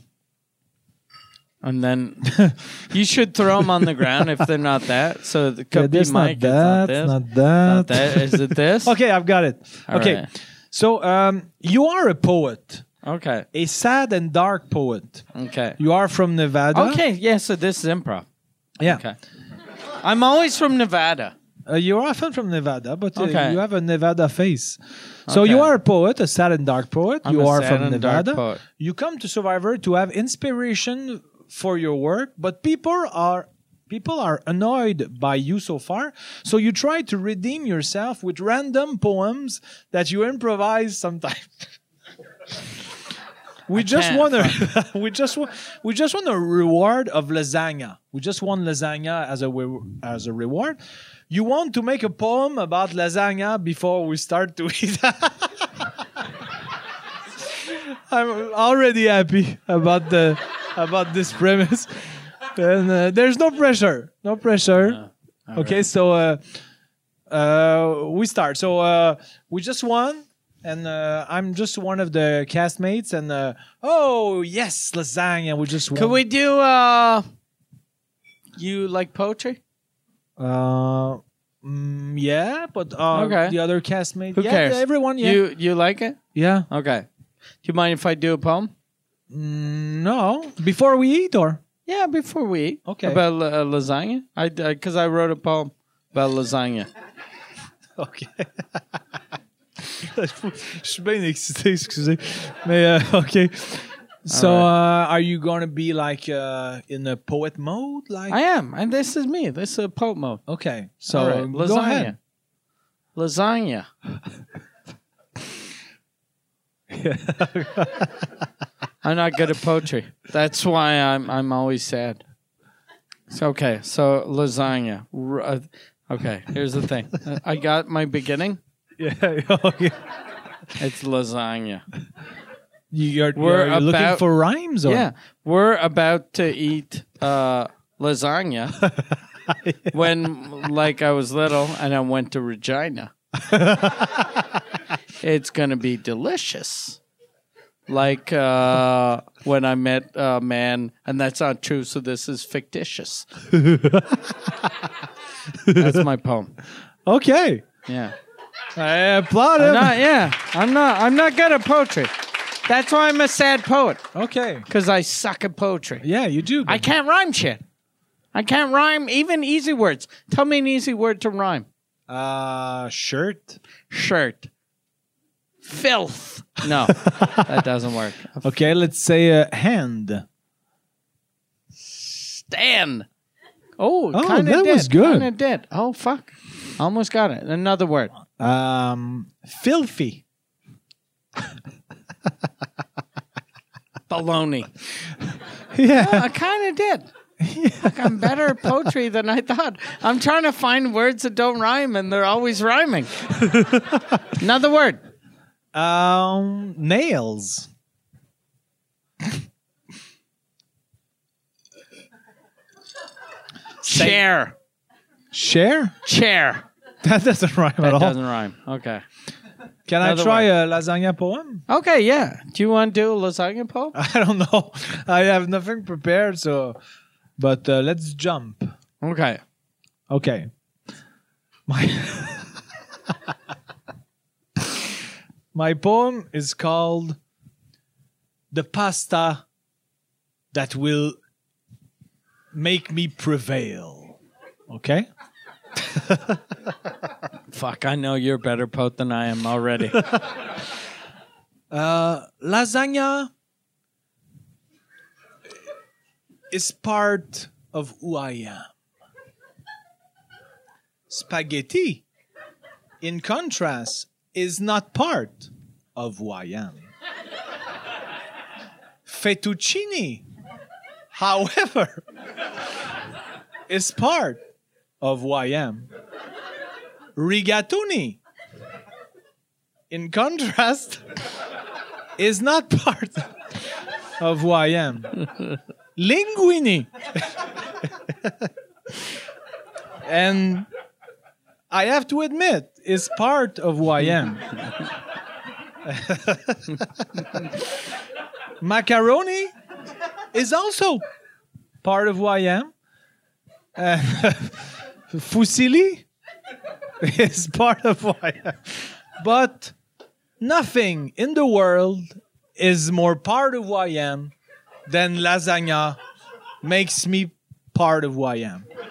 B: And then you should throw them on the ground if they're not that. So the
A: Yeah,
B: could be
A: this, not
B: Mike.
A: that.
B: it's not
A: Not
B: this.
A: that.
B: Not that. Is it this?
A: okay, I've got it.
B: All
A: okay,
B: right.
A: so um, you are a poet.
B: Okay.
A: a sad and dark poet.
B: Okay.
A: You are from Nevada.
B: Okay. Yeah. So this is improv.
A: Yeah.
B: Okay. I'm always from Nevada.
A: Uh, you are often from Nevada, but uh,
B: Okay.
A: you have a Nevada face. So you
B: Okay.
A: are a poet, a sad and dark poet.
B: I'm
A: you
B: a
A: are
B: sad
A: from
B: and dark
A: Nevada.
B: poet.
A: You come to Survivor to have inspiration for your work, but people are people are annoyed by you so far. So you try to redeem yourself with random poems that you improvise sometimes. We just
B: can't
A: want a, we just want, we just want a reward of lasagna. We just want lasagna as a re- as a reward. You want to make a poem about lasagna before we start to eat. I'm already happy about the about this premise, and uh, there's no pressure, no pressure. okay, so uh, uh, we start. So uh, we just won, and uh, I'm just one of the castmates. And uh, oh yes, lasagna. We just won.
B: Could we do uh you like poetry?
A: Uh, mm, yeah, but uh,
B: Okay.
A: the other castmate.
B: Who
A: yeah,
B: cares?
A: yeah, everyone. Yeah,
B: You you like it?
A: yeah.
B: Okay. Do you mind if I do a poem?
A: Mm, no, before we eat or
B: Yeah, before we eat.
A: Okay.
B: About la- uh, lasagna? I because I wrote a poem about lasagna.
A: ok. Je suis bien excité, excusez. Mais euh,
B: uh,
A: ok. So, uh, are you gonna be like uh, in a poet mode? Like,
B: I am, and this is me. This is a poem mode.
A: okay. So,
B: All right,
A: lasagna. go ahead.
B: Lasagna. I'm not good at poetry. That's why I'm I'm always sad. It's okay. So lasagna. R- uh, Okay, here's the thing. Uh, I got my beginning.
A: yeah. Okay.
B: It's lasagna.
A: You're,
B: We're
A: you're looking
B: about-
A: for rhymes, or
B: Yeah, we're about to eat uh, lasagna. when, like, I was little and I went to Regina, it's gonna be delicious. Like uh, when I met a man, and that's not true. So this is fictitious. that's my poem.
A: okay.
B: Yeah.
A: I applaud him.
B: I'm not. Yeah. I'm not. I'm not good at poetry. That's why I'm a sad poet
A: Okay.
B: because I suck at poetry.
A: Yeah, you do.
B: I can't rhyme shit. I can't rhyme even easy words. Tell me an easy word to rhyme.
A: Uh, shirt.
B: Shirt. Filth. No, that doesn't work.
A: Okay, let's say uh, hand.
B: Stan. Oh,
A: Oh,
B: kinda
A: that
B: did.
A: was good.
B: Kinda did. Oh fuck. Almost got it. Another word.
A: Um, filthy.
B: Baloney.
A: Yeah.
B: I kinda did. Fuck, I'm better at poetry than I thought. I'm trying to find words that don't rhyme and they're always rhyming. Another word.
A: Um, nails.
B: Chair.
A: Share?
B: Chair.
A: That doesn't rhyme at
B: That
A: all.
B: doesn't rhyme. Okay.
A: Can I
B: Another
A: try a lasagna poem?
B: Okay, yeah. Do you want to do a lasagna poem?
A: I don't know. I have nothing prepared, so. But uh, let's jump.
B: Okay.
A: Okay. My My poem is called The Pasta That Will Make Me Prevail. Okay?
B: Fuck, I know you're a better poet than I am already.
A: Uh, lasagna is part of who I am. Spaghetti, in contrast, is not part of who I am. Fettuccine, however, is part of who I am. Rigatoni, in contrast, is not part of who I am. Linguini. and I have to admit, is part of who I am. Macaroni is also part of who I am. Uh, fusilli is part of who I am. But nothing in the world is more part of who I am than lasagna makes me part of who I am. Yeah,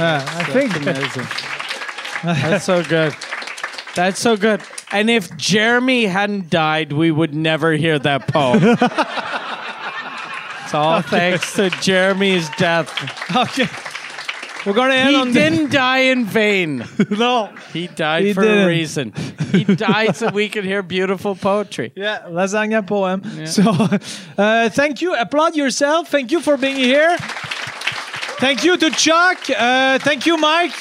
A: Ah, I think
B: amazing. That's so good. That's so good. And if Jeremy hadn't died, we would never hear that poem. it's all thanks to Jeremy's death.
A: okay. We're gonna end
B: He
A: on
B: didn't die in vain.
A: this. No.
B: He died
A: He
B: for
A: didn't.
B: a reason. He died so we could hear beautiful poetry.
A: Yeah, lasagna poem. So, uh, thank you. Applaud yourself. Thank you for being here. Thank you to Chuck. Uh, thank you, Mike.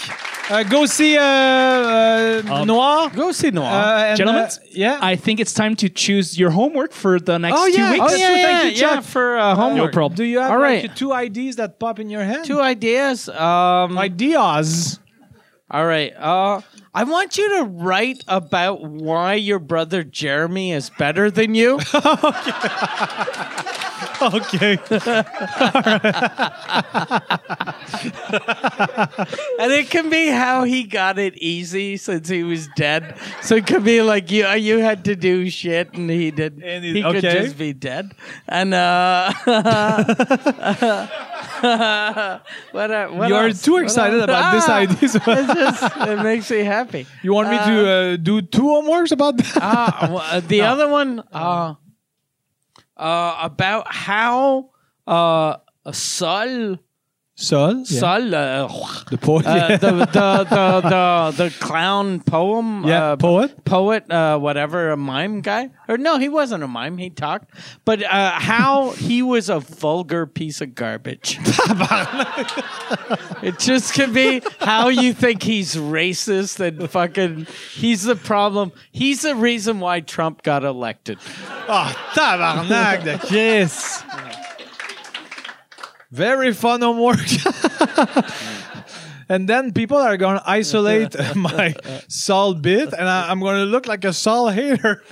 A: Uh, go see uh, uh,
C: Um,
A: Noir.
B: Go see Noir.
A: Uh, and,
C: Gentlemen,
A: uh, yeah.
C: I think it's time to choose your homework for the next
B: oh
C: two
B: yeah,
C: weeks.
B: oh
A: that's
B: yeah,
A: true.
B: yeah,
A: Thank you,
B: yeah,
A: Chuck.
B: for uh, homework.
C: no problem.
A: Do you have
B: All
A: like,
B: right.
A: two IDs that pop in your head?
B: Two ideas. Um,
A: ideas.
B: all right. Uh, I want you to write about why your brother Jeremy is better than you.
A: Okay.
B: And it can be how he got it easy since he was dead. So it could be like you uh, you had to do shit and he did.
A: And
B: he
A: he-
B: could
A: okay.
B: just be dead. And uh, what, uh, what
A: You're
B: else?
A: too
B: What
A: excited
B: else? Ah!
A: about this idea, so-
B: it just it makes me happy.
A: you want me to uh, do two homeworks about that?
B: Ah, w- uh, the other one uh, uh, about how uh, Sol
A: Sol,
B: Sol uh,
A: the poet.
B: Uh, the, the, the, the, the clown poem.
A: Yeah,
B: uh,
A: poet.
B: Poet, uh, whatever, a mime guy. Or no, he wasn't a mime. He talked. But uh, how he was a vulgar piece of garbage. it just could be how you think he's racist and fucking. He's the problem. He's the reason why Trump got elected.
A: Ah, tabarnak de Chris. Very fun homework. and then people are going to isolate my Saul bit, and I, I'm going to look like a Saul hater.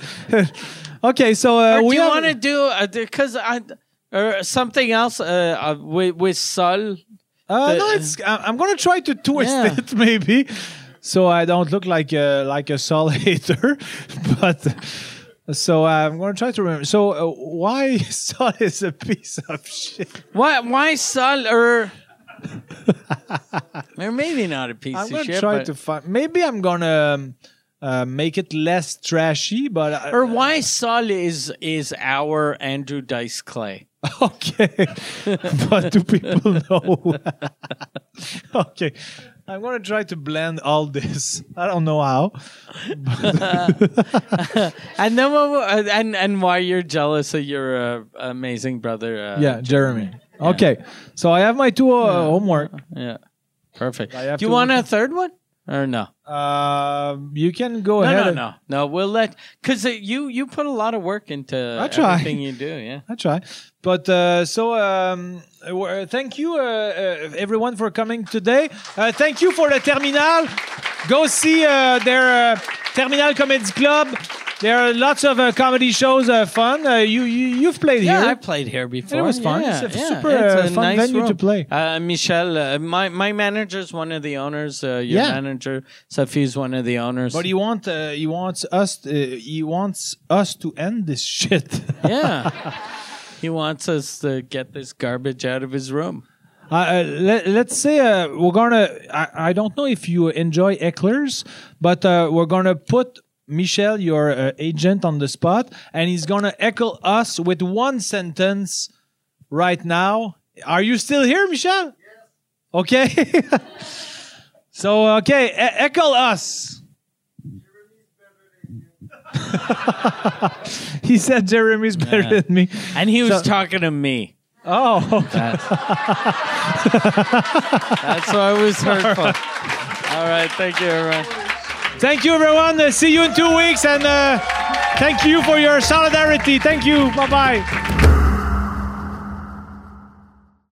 A: okay, so uh,
B: Or do
A: we
B: you
A: have-
B: want to do because I or something else uh, uh, with, with Sol?
A: Uh,
B: the-
A: no, it's. I- I'm going to try to twist
B: Yeah.
A: it maybe, so I don't look like a like a Saul hater. but so uh, I'm going to try to remember. So uh, why Saul is a piece of shit?
B: Why? Why Sol or? or maybe not a piece
A: I'm
B: of
A: gonna
B: shit.
A: try
B: but-
A: to find. Maybe I'm gonna um, uh, make it less trashy, but I,
B: or why Sol is is our Andrew Dice Clay?
A: okay. but do people know? okay, I'm gonna try to blend all this. I don't know how.
B: And then what, uh, and and why you're jealous of your uh, amazing brother? Uh,
A: Yeah, Jeremy. Okay, so I have my two uh, homework.
B: yeah, perfect.
A: have
B: Do you
A: to-
B: want a third one or no?
A: Uh, you can go
B: No,
A: ahead.
B: no,
A: and-
B: no, no. We'll let because you you put a lot of work into
A: I try.
B: everything you do. Yeah.
A: I try. But uh, so um, uh, w- uh, thank you, uh, uh, everyone, for coming today. Uh, thank you for the Terminal. Go see uh, their uh, Terminal Comedy Club. There are lots of uh, comedy shows. Uh, fun. Uh, you, you you've played
B: Yeah, I
A: here.
B: played here before.
A: It was fun.
B: Yeah,
A: It's a
B: yeah.
A: super,
B: It's
A: uh,
B: a
A: fun
B: nice
A: venue to
B: room.
A: play.
B: Uh, Michel, uh, my my manager's one of the owners. Uh, your
A: Yeah.
B: manager, Sophie's one of the owners.
A: But he want uh, he wants us uh, he wants us to end this shit.
B: yeah, he wants us to get this garbage out of his room.
A: Uh, uh, let, let's say uh, we're gonna. I, I don't know if you enjoy ecklers, but uh, we're gonna put Michel, your uh, agent, on the spot, and he's gonna eckle us with one sentence right now. Are you still here, Michel? Okay. so okay, e- eckle us. he said Jeremy's better than me.
B: And he was
A: So-
B: talking to me.
A: Oh,
B: That's why I was hurtful. All right, thank you, everyone.
A: Thank you, everyone. Uh, see you in two weeks, and uh, thank you for your solidarity. Thank you. Bye bye.